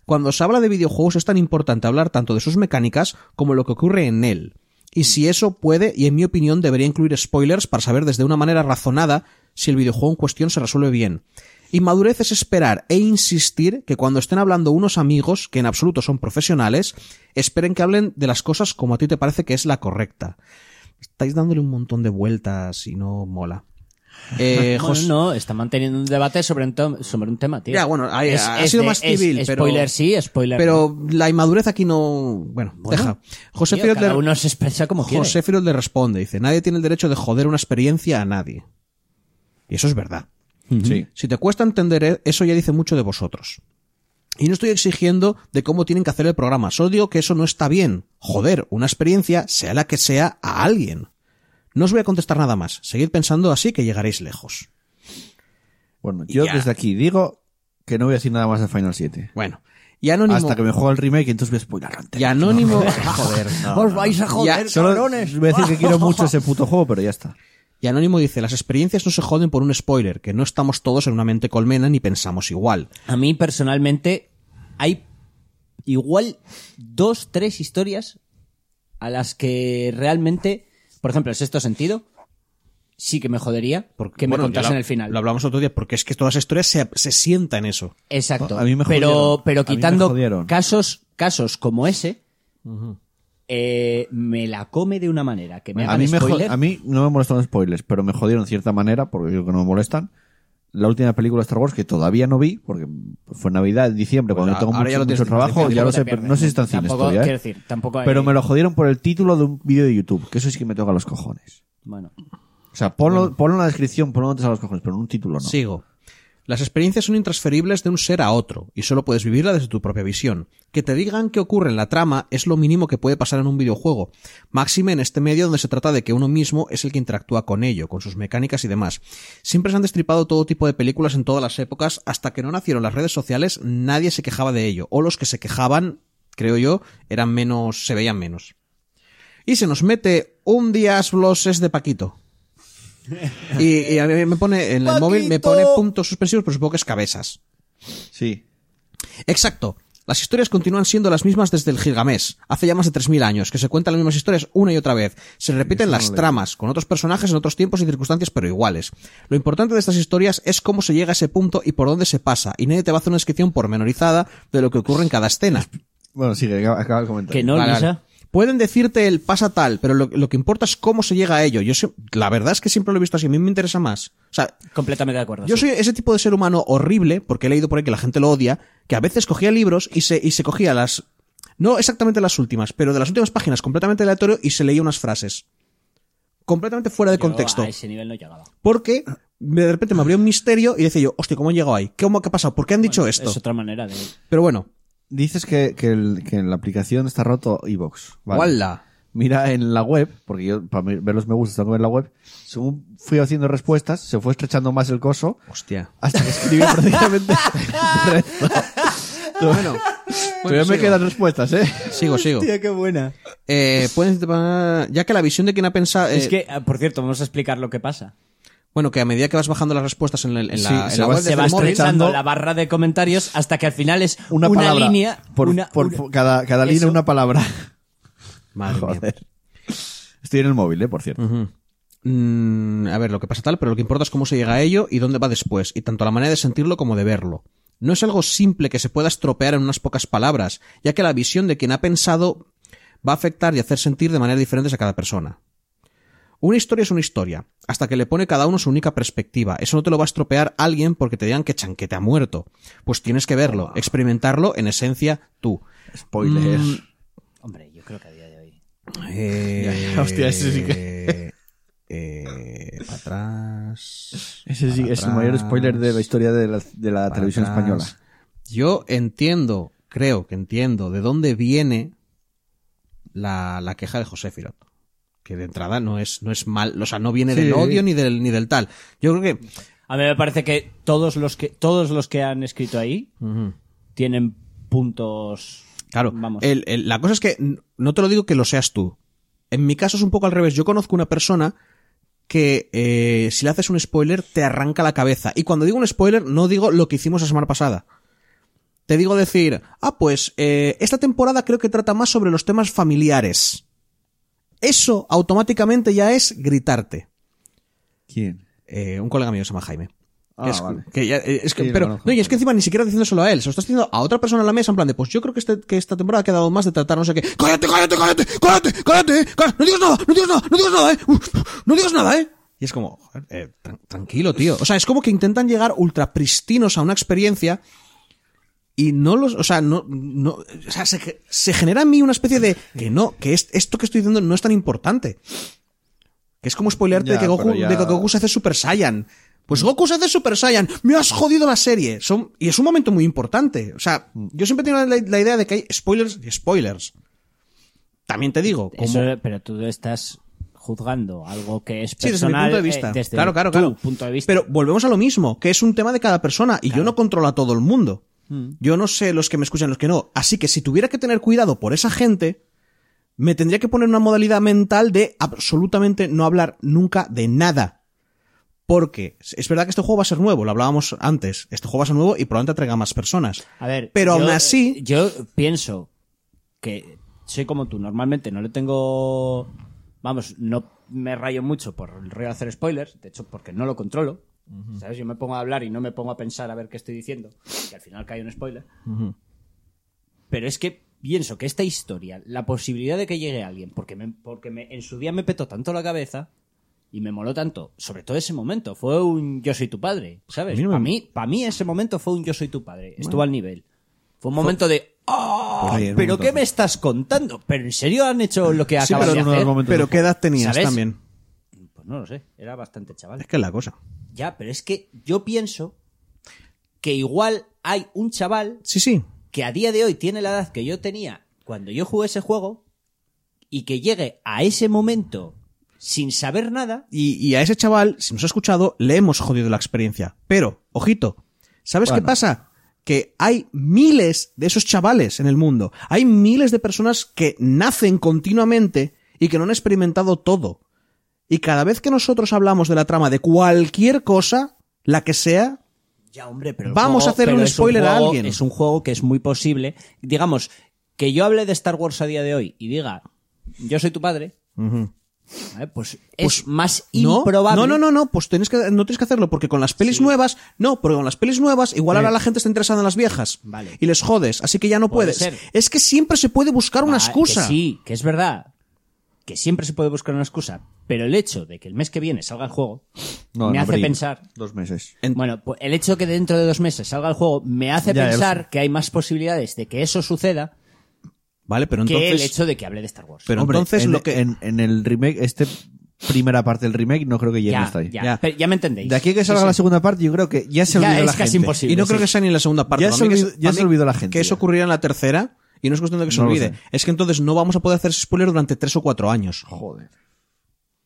Cuando se habla de videojuegos es tan importante hablar tanto de sus mecánicas como lo que ocurre en él. Y si eso puede, y en mi opinión debería incluir spoilers para saber desde una manera razonada si el videojuego en cuestión se resuelve bien. Inmadurez es esperar e insistir que cuando estén hablando unos amigos, que en absoluto son profesionales, esperen que hablen de las cosas como a ti te parece que es la correcta. Estáis dándole un montón de vueltas y no mola. Eh, Bueno, Jos- no, está manteniendo un debate sobre un, tom- sobre un tema, tío. Ya, bueno, ahí- ha sido más es- civil, pero- Spoiler sí, spoiler no. Pero la inmadurez aquí no. Bueno, deja. José Tío, Fiorot cada le- uno se expresa como quiere. José Fiorot le responde, dice, nadie tiene el derecho de joder una experiencia a nadie. Y eso es verdad. Sí. Si te cuesta entender e- eso ya dice mucho de vosotros. Y no estoy exigiendo de cómo tienen que hacer el programa, solo digo que eso no está bien. Joder, una experiencia, sea la que sea, a alguien. No os voy a contestar nada más. Seguid pensando así que llegaréis lejos. Bueno, yo Ya. desde aquí digo que no voy a decir nada más de Final 7. Bueno, y Anónimo... Hasta que me juego el remake, entonces voy a spoiler antes. Y Anónimo... Joder, Os vais a joder, Ya, Solo cabrones. voy a decir que quiero mucho ese puto juego, pero ya está. Y Anónimo dice, las experiencias no se joden por un spoiler, que no estamos todos en una mente colmena ni pensamos igual. A mí personalmente hay igual dos, tres historias a las que realmente, por ejemplo, el sexto sentido, sí que me jodería porque me Bueno, ya contasen lo- el final. Lo hablamos otro día, porque es que toda esa historia se, se sienta en eso. Exacto. A mí me jodieron. pero, pero A mí me quitando jodieron. casos, casos como ese, eh, me la come de una manera que me A hagan mí, me jo- spoiler. a mí no me molestan los spoilers, pero me jodieron de cierta manera, porque yo creo que no me molestan. La última película de Star Wars que todavía no vi, porque fue en Navidad, en diciembre, Pues cuando a- tengo ahora mucho, ya lo tienes mucho trabajo, difícil, ya Tampoco lo te sé, pero pierdes. no sé si está en cines Tampoco- todavía. ¿eh? Quiero decir, tampoco hay- Pero me lo jodieron por el título de un vídeo de YouTube, que eso sí que me toca los cojones. Bueno, O sea, ponlo, ponlo en la descripción, ponlo antes a los cojones, pero en un título no. Sigo. Las experiencias son intransferibles de un ser a otro, y solo puedes vivirla desde tu propia visión. Que te digan qué ocurre en la trama es lo mínimo que puede pasar en un videojuego, máxime en este medio donde se trata de que uno mismo es el que interactúa con ello, con sus mecánicas y demás. Siempre se han destripado todo tipo de películas en todas las épocas, hasta que no nacieron las redes sociales nadie se quejaba de ello, o los que se quejaban, creo yo, eran menos, se veían menos. Y se nos mete un días bloses de Paquito. Y, y a mí me pone, en el móvil me pone puntos suspensivos, pero supongo que es cabezas. Sí. Exacto. Las historias continúan siendo las mismas desde el Gilgamesh, hace ya más de 3.000 años, que se cuentan las mismas historias una y otra vez. Se repiten las tramas, con otros personajes en otros tiempos y circunstancias, pero iguales. Lo importante de estas historias es cómo se llega a ese punto y por dónde se pasa, y nadie te va a hacer una descripción pormenorizada de lo que ocurre en cada escena. Bueno, sigue, acaba, acaba el comentario. que no, Vale, Lisa. vale. Pueden decirte el pasa tal, pero lo, lo que importa es cómo se llega a ello. Yo sé- la verdad es que siempre lo he visto así, a mí me interesa más. O sea, Completamente de acuerdo. yo sí. soy ese tipo de ser humano horrible, porque he leído por ahí que la gente lo odia, que a veces cogía libros y se, y se cogía las... No exactamente las últimas, pero de las últimas páginas completamente aleatorio y se leía unas frases. Completamente fuera de Yo contexto. a ese nivel no llegaba. Porque de repente me abrió un misterio y decía yo, hostia, ¿cómo han llegado ahí? ¿Cómo, ¿Qué ha pasado? ¿Por qué han dicho esto? Es otra manera de. Pero bueno, Dices que, que, el- que en la aplicación está roto iVoox. Vale. ¡wala! Mira en la web, porque yo para ver los me gusta tengo que ver la web. Según fui haciendo respuestas, se fue estrechando más el coso Hostia. hasta que escribí prácticamente. Bueno, Todavía me sigo. quedan respuestas, ¿eh? Sigo, sigo. qué buena. Eh, pueden- ya que la visión de quien ha pensado... eh, Es que, ah, por cierto, vamos a explicar lo que pasa. Bueno, que a medida que vas bajando las respuestas en, el- en la, Sí, en se la va- web se desde va el móvil, Estrechando la barra de comentarios hasta que al final es una, palabra. línea. Por, una- por- una- por- cada cada eso. línea una Ah, palabra. Madre mía. Joder. Estoy en el móvil, ¿eh? Por cierto. Mm, a ver, lo que pasa tal, pero lo que importa es cómo se llega a ello y dónde va después, y tanto la manera de sentirlo como de verlo. No es algo simple que se pueda estropear en unas pocas palabras, ya que la visión de quien ha pensado va a afectar y hacer sentir de manera diferentes a cada persona. Una historia es una historia, hasta que le pone cada uno su única perspectiva. Eso no te lo va a estropear alguien porque te digan que Chanquete ha muerto. Pues tienes que Ah. verlo, experimentarlo en esencia tú. Spoiler. Mm, Hombre, yo creo que a día de hoy. Eh, Hostia, ese sí que. Eh, para atrás. Ese sí para es el mayor atrás, spoiler de la historia de la, de la para televisión atrás. española. Yo entiendo, creo que entiendo de dónde viene la, la queja de José Firot. Que de entrada no es, no es mal, o sea, no viene Sí. del odio ni del, ni del tal. Yo creo que. A mí me parece que todos los que, todos los que han escrito ahí tienen puntos. Claro, Vamos. el- el- la cosa es que n- no te lo digo que lo seas tú. En mi caso es un poco al revés. Yo conozco una persona que eh, si le haces un spoiler te arranca la cabeza. Y cuando digo un spoiler no digo lo que hicimos la semana pasada. Te digo decir, ah, pues eh, esta temporada creo que trata más sobre los temas familiares. Eso automáticamente ya es gritarte. ¿Quién? Eh, un colega mío se llama Jaime. Ah, es, vale. que ya- eh, es que- Sí, lo pero, conozco. no, y es que encima ni siquiera diciéndoselo a él, se lo estás diciendo a otra persona en la mesa en plan de, pues yo creo que, este, que esta temporada ha quedado más de tratar no sé qué. ¡Cállate, cállate, cállate! ¡Cállate, cállate! eh, cállate! ¡No digas nada, no digas nada, no digas nada, eh! Uf, ¡No digas nada, eh! Y es como, joder, eh, tran- tranquilo, tío. O sea, es como que intentan llegar ultra pristinos a una experiencia y no los, o sea, no, no, o sea, se, ge- se genera en mí una especie de que no, que es, esto que estoy diciendo no es tan importante. Que es como spoilearte Ya, de, que Goku, pero ya- de que Goku se hace Super Saiyan. Pues Goku se hace Super Saiyan. Me has jodido la serie. Son, y es un momento muy importante. O sea, yo siempre tengo la, la idea de que hay spoilers y spoilers. También te digo, como, Eso- pero tú estás juzgando algo que es Sí, desde mi personal punto de vista. eh, desde claro, claro, tu claro. punto de vista. Pero volvemos a lo mismo, que es un tema de cada persona y yo no controlo a todo el mundo. Mm. Yo no sé los que me escuchan, los que no. Así que si tuviera que tener cuidado por esa gente, me tendría que poner una modalidad mental de absolutamente no hablar nunca de nada. Porque es verdad que este juego va a ser nuevo, lo hablábamos antes. Este juego va a ser nuevo y probablemente atraiga más personas. A ver, Pero yo- aún así- Yo pienso que soy como tú. Normalmente no le tengo. Vamos, no me rayo mucho por el rollo de hacer spoilers. De hecho, porque no lo controlo. ¿Sabes? Yo me pongo a hablar y no me pongo a pensar a ver qué estoy diciendo. Que al final cae un spoiler. Pero es que pienso que esta historia, la posibilidad de que llegue alguien, porque, me- porque me- en su día me petó tanto la cabeza. Y me moló tanto, sobre todo ese momento. Fue un yo soy tu padre, ¿sabes? A mí no me- Para mí, para mí ese momento fue un yo soy tu padre. Estuvo al nivel. Fue un momento de ¡Ah! Por ahí, un ¿Pero momento qué así. me estás contando? ¿Pero en serio han hecho lo que Sí, acaban pero, de hacer? pero ¿qué edad tenías ¿Sabes? también? Pues no lo sé, era bastante chaval. Es que es la cosa. Ya, pero es que yo pienso que igual hay un chaval Sí, sí. que a día de hoy tiene la edad que yo tenía cuando yo jugué ese juego y que llegue a ese momento sin saber nada. Y, y a ese chaval, si nos ha escuchado, le hemos jodido la experiencia. Pero, ojito, ¿sabes qué Bueno. pasa? Que hay miles de esos chavales en el mundo. Hay miles de personas que nacen continuamente y que no han experimentado todo. Y cada vez que nosotros hablamos de la trama de cualquier cosa, la que sea, Ya, hombre, pero. el Vamos a hacerle pero un es spoiler a juego- alguien. Es un juego que es muy posible. Digamos, que yo hable de Star Wars a día de hoy y diga, yo soy tu padre. ¿vale? Pues es Pues más no, improbable. No, no, no, no, pues tienes que, no tienes que hacerlo porque con las pelis nuevas, no, porque con las pelis nuevas igual ahora la gente está interesada en las viejas. Vale. Y les jodes, así que ya no Puede puedes. ser. Es que siempre se puede buscar una Ah, excusa. que sí, que es verdad. Que siempre se puede buscar una excusa. Pero el hecho de que el mes que viene salga el juego No, me en hace abril. pensar. Dos meses. Bueno, pues el hecho que dentro de dos meses salga el juego me hace Ya, ya lo pensar que hay más posibilidades de que eso suceda Vale, pero que el entonces. hecho de que hable de Star Wars. Pero Hombre, entonces en- lo que. En, en el remake este primera parte del remake, no creo que lleguen Ya, hasta ahí. ya. Ya. Pero ya me entendéis. De aquí a que salga la segunda parte, yo creo que ya se Ya olvidó es la casi gente. imposible. y no sí. creo que sea ni en la segunda parte. Ya Para se mí que olvidó- es- ya para se mí olvidó la gente, Que eso ya. ocurriría en la tercera y no es cuestión de que se No lo olvide. sé. Es que entonces no vamos a poder hacer spoiler durante tres o cuatro años. Joder.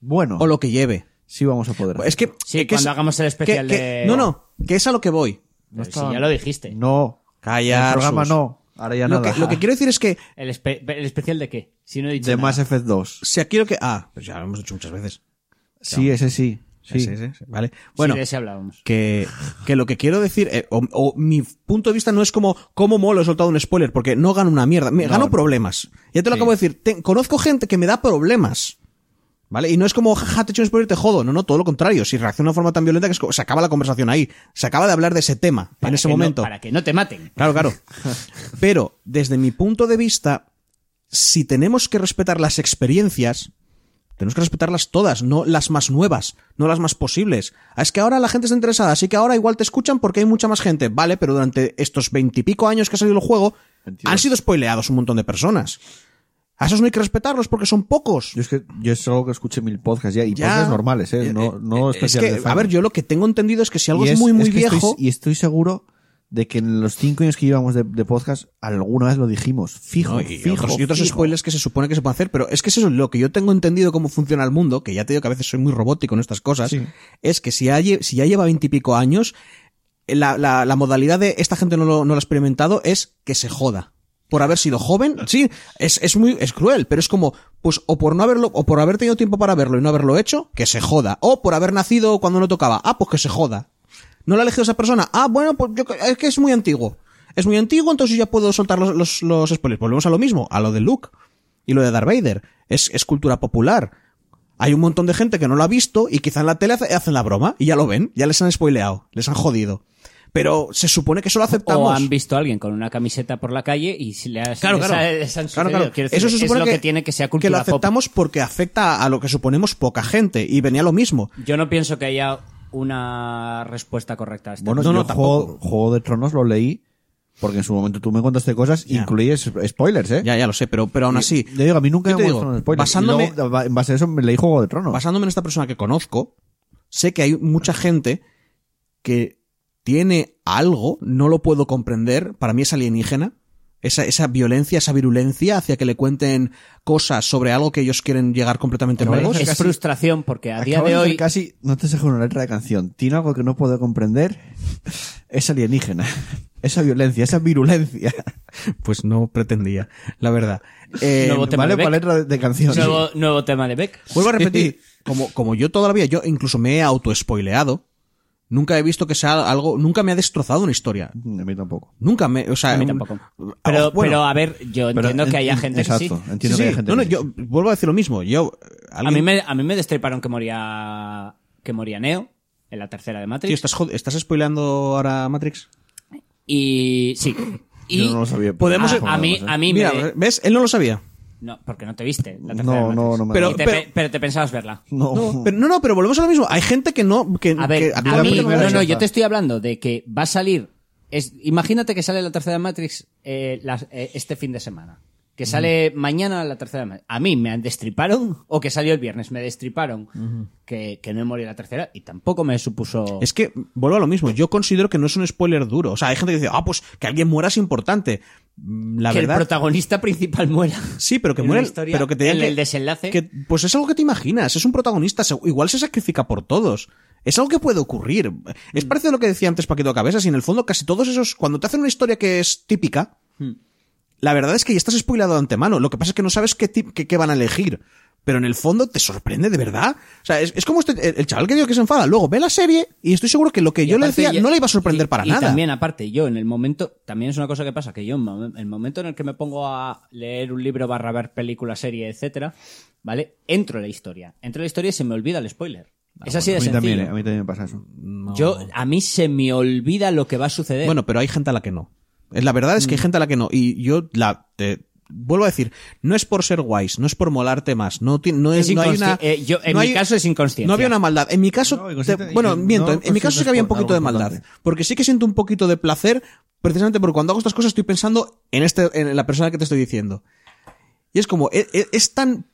Bueno, O lo que lleve. sí vamos a poder. Es que. Sí, que es- cuando hagamos el especial que- que- de- No, no. Que es a lo que voy. Pero si ya lo dijiste. No. Calla, El programa Sus. no. Ahora ya Lo nada. que, lo que quiero decir es que. El, espe- el especial de qué? Si no he dicho De nada. Mass Effect 2. Si aquí lo que. Ah, pues ya lo hemos dicho muchas veces. Sí, ese sí. Sí. Sí, sí, sí, Vale. bueno, Bueno. sí, de ese hablábamos. que, que lo que quiero decir, eh, o, o mi punto de vista no es como, como molo he soltado un spoiler, porque no gano una mierda, me gano problemas. Ya te lo acabo de decir, te- conozco gente que me da problemas. ¿Vale? Y no es como, jaja, te he hecho un spoiler y te jodo. No, no, todo lo contrario. Si reacciona de una forma tan violenta que es como- se acaba la conversación ahí. Se acaba de hablar de ese tema en Para ese que no- momento. para que no te maten. Claro, claro. Pero, desde mi punto de vista, si tenemos que respetar las experiencias, tenemos que respetarlas todas, no las más nuevas, no las más posibles. Ah, Es que ahora la gente está interesada, así que ahora igual te escuchan porque hay mucha más gente. Vale, pero durante estos veintipico años que ha salido el juego, han sido spoileados un montón de personas. A esos no hay que respetarlos porque son pocos. Yo es que yo es algo que escuché mil podcasts ya y Ya. podcasts normales, eh, no no Eh, es especial de que, a fans. ver, yo lo que tengo entendido es que si algo Y es, muy, muy que estoy- viejo... y estoy seguro de que en los cinco años que llevamos de, de podcast alguna vez lo dijimos, fijo, No, y, fijo, otros, y otros fijo. spoilers que se supone que se pueden hacer, pero es que eso es lo que yo tengo entendido cómo funciona el mundo, que ya te digo que a veces soy muy robótico en estas cosas, es que si ya, lle- si ya lleva veintipico años, eh, la, la- la modalidad de esta gente no lo, no lo ha experimentado es que se joda. Por haber sido joven, sí, es, es muy, es cruel, pero es como, pues, o por no haberlo, o por haber tenido tiempo para verlo y no haberlo hecho, que se joda. O por haber nacido cuando no tocaba, ah, pues que se joda. ¿No la ha elegido esa persona? Ah, bueno, pues yo, es que es muy antiguo. Es muy antiguo, entonces yo ya puedo soltar los, los, los spoilers. Volvemos a lo mismo, a lo de Luke y lo de Darth Vader. Es, es cultura popular. Hay un montón de gente que no lo ha visto y quizá en la tele hace- hacen la broma y ya lo ven, ya les han spoileado, les han jodido. Pero se supone que eso lo aceptamos. O han visto a alguien con una camiseta por la calle y si le has, Claro, les, claro. ha- les han Claro, sucedido. claro. Quiero Eso decir, se es supone lo que, tiene que sea cultura que lo pop. aceptamos porque afecta a lo que suponemos poca gente y venía lo mismo. Yo no pienso que haya una respuesta correcta a este esto. Bueno, No, yo no, juego, tampoco. Juego de Tronos lo leí porque en su momento tú me contaste cosas, Ya. incluyes spoilers, ¿eh? Ya, ya lo sé, pero, pero aún así. Yo digo, a mí nunca Yo me te digo, gustaron los spoilers. basándome- Y luego, en base a eso me leí Juego de Tronos. basándome en esta persona que conozco, sé que hay mucha gente que tiene algo, no lo puedo comprender, para mí es alienígena. Esa, esa violencia, esa virulencia hacia que le cuenten cosas sobre algo que ellos quieren llegar completamente Hombre, nuevos. es casi- frustración porque a día Acabas de hacer hoy casi no te saco una letra de canción. Tiene algo que no puedo comprender. Es alienígena. Esa violencia, esa virulencia. Pues no pretendía, la verdad. Eh, Nuevo tema vale de Beck. para letra de, de canción. nuevo, nuevo tema de Beck. Vuelvo a repetir, como, como yo todavía, yo incluso me he auto-spoileado, nunca he visto que sea algo, nunca me ha destrozado una historia. A mí tampoco. Nunca me, o sea, A mí um, un- tampoco. Ah, Pero, bueno. pero a ver, yo Pero entiendo que en- haya gente exacto, que sí. Entiendo Sí, que sí. haya gente No, no, que sí. yo vuelvo a decir lo mismo. Yo, A alguien- mí, me, a mí me destriparon que moría que moría Neo en la tercera de Matrix. Tío, ¿estás, jod- ¿estás spoileando ahora Matrix? Y sí. Y Yo no lo sabía. podemos- Podemos, a, a mí ¿eh? a mí Mira, me ¿ves? Él no lo sabía. no, porque no te viste la tercera No, de Matrix. no, no me Pero- Y te pero- pe- pero te pensabas verla. no. No, pero, no, no, pero volvemos a lo mismo. Hay gente que no... Que, A ver, que a activamente no mí- no, ve no, eso. ya yo está. te estoy hablando de que va a salir. es- imagínate que sale la tercera de Matrix eh, las- eh, este fin de semana. Que sale mañana la tercera de Matrix. A mí me destriparon, o que salió el viernes, me destriparon que, que no he morido la tercera y tampoco me supuso. Es que, vuelvo a lo mismo, yo considero que no es un spoiler duro. O sea, hay gente que dice, ah, pues que alguien muera es importante. Mm, La que el verdad... protagonista principal muera. Sí, pero que en una muera, historia, pero que te digan en que- el desenlace. que- pues es algo que te imaginas, es un protagonista, se- igual se sacrifica por todos. Es algo que puede ocurrir. Mm. Es parecido a lo que decía antes Paquito Cabezas, y en el fondo casi todos esos, cuando te hacen una historia que es típica, Mm. la verdad es que ya estás spoilado de antemano. Lo que pasa es que no sabes qué, tip- qué, qué van a elegir. Pero en el fondo te sorprende de verdad. O sea, es, es como este- el, el chaval que digo que se enfada. Luego ve la serie y estoy seguro que lo que Y yo le aparte decía yo- no le iba a sorprender y- para y nada. también, aparte, yo en el momento, también es una cosa que pasa, que yo en mom- el momento en el que me pongo a leer un libro barra ver película, serie, etcétera, ¿vale? Entro en la historia. Entro en la historia y se me olvida el spoiler. Ah, es así a de mí sencillo. también, eh, a mí también me pasa eso. Yo, a mí se me olvida lo que va a suceder. Bueno, pero hay gente a la que no. Eh, La verdad es Mm. que hay gente a la que no. Y yo la te vuelvo a decir, no es por ser guays, no es por molarte más, no ti- no es, Es no hay inconsci- una eh, yo- en no mi hay- caso es inconsciencia. No había una maldad. En mi caso, No, te- inconsciente- bueno, no miento, en, en mi caso sí que había un consciente poquito es de algo maldad, importante. porque sí que siento un poquito de placer precisamente porque cuando hago estas cosas estoy pensando en este en la persona que te estoy diciendo. Y es como e- e- es, tan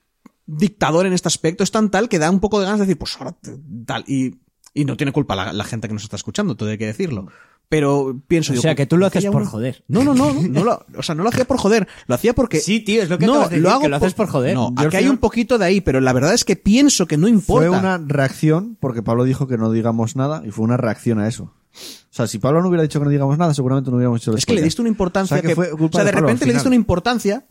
dictador en este aspecto, es tan tal que da un poco de ganas de decir, pues ahora te- tal. Y, y no tiene culpa la, la gente que nos está escuchando, todo hay que decirlo. Pero pienso... O sea, que tú lo haces "Aquella por una-". joder. No, no, no. no, no lo- o sea, no lo hacía por joder. Lo hacía porque... Sí, tío, es lo que acabas de decir, que lo haces por joder. No, Yo al aquí hay final- un poquito de ahí, pero la verdad es que pienso que no importa. Fue una reacción, porque Pablo dijo que no digamos nada, y fue una reacción a eso. O sea, si Pablo no hubiera dicho que no digamos nada, seguramente no hubiéramos hecho el Es que le spoiler. diste una importancia O sea, que que, fue culpa o sea, de de, Pablo al repente le diste final. una importancia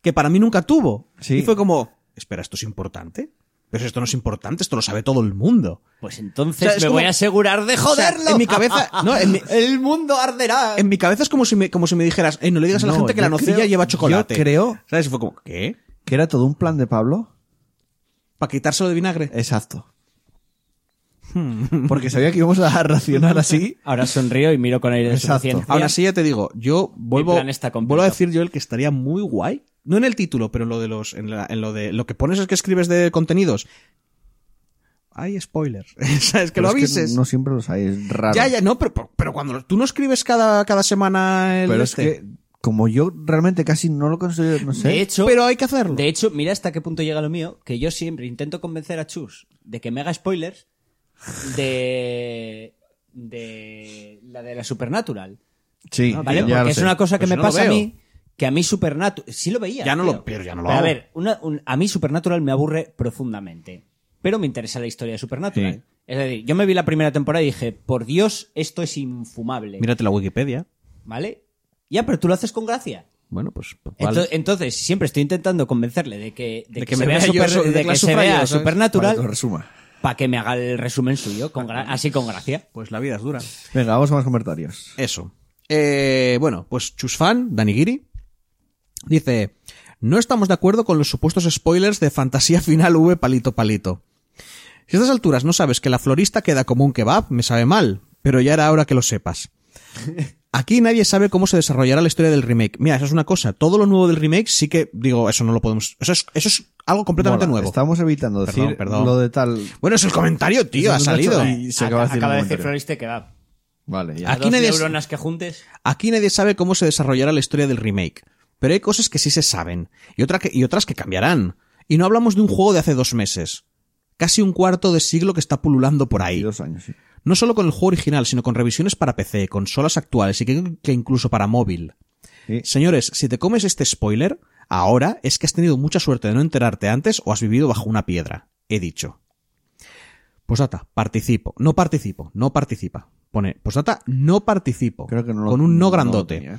que para mí nunca tuvo. Sí. Y fue como, espera, ¿esto es importante? Pero si esto no es importante, esto lo sabe todo el mundo. Pues entonces O sea, es me como- voy a asegurar de joderlo. O sea, en mi cabeza- no, en mi- el mundo arderá. En mi cabeza es como si me, como si me dijeras, "Ey, no le digas a la No, gente que yo la nocilla creo- lleva chocolate. yo creo- ¿Sabes? Y fue como, ¿qué? Que era todo un plan de Pablo. ¿Para quitárselo de vinagre? Exacto. Hmm. Porque sabía que íbamos a racionar así. Ahora sonrío y miro con aire de Exacto. suficiencia. Ahora sí ya te digo, yo vuelvo, plan está completo. vuelvo a decir yo el que estaría muy guay. No en el título, pero en lo de los, en, la- en lo de lo que pones es que escribes de contenidos. Hay spoilers. O sea, es que Pero lo es avises. no siempre los hay, es raro. Ya, ya, no, pero, pero- pero cuando lo- tú no escribes cada, cada semana el Pero es este. que, como yo realmente casi no lo considero, no sé. De hecho, Pero hay que hacerlo. de hecho, mira hasta qué punto llega lo mío, que yo siempre intento convencer a Chus de que me haga spoilers de de la de la Supernatural, sí, ¿vale? ya lo Porque es sé. una cosa que Pues me no lo pasa a veo. mí que a mí Supernatural sí lo veía. Ya no lo- tío. pero ya no lo A hago. ver, una- un- a mí Supernatural me aburre profundamente, pero me interesa la historia de Supernatural. Sí. Es decir, yo me vi la primera temporada y dije, por Dios, esto es infumable, Mírate la Wikipedia. ¿vale? Ya, pero tú lo haces con gracia. Bueno, pues. pues Ento- vale. Entonces, siempre estoy intentando convencerle de que, de De que que se me vea, vea yo super- eso- de de que la que se sufra vea yo, ¿sabes? Para que lo Supernatural pues resuma. para que me haga el resumen suyo, con gra- así con gracia. Pues la vida es dura. Venga, vamos a más comentarios. Eso. Eh, bueno, pues Chusfan, Danigiri, dice: No estamos de acuerdo con los supuestos spoilers de Fantasía Final V palito palito. Si a estas alturas no sabes que la florista queda como un kebab, me sabe mal, pero ya era hora que lo sepas. Aquí nadie sabe cómo se desarrollará la historia del remake. Mira, eso es una cosa. Todo lo nuevo del remake sí que, digo, eso no lo podemos. Eso es, eso es algo completamente Mola, nuevo. Estamos evitando Perdón, decir perdón. lo de tal. Bueno, es el comentario, tío, ha Es una salido. chorrada. Y se acaba, Ac- acaba de decir comentario. Floriste que va. Vale, ya. A Aquí dos nadie- neuronas que juntes. Aquí nadie sabe cómo se desarrollará la historia del remake, pero hay cosas que sí se saben, y, otra que- y otras que cambiarán. Y no hablamos de un juego de hace dos meses. Casi un cuarto de siglo que está pululando por Y ahí. dos años, sí. No solo con el juego original, sino con revisiones para PC, consolas actuales y que, que incluso para móvil. Sí. Señores, si te comes este spoiler, ahora es que has tenido mucha suerte de no enterarte antes o has vivido bajo una piedra. He dicho. Postdata, participo. No participo, no participa. Pone, postdata, no participo. Creo que no lo- con un no no lo grandote. tenía. ¿eh?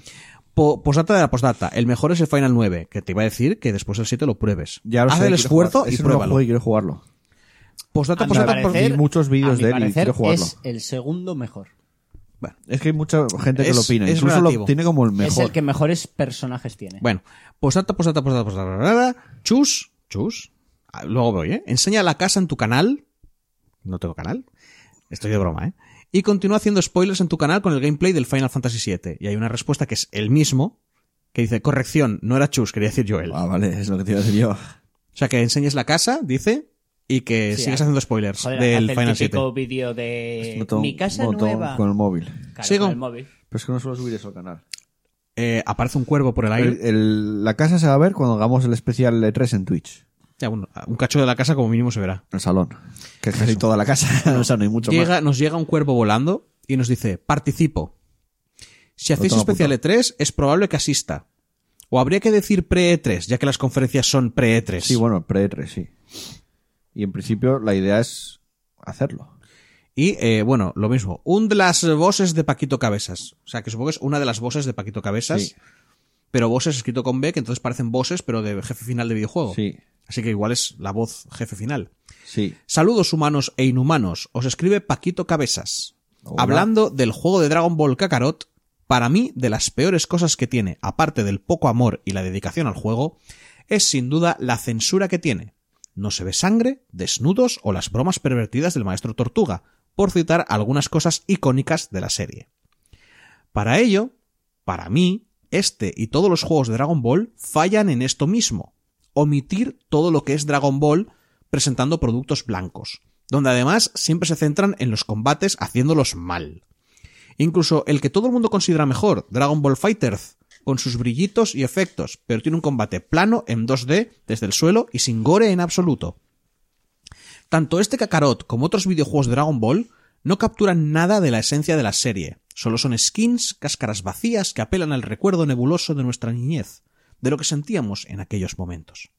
Po- postdata de la postdata, el mejor es el Final 9, que te iba a decir que después del 7 lo pruebes. Ya lo Haz sé, el quiero esfuerzo jugar. y Ese no lo pruébalo. juego y quiero jugarlo. Postdata, A mi postdata, postdata. parecer, vi muchos vídeos a mi de él y parecer quiero jugarlo. Es el segundo mejor. Bueno, Es que hay mucha gente que Es- lo opina. es Incluso relativo. lo tiene como el Es mejor. el que mejores personajes tiene. Bueno, postdata, postdata, postdata, postdata, postdata, chus, chus. Ah, Luego voy, ¿eh? Enseña la casa en tu canal. No tengo canal. Estoy de broma, ¿eh? Y continúa haciendo spoilers en tu canal con el gameplay del Final Fantasy VII. Y hay una respuesta que es el mismo, que dice, corrección, no era chus, quería decir Joel. Ah, vale, es lo que te iba a decir yo. O sea, que enseñes la casa, dice, y que Sí, sigues ah, haciendo spoilers Joder, del haz el Final típico 7. vídeo de Botón- Eh, mi casa botón nueva. Con el móvil. Claro, Sigo. con el móvil. Pero es que no suelo subir eso al canal. Eh, aparece un cuervo por el aire. El- el- la casa se va a ver cuando hagamos el especial E3 en Twitch. Ya, bueno, un cacho de la casa como mínimo se verá. El salón. Que es casi toda la casa. o sea, no hay mucho más. Llega, nos llega un cuervo volando y nos dice, participo. Si hacéis tengo especial E3, es probable que asista. O habría que decir pre-E3, ya que las conferencias son E pre-E3. Sí, bueno, pre-E3, sí. Y en principio la idea es hacerlo. Y, eh, bueno, lo mismo. Un de las voces de Paquito Cabezas. O sea, que supongo que es una de las voces de Paquito Cabezas. Sí. Pero voces escrito con B, que entonces parecen voces, pero de jefe final de videojuego. Sí, Así que igual es la voz jefe final. sí. Saludos humanos e inhumanos. Os escribe Paquito Cabezas. Hola. Hablando del juego de Dragon Ball Kakarot, para mí de las peores cosas que tiene, aparte del poco amor y la dedicación al juego, es sin duda la censura que tiene. No se ve sangre, desnudos o las bromas pervertidas del maestro Tortuga, por citar algunas cosas icónicas de la serie. Para ello, para mí, este y todos los juegos de Dragon Ball fallan en esto mismo. Omitir todo lo que es Dragon Ball presentando productos blancos, donde además siempre se centran en los combates haciéndolos mal. Incluso el que todo el mundo considera mejor, Dragon Ball Fighters, con sus brillitos y efectos, pero tiene un combate plano en 2D desde el suelo y sin gore en absoluto. Tanto este Kakarot como otros videojuegos de Dragon Ball no capturan nada de la esencia de la serie. Solo son skins, cáscaras vacías que apelan al recuerdo nebuloso de nuestra niñez, de lo que sentíamos en aquellos momentos.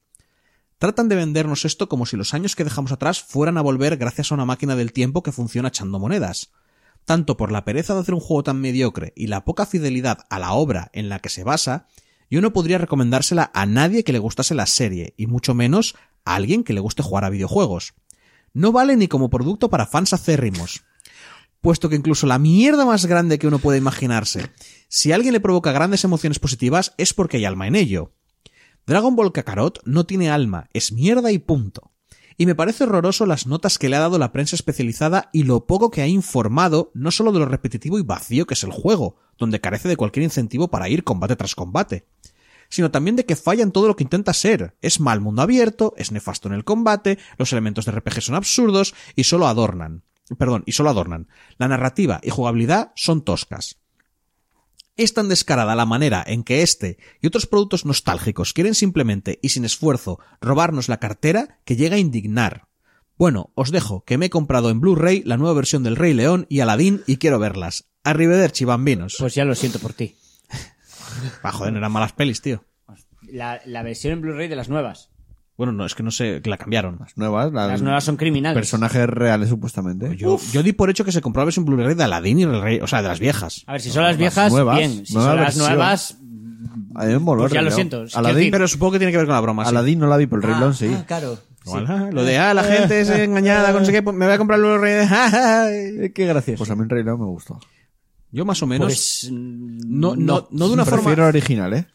Tratan de vendernos esto como si los años que dejamos atrás fueran a volver gracias a una máquina del tiempo que funciona echando monedas. Tanto por la pereza de hacer un juego tan mediocre y la poca fidelidad a la obra en la que se basa, yo no podría recomendársela a nadie que le gustase la serie, y mucho menos a alguien que le guste jugar a videojuegos. No vale ni como producto para fans acérrimos puesto que incluso la mierda más grande que uno puede imaginarse, si a alguien le provoca grandes emociones positivas es porque hay alma en ello. Dragon Ball Kakarot no tiene alma, es mierda y punto. Y me parece horroroso las notas que le ha dado la prensa especializada y lo poco que ha informado no solo de lo repetitivo y vacío que es el juego, donde carece de cualquier incentivo para ir combate tras combate, sino también de que falla en todo lo que intenta ser. Es mal mundo abierto, es nefasto en el combate, los elementos de RPG son absurdos y solo adornan. Perdón, y solo adornan. La narrativa y jugabilidad son toscas. Es tan descarada la manera en que este y otros productos nostálgicos quieren simplemente y sin esfuerzo robarnos la cartera que llega a indignar. Bueno, os dejo que me he comprado en Blu-ray la nueva versión del Rey León y Aladdin y quiero verlas. Arrivederci, bambinos. Pues ya lo siento por ti. Ah, joder, no eran malas pelis, tío. La, la versión en Blu-ray de las nuevas. Bueno, no, es que no sé, que la cambiaron. Las nuevas, la- Las nuevas son criminales. personajes reales supuestamente. Pues Yo, yo di por hecho que se compraba en Blu-ray de Aladdin y el Rey, o sea, de las viejas. A ver, si son las viejas, nuevas, bien. Si nueva son las versión. nuevas, A mí me moló el Pues ya Rey lo León. siento, es que Aladdin, decir- Pero supongo que tiene que ver con la broma. sí. Aladdin no la vi, pero Ah, el Rey León sí. Ah, claro. Igual, ah, Lo de, ah, la gente es engañada, con sé qué, pues me voy a comprar el Blu-ray de... ah, ah, ah. Qué gracioso. Pues a mí el Rey León me gustó. Yo más o menos... pues. mm, no, no, no de una Prefiero forma... el original, ¿eh?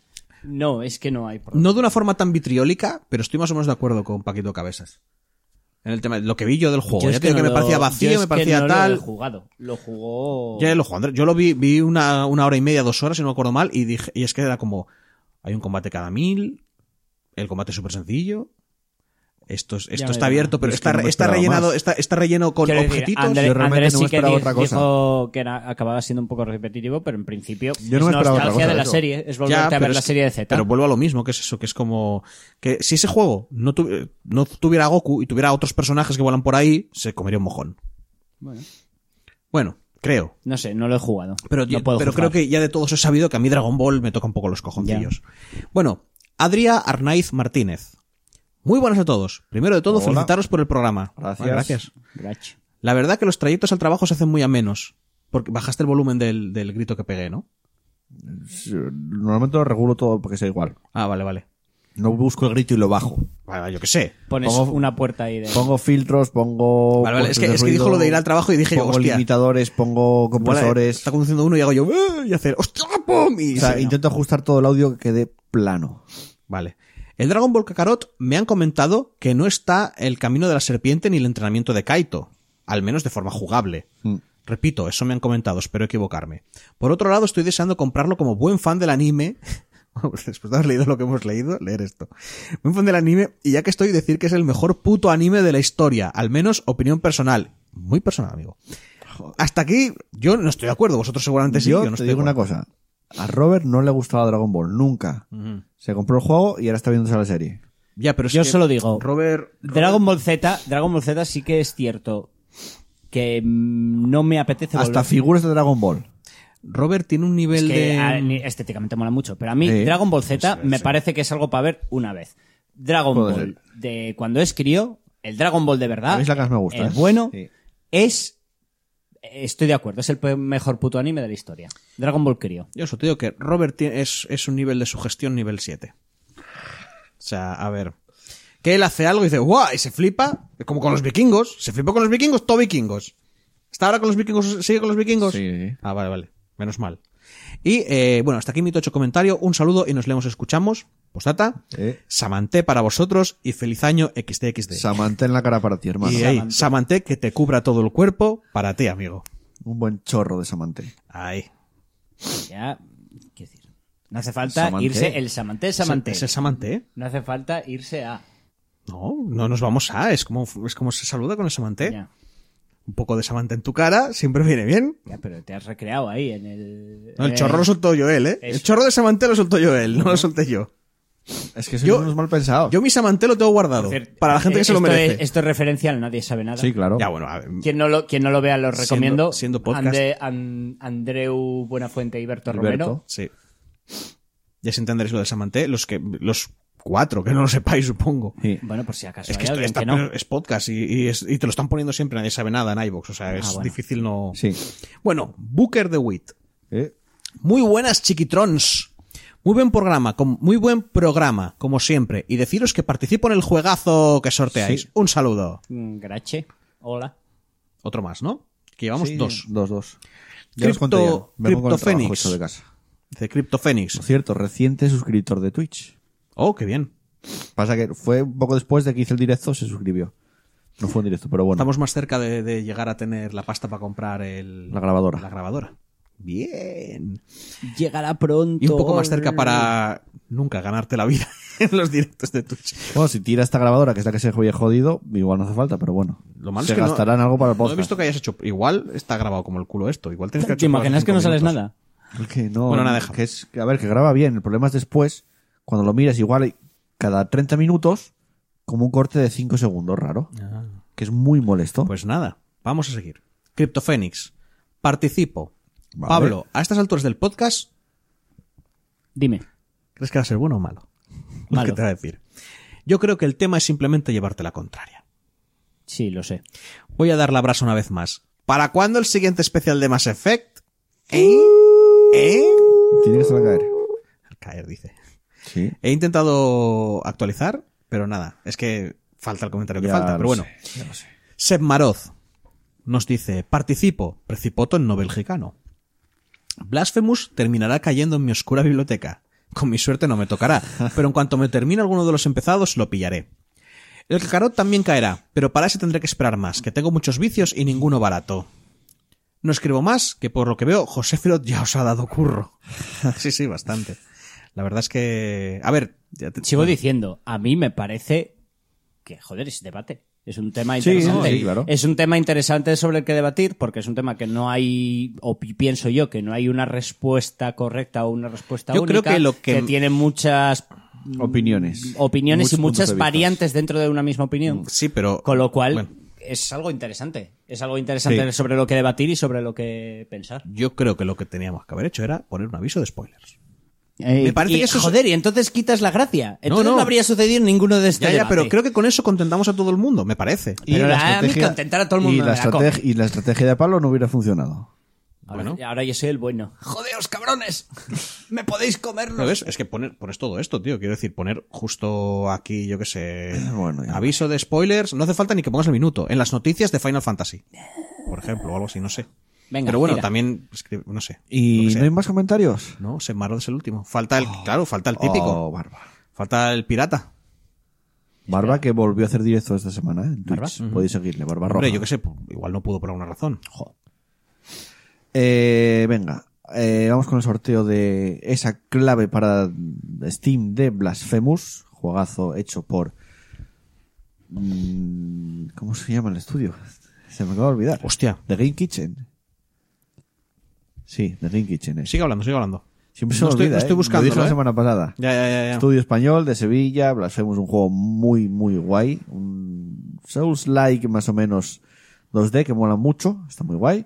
No, es que no hay. por- No de una forma tan vitriólica, pero estoy más o menos de acuerdo con Paquito Cabezas. En el tema, lo que vi yo del juego. Yo es ya te no digo que me lo- parecía yo vacío, es me que parecía no tal. Lo he jugado. Lo jugó. Ya lo juego, Andrés. Yo lo vi, vi una, una hora y media, dos horas, si no me acuerdo mal, y dije, y es que era como, hay un combate cada mil, el combate es súper sencillo, esto, es- esto me está dirá. abierto, Es pero que está, no me está esperaba rellenado, más. está, está relleno con Quiero decir, objetitos. André- Yo realmente Andrés no me sí que esperaba di- otra cosa. dijo que era, acababa siendo un poco repetitivo, pero en principio Yo no me es esperaba otra nostalgia cosa, de la eso. serie, es Ya, volverte a pero ver la es que- serie de Z. Pero vuelvo a lo mismo, que es eso, que es como que si ese juego no, tu- no tuviera a Goku y tuviera a otros personajes que vuelan por ahí, se comería un mojón. Bueno, creo. No sé, no lo he jugado. Pero, No yo- puedo pero juzgar. creo que ya de todos he sabido que a mí Dragon Ball me toca un poco los cojoncillos. Bueno, Adria Arnaiz Martínez. Muy buenas a todos. Primero de todo, Hola. felicitaros por el programa. Gracias. Grach. La verdad que los trayectos al trabajo se hacen muy amenos. Porque bajaste el volumen del, del grito que pegué, ¿no? Sí, Normalmente lo regulo todo porque sea igual. Ah, vale, vale. No busco el grito y lo bajo. Vale, yo qué sé. Pones Pongo- una puerta ahí de. Pongo filtros, pongo. Vale, vale, es cortes que- es que dijo ruido, lo de ir al trabajo y dije yo, pongo hostia. limitadores, pongo Igual, eh, compresores. Está conduciendo uno y hago yo, "Eh", y hacer, ¡hostia, pum! Y o sea, sí, no. intento ajustar todo el audio que quede plano. Vale. El Dragon Ball Kakarot me han comentado que no está el camino de la serpiente ni el entrenamiento de Kaito, al menos de forma jugable. Hmm. Repito, eso me han comentado, espero equivocarme. Por otro lado, estoy deseando comprarlo como buen fan del anime. Después de haber leído lo que hemos leído, leer esto. Buen fan del anime, y ya que estoy, decir que es el mejor puto anime de la historia, al menos opinión personal. Muy personal, amigo. Hasta aquí, yo no estoy de acuerdo, vosotros seguramente sí. yo no te estoy de digo una acuerdo. cosa. A Robert no le gustaba Dragon Ball, nunca. Se compró el juego y ahora está viéndose la serie. Ya, pero es Yo que solo digo, Robert, Dragon Ball Z, Dragon Ball Z sí que es cierto que mm, no me apetece Hasta volver. figuras de Dragon Ball. Robert tiene un Es nivel que de. a- ni- estéticamente mola mucho, pero a mí Sí. Dragon Ball Z me parece que es algo para ver una vez. Dragon Puede Ball de cuando es crío, el Dragon Ball de A Ah, verdad, mí es la que más me gusta. el ¿eh? bueno, Sí. es estoy de acuerdo, es el pe- mejor puto anime de la historia. Dragon Ball crío. Yo eso te digo que Robert tie- es, es un nivel de sugestión nivel 7. O sea, a ver. Que él hace algo y dice, ¡guau! Y se flipa, como con los vikingos. Se flipó con los vikingos, todo vikingos. ¿Está ahora con los vikingos? ¿Sigue con los vikingos? Sí. Ah, vale, vale. Menos mal. Y eh, bueno, hasta aquí mi tocho comentario. Un saludo y nos leemos, escuchamos. Postata. Eh. Samanté para vosotros y feliz año XDXD. Samantha en la cara para ti, hermano. y ahí, Samanté que te cubra todo el cuerpo para ti, amigo. Un buen chorro de Samantha. Ahí. Ya, quiero decir, no hace falta Samanté. irse el Samanté Samanté. Es el Samanté, ¿eh? No hace falta irse a ¿Eh? No, no nos vamos a. Es como, es como se saluda con el Samanté. Ya. Un poco de Samantha en tu cara siempre viene bien. Ya, pero te has recreado ahí en el. No, el eh, chorro lo soltó Joel, ¿eh? El eso. chorro de Samantha lo soltó Joel, no lo solté yo. Es que soy Yo- unos mal pensados. Yo mi Samantha lo tengo guardado hacer- para la gente que se lo esto merece. es- esto es referencial, nadie sabe nada. Sí, claro. Ya, bueno, a ver. Quien no, lo, quien no lo vea, lo Siendo- recomiendo. siendo podcast. Ande- An- Andreu Buenafuente y Berto Alberto. Romero. Sí. Ya se entenderéis lo de Samanté, los que los cuatro que no lo sepáis, supongo. Sí. Bueno, por si acaso Es que hay esto alguien está- que no. es podcast y, y es- y te lo están poniendo siempre, nadie sabe nada en iVox, o sea, es Ah, bueno. difícil no... Sí. Bueno, Booker de Wit. Eh, Muy buenas, chiquitrons. Muy buen programa, com- muy buen programa, como siempre. Y deciros que participo en el juegazo que sorteáis. Sí. Un saludo. Mm, Grache, hola. Otro más, ¿no? Que llevamos sí, dos. Dos, dos. Cripto- Vengo con el trabajo Criptofénix. hecho de casa. De CryptoPhoenix. Por cierto, reciente suscriptor de Twitch. Oh, qué bien. Pasa que fue un poco después de que hice el directo, se suscribió. No fue en directo, pero bueno. Estamos más cerca de, de llegar a tener la pasta para comprar el, La grabadora. La grabadora. Bien. Llegará pronto. Y un poco más cerca para nunca ganarte la vida en los directos de Twitch. Bueno, si tira esta grabadora, que es la que se había jodido, igual no hace falta, pero bueno. Lo malo se es que no- gastarán algo para el No podcast. he visto que hayas hecho. Igual está grabado como el culo esto. Igual tienes que haber ¿Te hecho imaginas que no cinco sales minutos. nada? Que no, Bueno, nada, deja. que es, que, a ver, que graba bien. El problema es después, cuando lo miras igual cada 30 minutos, como un corte de 5 segundos raro. Ah. Que es muy molesto. Pues nada, vamos a seguir. CryptoPhoenix. Participo. Vale. Pablo, a estas alturas del podcast, Dime. ¿crees que va a ser bueno o malo? Lo que Malo. te va a decir. Yo creo que el tema es simplemente llevarte la contraria. Sí, lo sé. Voy a dar la brasa una vez más. ¿Para cuándo el siguiente especial de Mass Effect? ¿Eh? ¿Eh? Tiene que estar a caer. Al caer, dice. Sí. He intentado actualizar, pero nada. Es que falta el comentario que Ya falta. lo Pero bueno. sé, ya lo sé. Seb Maroz nos dice, participo, precipoto no belgicano. Blasphemous terminará cayendo en mi oscura biblioteca. Con mi suerte no me tocará, pero en cuanto me termine alguno de los empezados lo pillaré. El cacarot también caerá, pero para ese tendré que esperar más, que tengo muchos vicios y ninguno barato. No escribo más, que por lo que veo, José Firot ya os ha dado curro. sí, sí, bastante. La verdad es que... A ver, ya te- Sigo diciendo, a mí me parece que, joder, es debate. Es un tema Sí, interesante. sí, claro. Es un tema interesante sobre el que debatir porque es un tema que no hay, o pi- pienso yo, que no hay una respuesta correcta o una respuesta Yo creo única, que lo que- tiene muchas Mm, Opiniones. opiniones y Muchos puntos de muchas vista. variantes dentro de una misma opinión. Mm, Sí, pero... Con lo cual, bueno. es algo interesante. Es algo interesante Sí. sobre lo que debatir y sobre lo que pensar. Yo creo que lo que teníamos que haber hecho era poner un aviso de spoilers. Me parece que eso es- Joder, y entonces quitas la gracia. Entonces no, no. habría sucedido ninguno de este estos Ya, ya, pero creo que con eso contentamos a todo el mundo, me parece. Y Pero la- a mí contentar a todo el mundo y me la la como. estrateg- y la estrategia de Pablo no hubiera funcionado. Ahora, Bueno. ahora yo soy el bueno. ¡Jodeos, cabrones! ¡Me podéis comerlo! ¿Lo ves? Es que poner, pones todo esto, tío. Quiero decir, poner justo aquí, yo qué sé, Bueno, ya. aviso de spoilers. No hace falta ni que pongas el minuto. En las noticias de Final Fantasy, por ejemplo, o algo así, no sé. Venga, Pero bueno, tira. también, escribe- no sé. lo que ¿Y sea. no hay más comentarios? No, se maró es el último. Falta el, claro, falta el típico. Oh, Barba. Falta el pirata. Barba que volvió a hacer directo esta semana ¿eh? en Twitch. Podéis seguirle, Barba Roja. Hombre, yo qué sé, pues, igual no pudo por alguna razón. Eh, venga, eh, vamos con el sorteo de esa clave para Steam de Blasphemous, juegazo hecho por... mm, ¿Cómo se llama el estudio? Se me acaba de olvidar. Hostia. The Game Kitchen. Sí, The Game Kitchen. eh. Sigue hablando, sigue hablando. Siempre se no me estoy- olvida, no eh. estoy Lo buscándolo, dije la eh. semana pasada. Ya, ya, ya. ya. Estudio español de Sevilla, Blasphemous, un juego muy, muy guay. Un Souls-like más o menos 2D que mola mucho, está muy guay.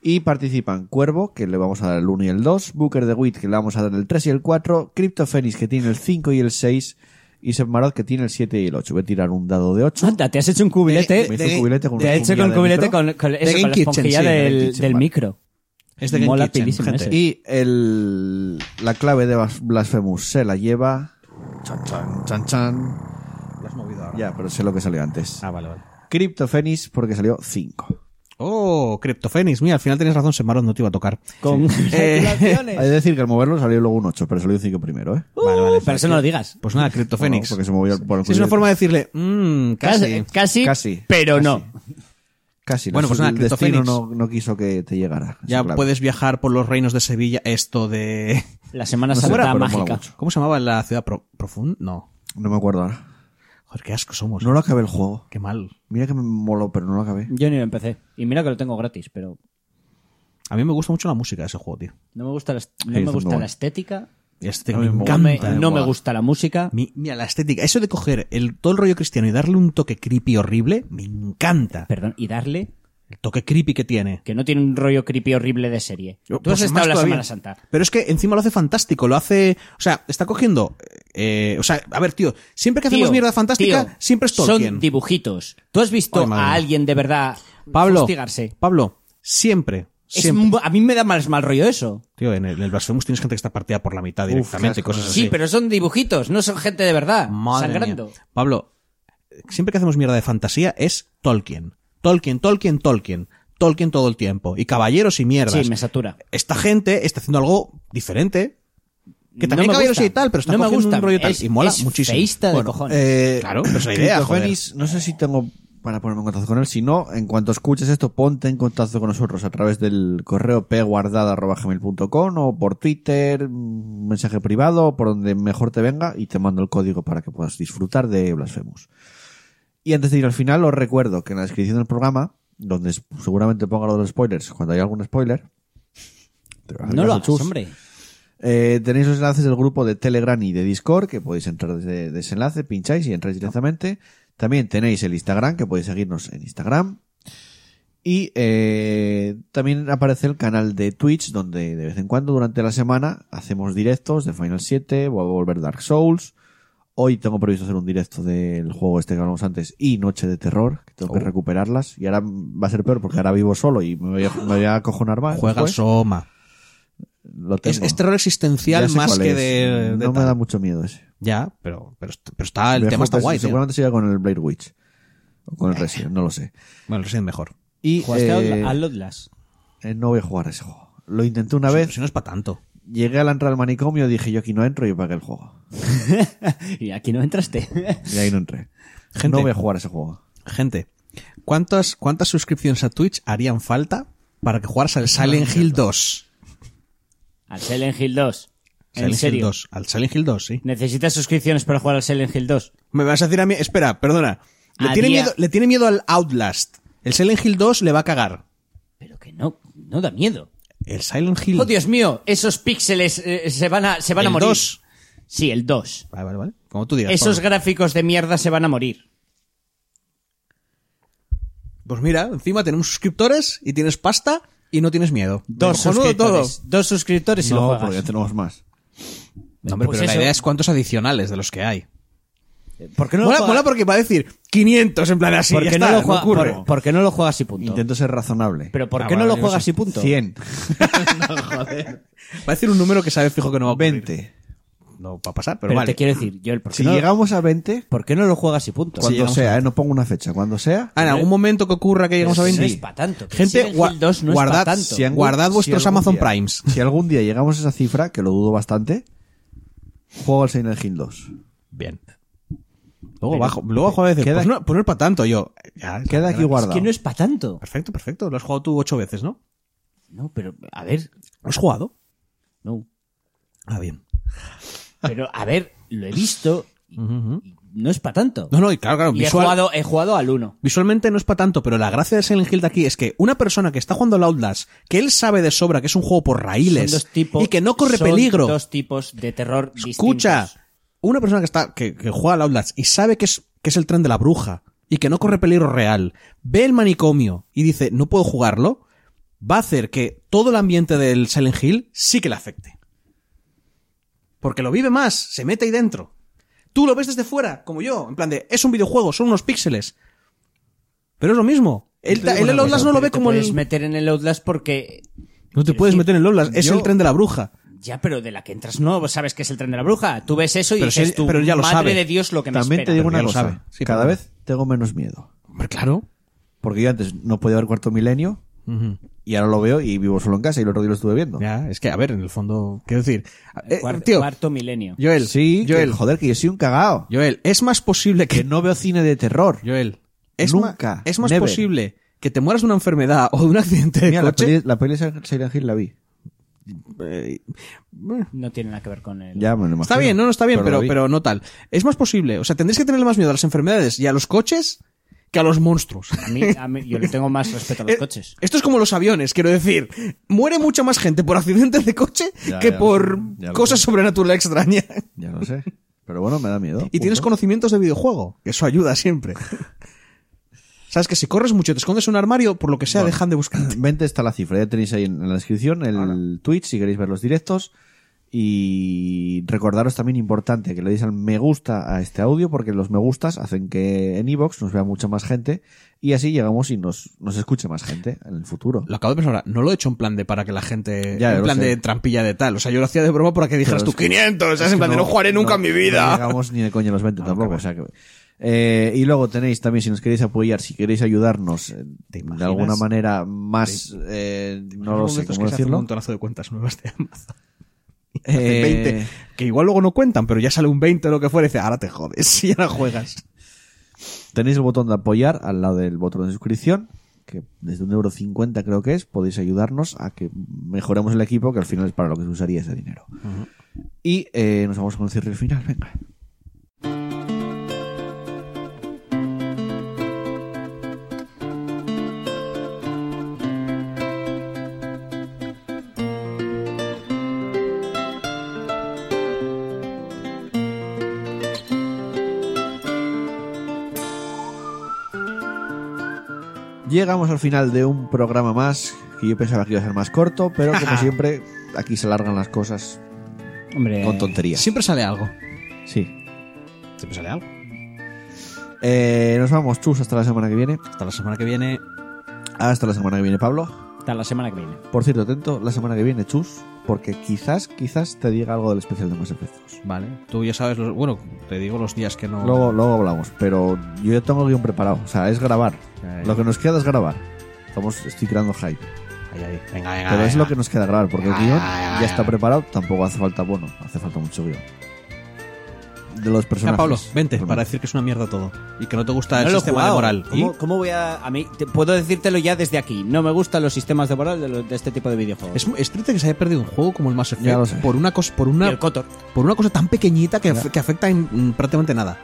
Y participan Cuervo, que le vamos a dar el 1 y el 2, Booker de Wit, que le vamos a dar el 3 y el 4, Crypto Phoenix, que tiene el 5 y el 6, y Sebmarod, que tiene el 7 y el 8. Voy a tirar un dado de 8. Anda, te has hecho un cubilete. Me hizo un cubilete con te una has hecho esponjilla con de cubilete micro. con, con, eso, Game con la Kitchen, esponjilla sí, de del, Game Kitchen, del vale. micro. Es de Este Game Mola Kitchen, pilísimo gente. ese. Y el, la clave de Blas- Blasphemous se la lleva. Chan, chan, chan, chan. Lo has movido ahora. Ya, pero sé lo que salió este. antes. Ah, vale, vale. Crypto Phoenix, porque salió 5. Oh, CryptoPhoenix. Mira, al final tenías razón, Semarón no te iba a tocar. Con... Eh, Hay que decir que al moverlo salió luego un 8, pero salió un 5 primero, ¿eh? vale, vale. Uh, Pero eso no lo digas. Pues nada, Bueno, CryptoPhoenix. porque se movió por el Sí, es una cubilete. forma de decirle, mmm, casi. Casi, casi, Casi. pero Casi. no. Casi. Bueno, Bueno, pues pues nada, El Crypto destino no, Phoenix. no quiso que te llegara. Ya Esa clave. puedes viajar por los reinos de Sevilla. Esto de. La No Semana sé, Santa pero mola mágica. mucho. ¿Cómo se llamaba la ciudad pro- profunda? No. No me acuerdo ahora. Pues Joder, qué asco somos. No lo acabé el juego. Qué mal. Mira que me moló, pero no lo acabé. Yo ni lo empecé. Y mira que lo tengo gratis, pero A mí me gusta mucho la música de ese juego, tío. no me gusta la, est- no Hey, me gusta Thunderball. la estética, Este A me mí me no encanta. me, Canta, no me guau. gusta la música. Mi- mira, la estética. Eso de coger el, todo el rollo cristiano y darle un toque creepy horrible, me encanta. Perdón, y darle El toque creepy que tiene. que no tiene un rollo creepy horrible de serie. Yo, Tú has pues, estado más en la todavía. Semana Santa. Pero es que encima lo hace fantástico, lo hace. O sea, está cogiendo. eh, o sea, a ver, tío, siempre que hacemos Tío, mierda fantástica, tío, siempre es Son Tolkien. dibujitos. ¿Tú has visto Ay, madre a mía. alguien de verdad Pablo, fustigarse? Pablo, siempre. Es siempre. un- a mí me da más mal rollo eso. Tío, en el, en el Blasphemous tienes gente que está partida por la mitad directamente, qué asco. cosas así. Sí, pero son dibujitos, no son gente de verdad. Madre sangrando. mía. Pablo, siempre que hacemos mierda de fantasía es Tolkien. Tolkien, Tolkien, Tolkien. Tolkien todo el tiempo. Y caballeros y mierdas. Sí, me satura. Esta gente está haciendo algo diferente. Que No también me caballeros gusta. y tal, pero está No me cogiendo gusta. un rollo tal. Es- y mola es muchísimo. feísta de Bueno, cojones. eh, claro, pero es la idea, Quinto joder. Juenis, no sé si tengo para ponerme en contacto con él. Si no, en cuanto escuches esto, ponte en contacto con nosotros a través del correo pguardada.gmail.com o por Twitter, un mensaje privado, por donde mejor te venga y te mando el código para que puedas disfrutar de Blasphemous. Y antes de ir al final, os recuerdo que en la descripción del programa, donde es- seguramente ponga lo de los spoilers, cuando hay algún spoiler, te vas a No hacer lo caso, hagas, chus. hombre. Eh, tenéis los enlaces del grupo de Telegram y de Discord, que podéis entrar desde, desde ese enlace, pincháis y entráis directamente. También tenéis el Instagram, que podéis seguirnos en Instagram. Y eh, también aparece el canal de Twitch, donde de vez en cuando durante la semana hacemos directos de Final 7, voy a volver Dark Souls. Hoy tengo previsto hacer un directo del juego este que hablamos antes y Noche de Terror, que Oh. tengo que recuperarlas. Y ahora va a ser peor porque ahora vivo solo y me voy a, me voy a acojonar más. Juega al Pues después. Soma. Lo Es, tengo. este es terror existencial Ya sé más cuál que es. de. de no me tal. da mucho miedo ese. Ya, pero, pero, est- pero está, el Mejor tema está que guay. tío. Eh. Seguramente siga con el Blade Witch. O con el Resident, no lo sé. Bueno, recién mejor. Y ¿Jugaste eh, al- al Outlast? eh, no voy a jugar a ese juego. Lo intenté una Pero vez, si no es para tanto. llegué a la entrada al manicomio, dije yo aquí no entro y apagué el juego. Y aquí no entraste. Y ahí no entré. Gente. No voy a jugar a ese juego. Gente, ¿cuántas, cuántas suscripciones a Twitch harían falta para que jugaras al Silent Hill 2? al Silent Hill 2. En Silent Hill serio. 2. Al Silent Hill 2, sí. ¿Necesitas suscripciones para jugar al Silent Hill 2? Me vas a decir a mí, espera, perdona. Le A tiene, día- miedo, le tiene miedo al Outlast. El Silent Hill 2 le va a cagar. Pero que no, no da miedo. El Silent Hill Oh, Dios mío, esos píxeles eh, se van a, se van a ¿El morir. 2? Sí, el 2. Vale, vale, vale. Como tú digas. Esos Pablo. gráficos de mierda se van a morir. Pues mira, encima tenemos suscriptores y tienes pasta y no tienes miedo. Dos Cojonudo suscriptores. todo. Dos suscriptores y lo no, juegas. porque ya tenemos más. No, hombre, Pues pero eso. la idea es cuántos adicionales de los que hay. ¿Por qué no mola, mola lo juegas? porque va a decir 500 en plan así. ¿Por ya qué está, no lo me juega- ocurre. por- por qué no lo juegas y punto? Intento ser razonable. Pero ¿por Ah, qué vale, no lo yo juegas sé. y punto? 100, Va a decir un número que sabe fijo que no va a ocurrir. 20. No va a pasar, pero, Pero vale. te quiero decir, yo el por qué Si no- llegamos a 20, ¿Por qué no lo juegas y punto? cuando llegamos sea, eh, no pongo una fecha, cuando sea. Ah, en algún momento que ocurra que lleguemos a Pero si 20. no es pa' tanto, que Gente, Silent gua- Hill 2 no es pa' guardad, tanto. si han- algún- guardad si vuestros algún Amazon día- Primes. Si algún día llegamos a esa cifra, que lo dudo bastante, juego al Silent Hill 2. Bien. Luego bajo, luego bajo a veces. queda- pues, no, pues no es para tanto, yo. Ya, Queda aquí Es guardado. que no es para tanto. Perfecto, perfecto. Lo has jugado tú ocho veces, ¿no? No, pero a ver, ¿Lo has jugado? no. Ah, bien. Pero a ver, lo he visto y, y no es para tanto. No, no, y claro, claro. y he visual- jugado, he jugado al 1. Visualmente no es para tanto, pero la gracia de Silent Hill de aquí es que una persona que está jugando al Outlast, que él sabe de sobra que es un juego por raíles y que no corre peligro. dos tipos de terror Escucha, distintos. una persona que está que, que juega al Outlast y sabe que es, que es el tren de la bruja y que no corre peligro real, ve el manicomio y dice, no puedo jugarlo, va a hacer que todo el ambiente del Silent Hill sí que le afecte. Porque lo vive más, se mete ahí dentro. Tú lo ves desde fuera, como yo, en plan de, es un videojuego, son unos píxeles. Pero es lo mismo. Él, Te digo él el una Outlast cosa, no lo Pero ve te como puedes el... meter en el Outlast porque No te puedes decir, meter en el Outlast, es yo- el tren de la bruja. ya, pero de la que entras no sabes que es el tren de la bruja. Tú ves eso y Pero dices si- tú, pero ya lo madre sabe. de Dios lo que me También espera. te digo pero una ya lo cosa. sabe. Sí, cada pero- vez tengo menos miedo. Hombre, claro. Porque yo antes no podía ver Cuarto Milenio y ahora lo veo y vivo solo en casa y el otro día lo estuve viendo. Ya, es que, a ver, en el fondo, quiero decir... eh, Cuarto, tío, cuarto milenio. Joel, Sí, que, Joel, joder, que yo soy un cagao. Joel, es más posible Que que no veo cine de terror. Joel, es Nunca, ma- es más never. posible que te mueras de una enfermedad o de un accidente de Mira, la coche. peli, la peli de Silent Hill la vi. eh, No tiene nada que ver con el. Ya me lo imagino. Está bien, no, no está bien, pero, lo vi. pero no tal. Es más posible. O sea, tendréis que tenerle más miedo a las enfermedades y a los coches que a los monstruos. A mí, a mí- yo le tengo más respeto a los Eh, coches. Esto es como los aviones, quiero decir. Muere mucha más gente por accidentes de coche Ya, que ya lo por sé, ya lo cosas sé. sobrenaturales extrañas. Ya lo sé. Pero bueno, me da miedo. Y tienes punto. conocimientos de videojuego, que eso ayuda siempre. Sabes que si corres mucho, te escondes en un armario, por lo que sea, dejan de buscarte. 20 está la cifra, ya tenéis ahí en en la descripción el Twitch si queréis ver los directos. Y recordaros también importante que le deis al me gusta a este audio porque los me gustas hacen que en Evox nos vea mucha más gente y así llegamos y nos, nos escuche más gente en el futuro. Lo acabo de pensar ahora. No lo he hecho en plan de para que la gente. Ya, en lo plan sé. de trampilla de tal. O sea, yo lo hacía de broma para que dijeras es tú 500. ¿sabes? Es en que plan de no jugaré nunca no- en mi vida. No llegamos ni de coño a los 20 tampoco. O sea que, eh, y luego tenéis también, si nos queréis apoyar, si queréis ayudarnos eh, de alguna manera más, eh, no lo Algún de sé estos cómo que se hace Un decirlo. montonazo de cuentas nuevas de Amazon. Eh, Hacen 20. Que igual luego no cuentan, pero ya sale un 20 o lo que fuera y dice, ahora te jodes, y ahora juegas. Tenéis el botón de apoyar al lado del botón de suscripción, que desde un euro cincuenta creo que es, podéis ayudarnos a que mejoremos el equipo, que al final es para lo que se usaría ese dinero. Y eh, nos vamos con el cierre final, venga. Llegamos al final de un programa más, que yo pensaba que iba a ser más corto, pero como siempre, aquí se alargan las cosas Eh, Hombre. eh, con tonterías. Siempre sale algo. Sí. Siempre sale algo. Eh, nos vamos, chus, hasta la semana que viene. Ah, Hasta la semana que viene. Hasta la semana que viene, Pablo. Hasta la semana que viene. Por cierto, atento, la semana que viene, chus, porque quizás, quizás te diga algo del especial de más efectos. Vale. Tú ya sabes, los- bueno, te digo los días que no. Luego, luego hablamos, pero yo ya tengo el guión preparado. O sea, es grabar. Ya, ya. Lo que nos queda es grabar. Estamos, estoy creando hype. Ahí, ahí. Venga, venga. Pero es venga. lo que nos queda grabar, porque el Ya, guión ya, ya, ya ya. está preparado. Tampoco hace falta, bueno, hace falta mucho guión. De los personajes. Venga, Pablo, vente, Perdón. para decir que es una mierda todo. Y que no te Ah, gusta No el lo he sistema de jugado. moral. ¿Y? ¿Cómo, cómo voy a.? A mí, te- puedo decírtelo ya desde aquí. No me gustan los sistemas de moral de, lo- de este tipo de videojuegos. Es, es triste que se haya perdido un juego como el Mass Effect Ya lo sé. por una cosa, por una, Y el Cotor. por una cosa tan pequeñita que, af- que afecta en mm, prácticamente nada.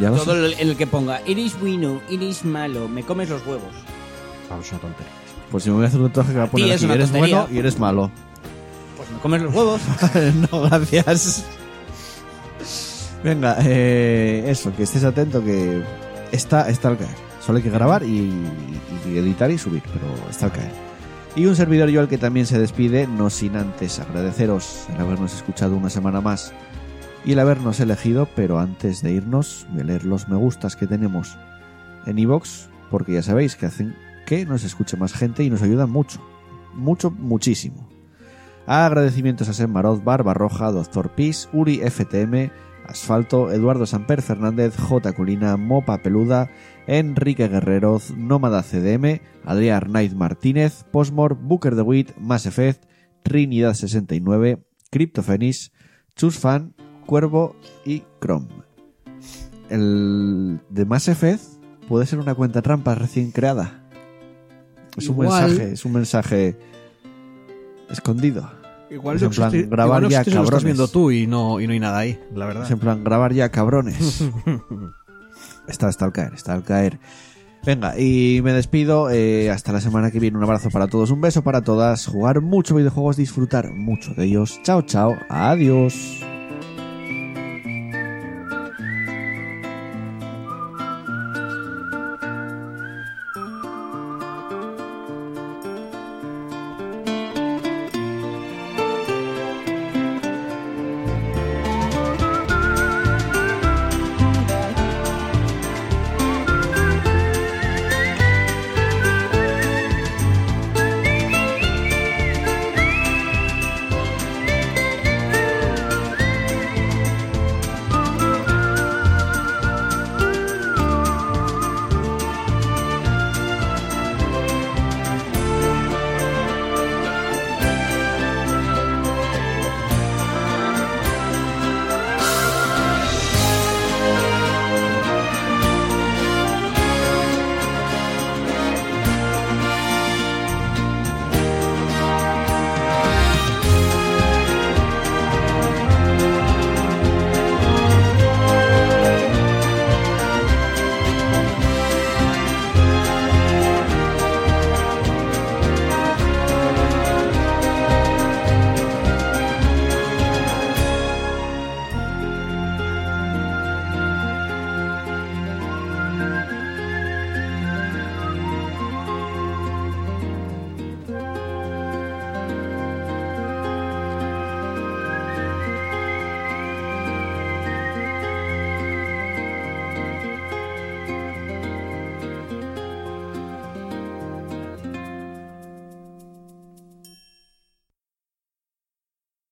Ya lo sé. Todo el, el que ponga, eres bueno, eres malo, me comes los huevos. Vamos, una tontería. Pues si me voy a hacer un traje que va a poner es aquí, una eres tontería. bueno y eres malo. Pues me comes los huevos. no, gracias. Venga, eh, eso, que estés atento que está, está al caer. Solo hay que grabar y, y editar y subir, pero está al caer. Y un servidor yo al que también se despide, no sin antes agradeceros el habernos escuchado una semana más y el habernos elegido, pero antes de irnos, voy a leer los me gustas que tenemos en iVoox, porque ya sabéis que hacen que nos escuche más gente y nos ayudan mucho, mucho, muchísimo. Agradecimientos a Sem Marot, Barbarroja, Doctor Pis, Uri FTM, Asfalto, Eduardo Samper Fernández, J. Culina, Mopa Peluda, Enrique Guerrero, Nómada CDM, Adrián Arnaiz Martínez, Posmor, Booker de Wit, Mass Effect, Trinidad69, Cryptofenis, Chusfan, Cuervo y Chrome. El de Mass Effect puede ser una cuenta trampa recién creada. Es un Igual- mensaje, es un mensaje escondido. Igual Es no en plan, existe- grabar igual no ya, existe si lo estás cabrones. viendo tú y no, y no hay nada ahí, la verdad. Es en plan, grabar ya, cabrones. está, está al caer, está al caer. Venga, y me despido. eh, hasta la semana que viene. Un abrazo para todos, un beso para todas. Jugar mucho videojuegos, disfrutar mucho de ellos. Chao, chao. Adiós.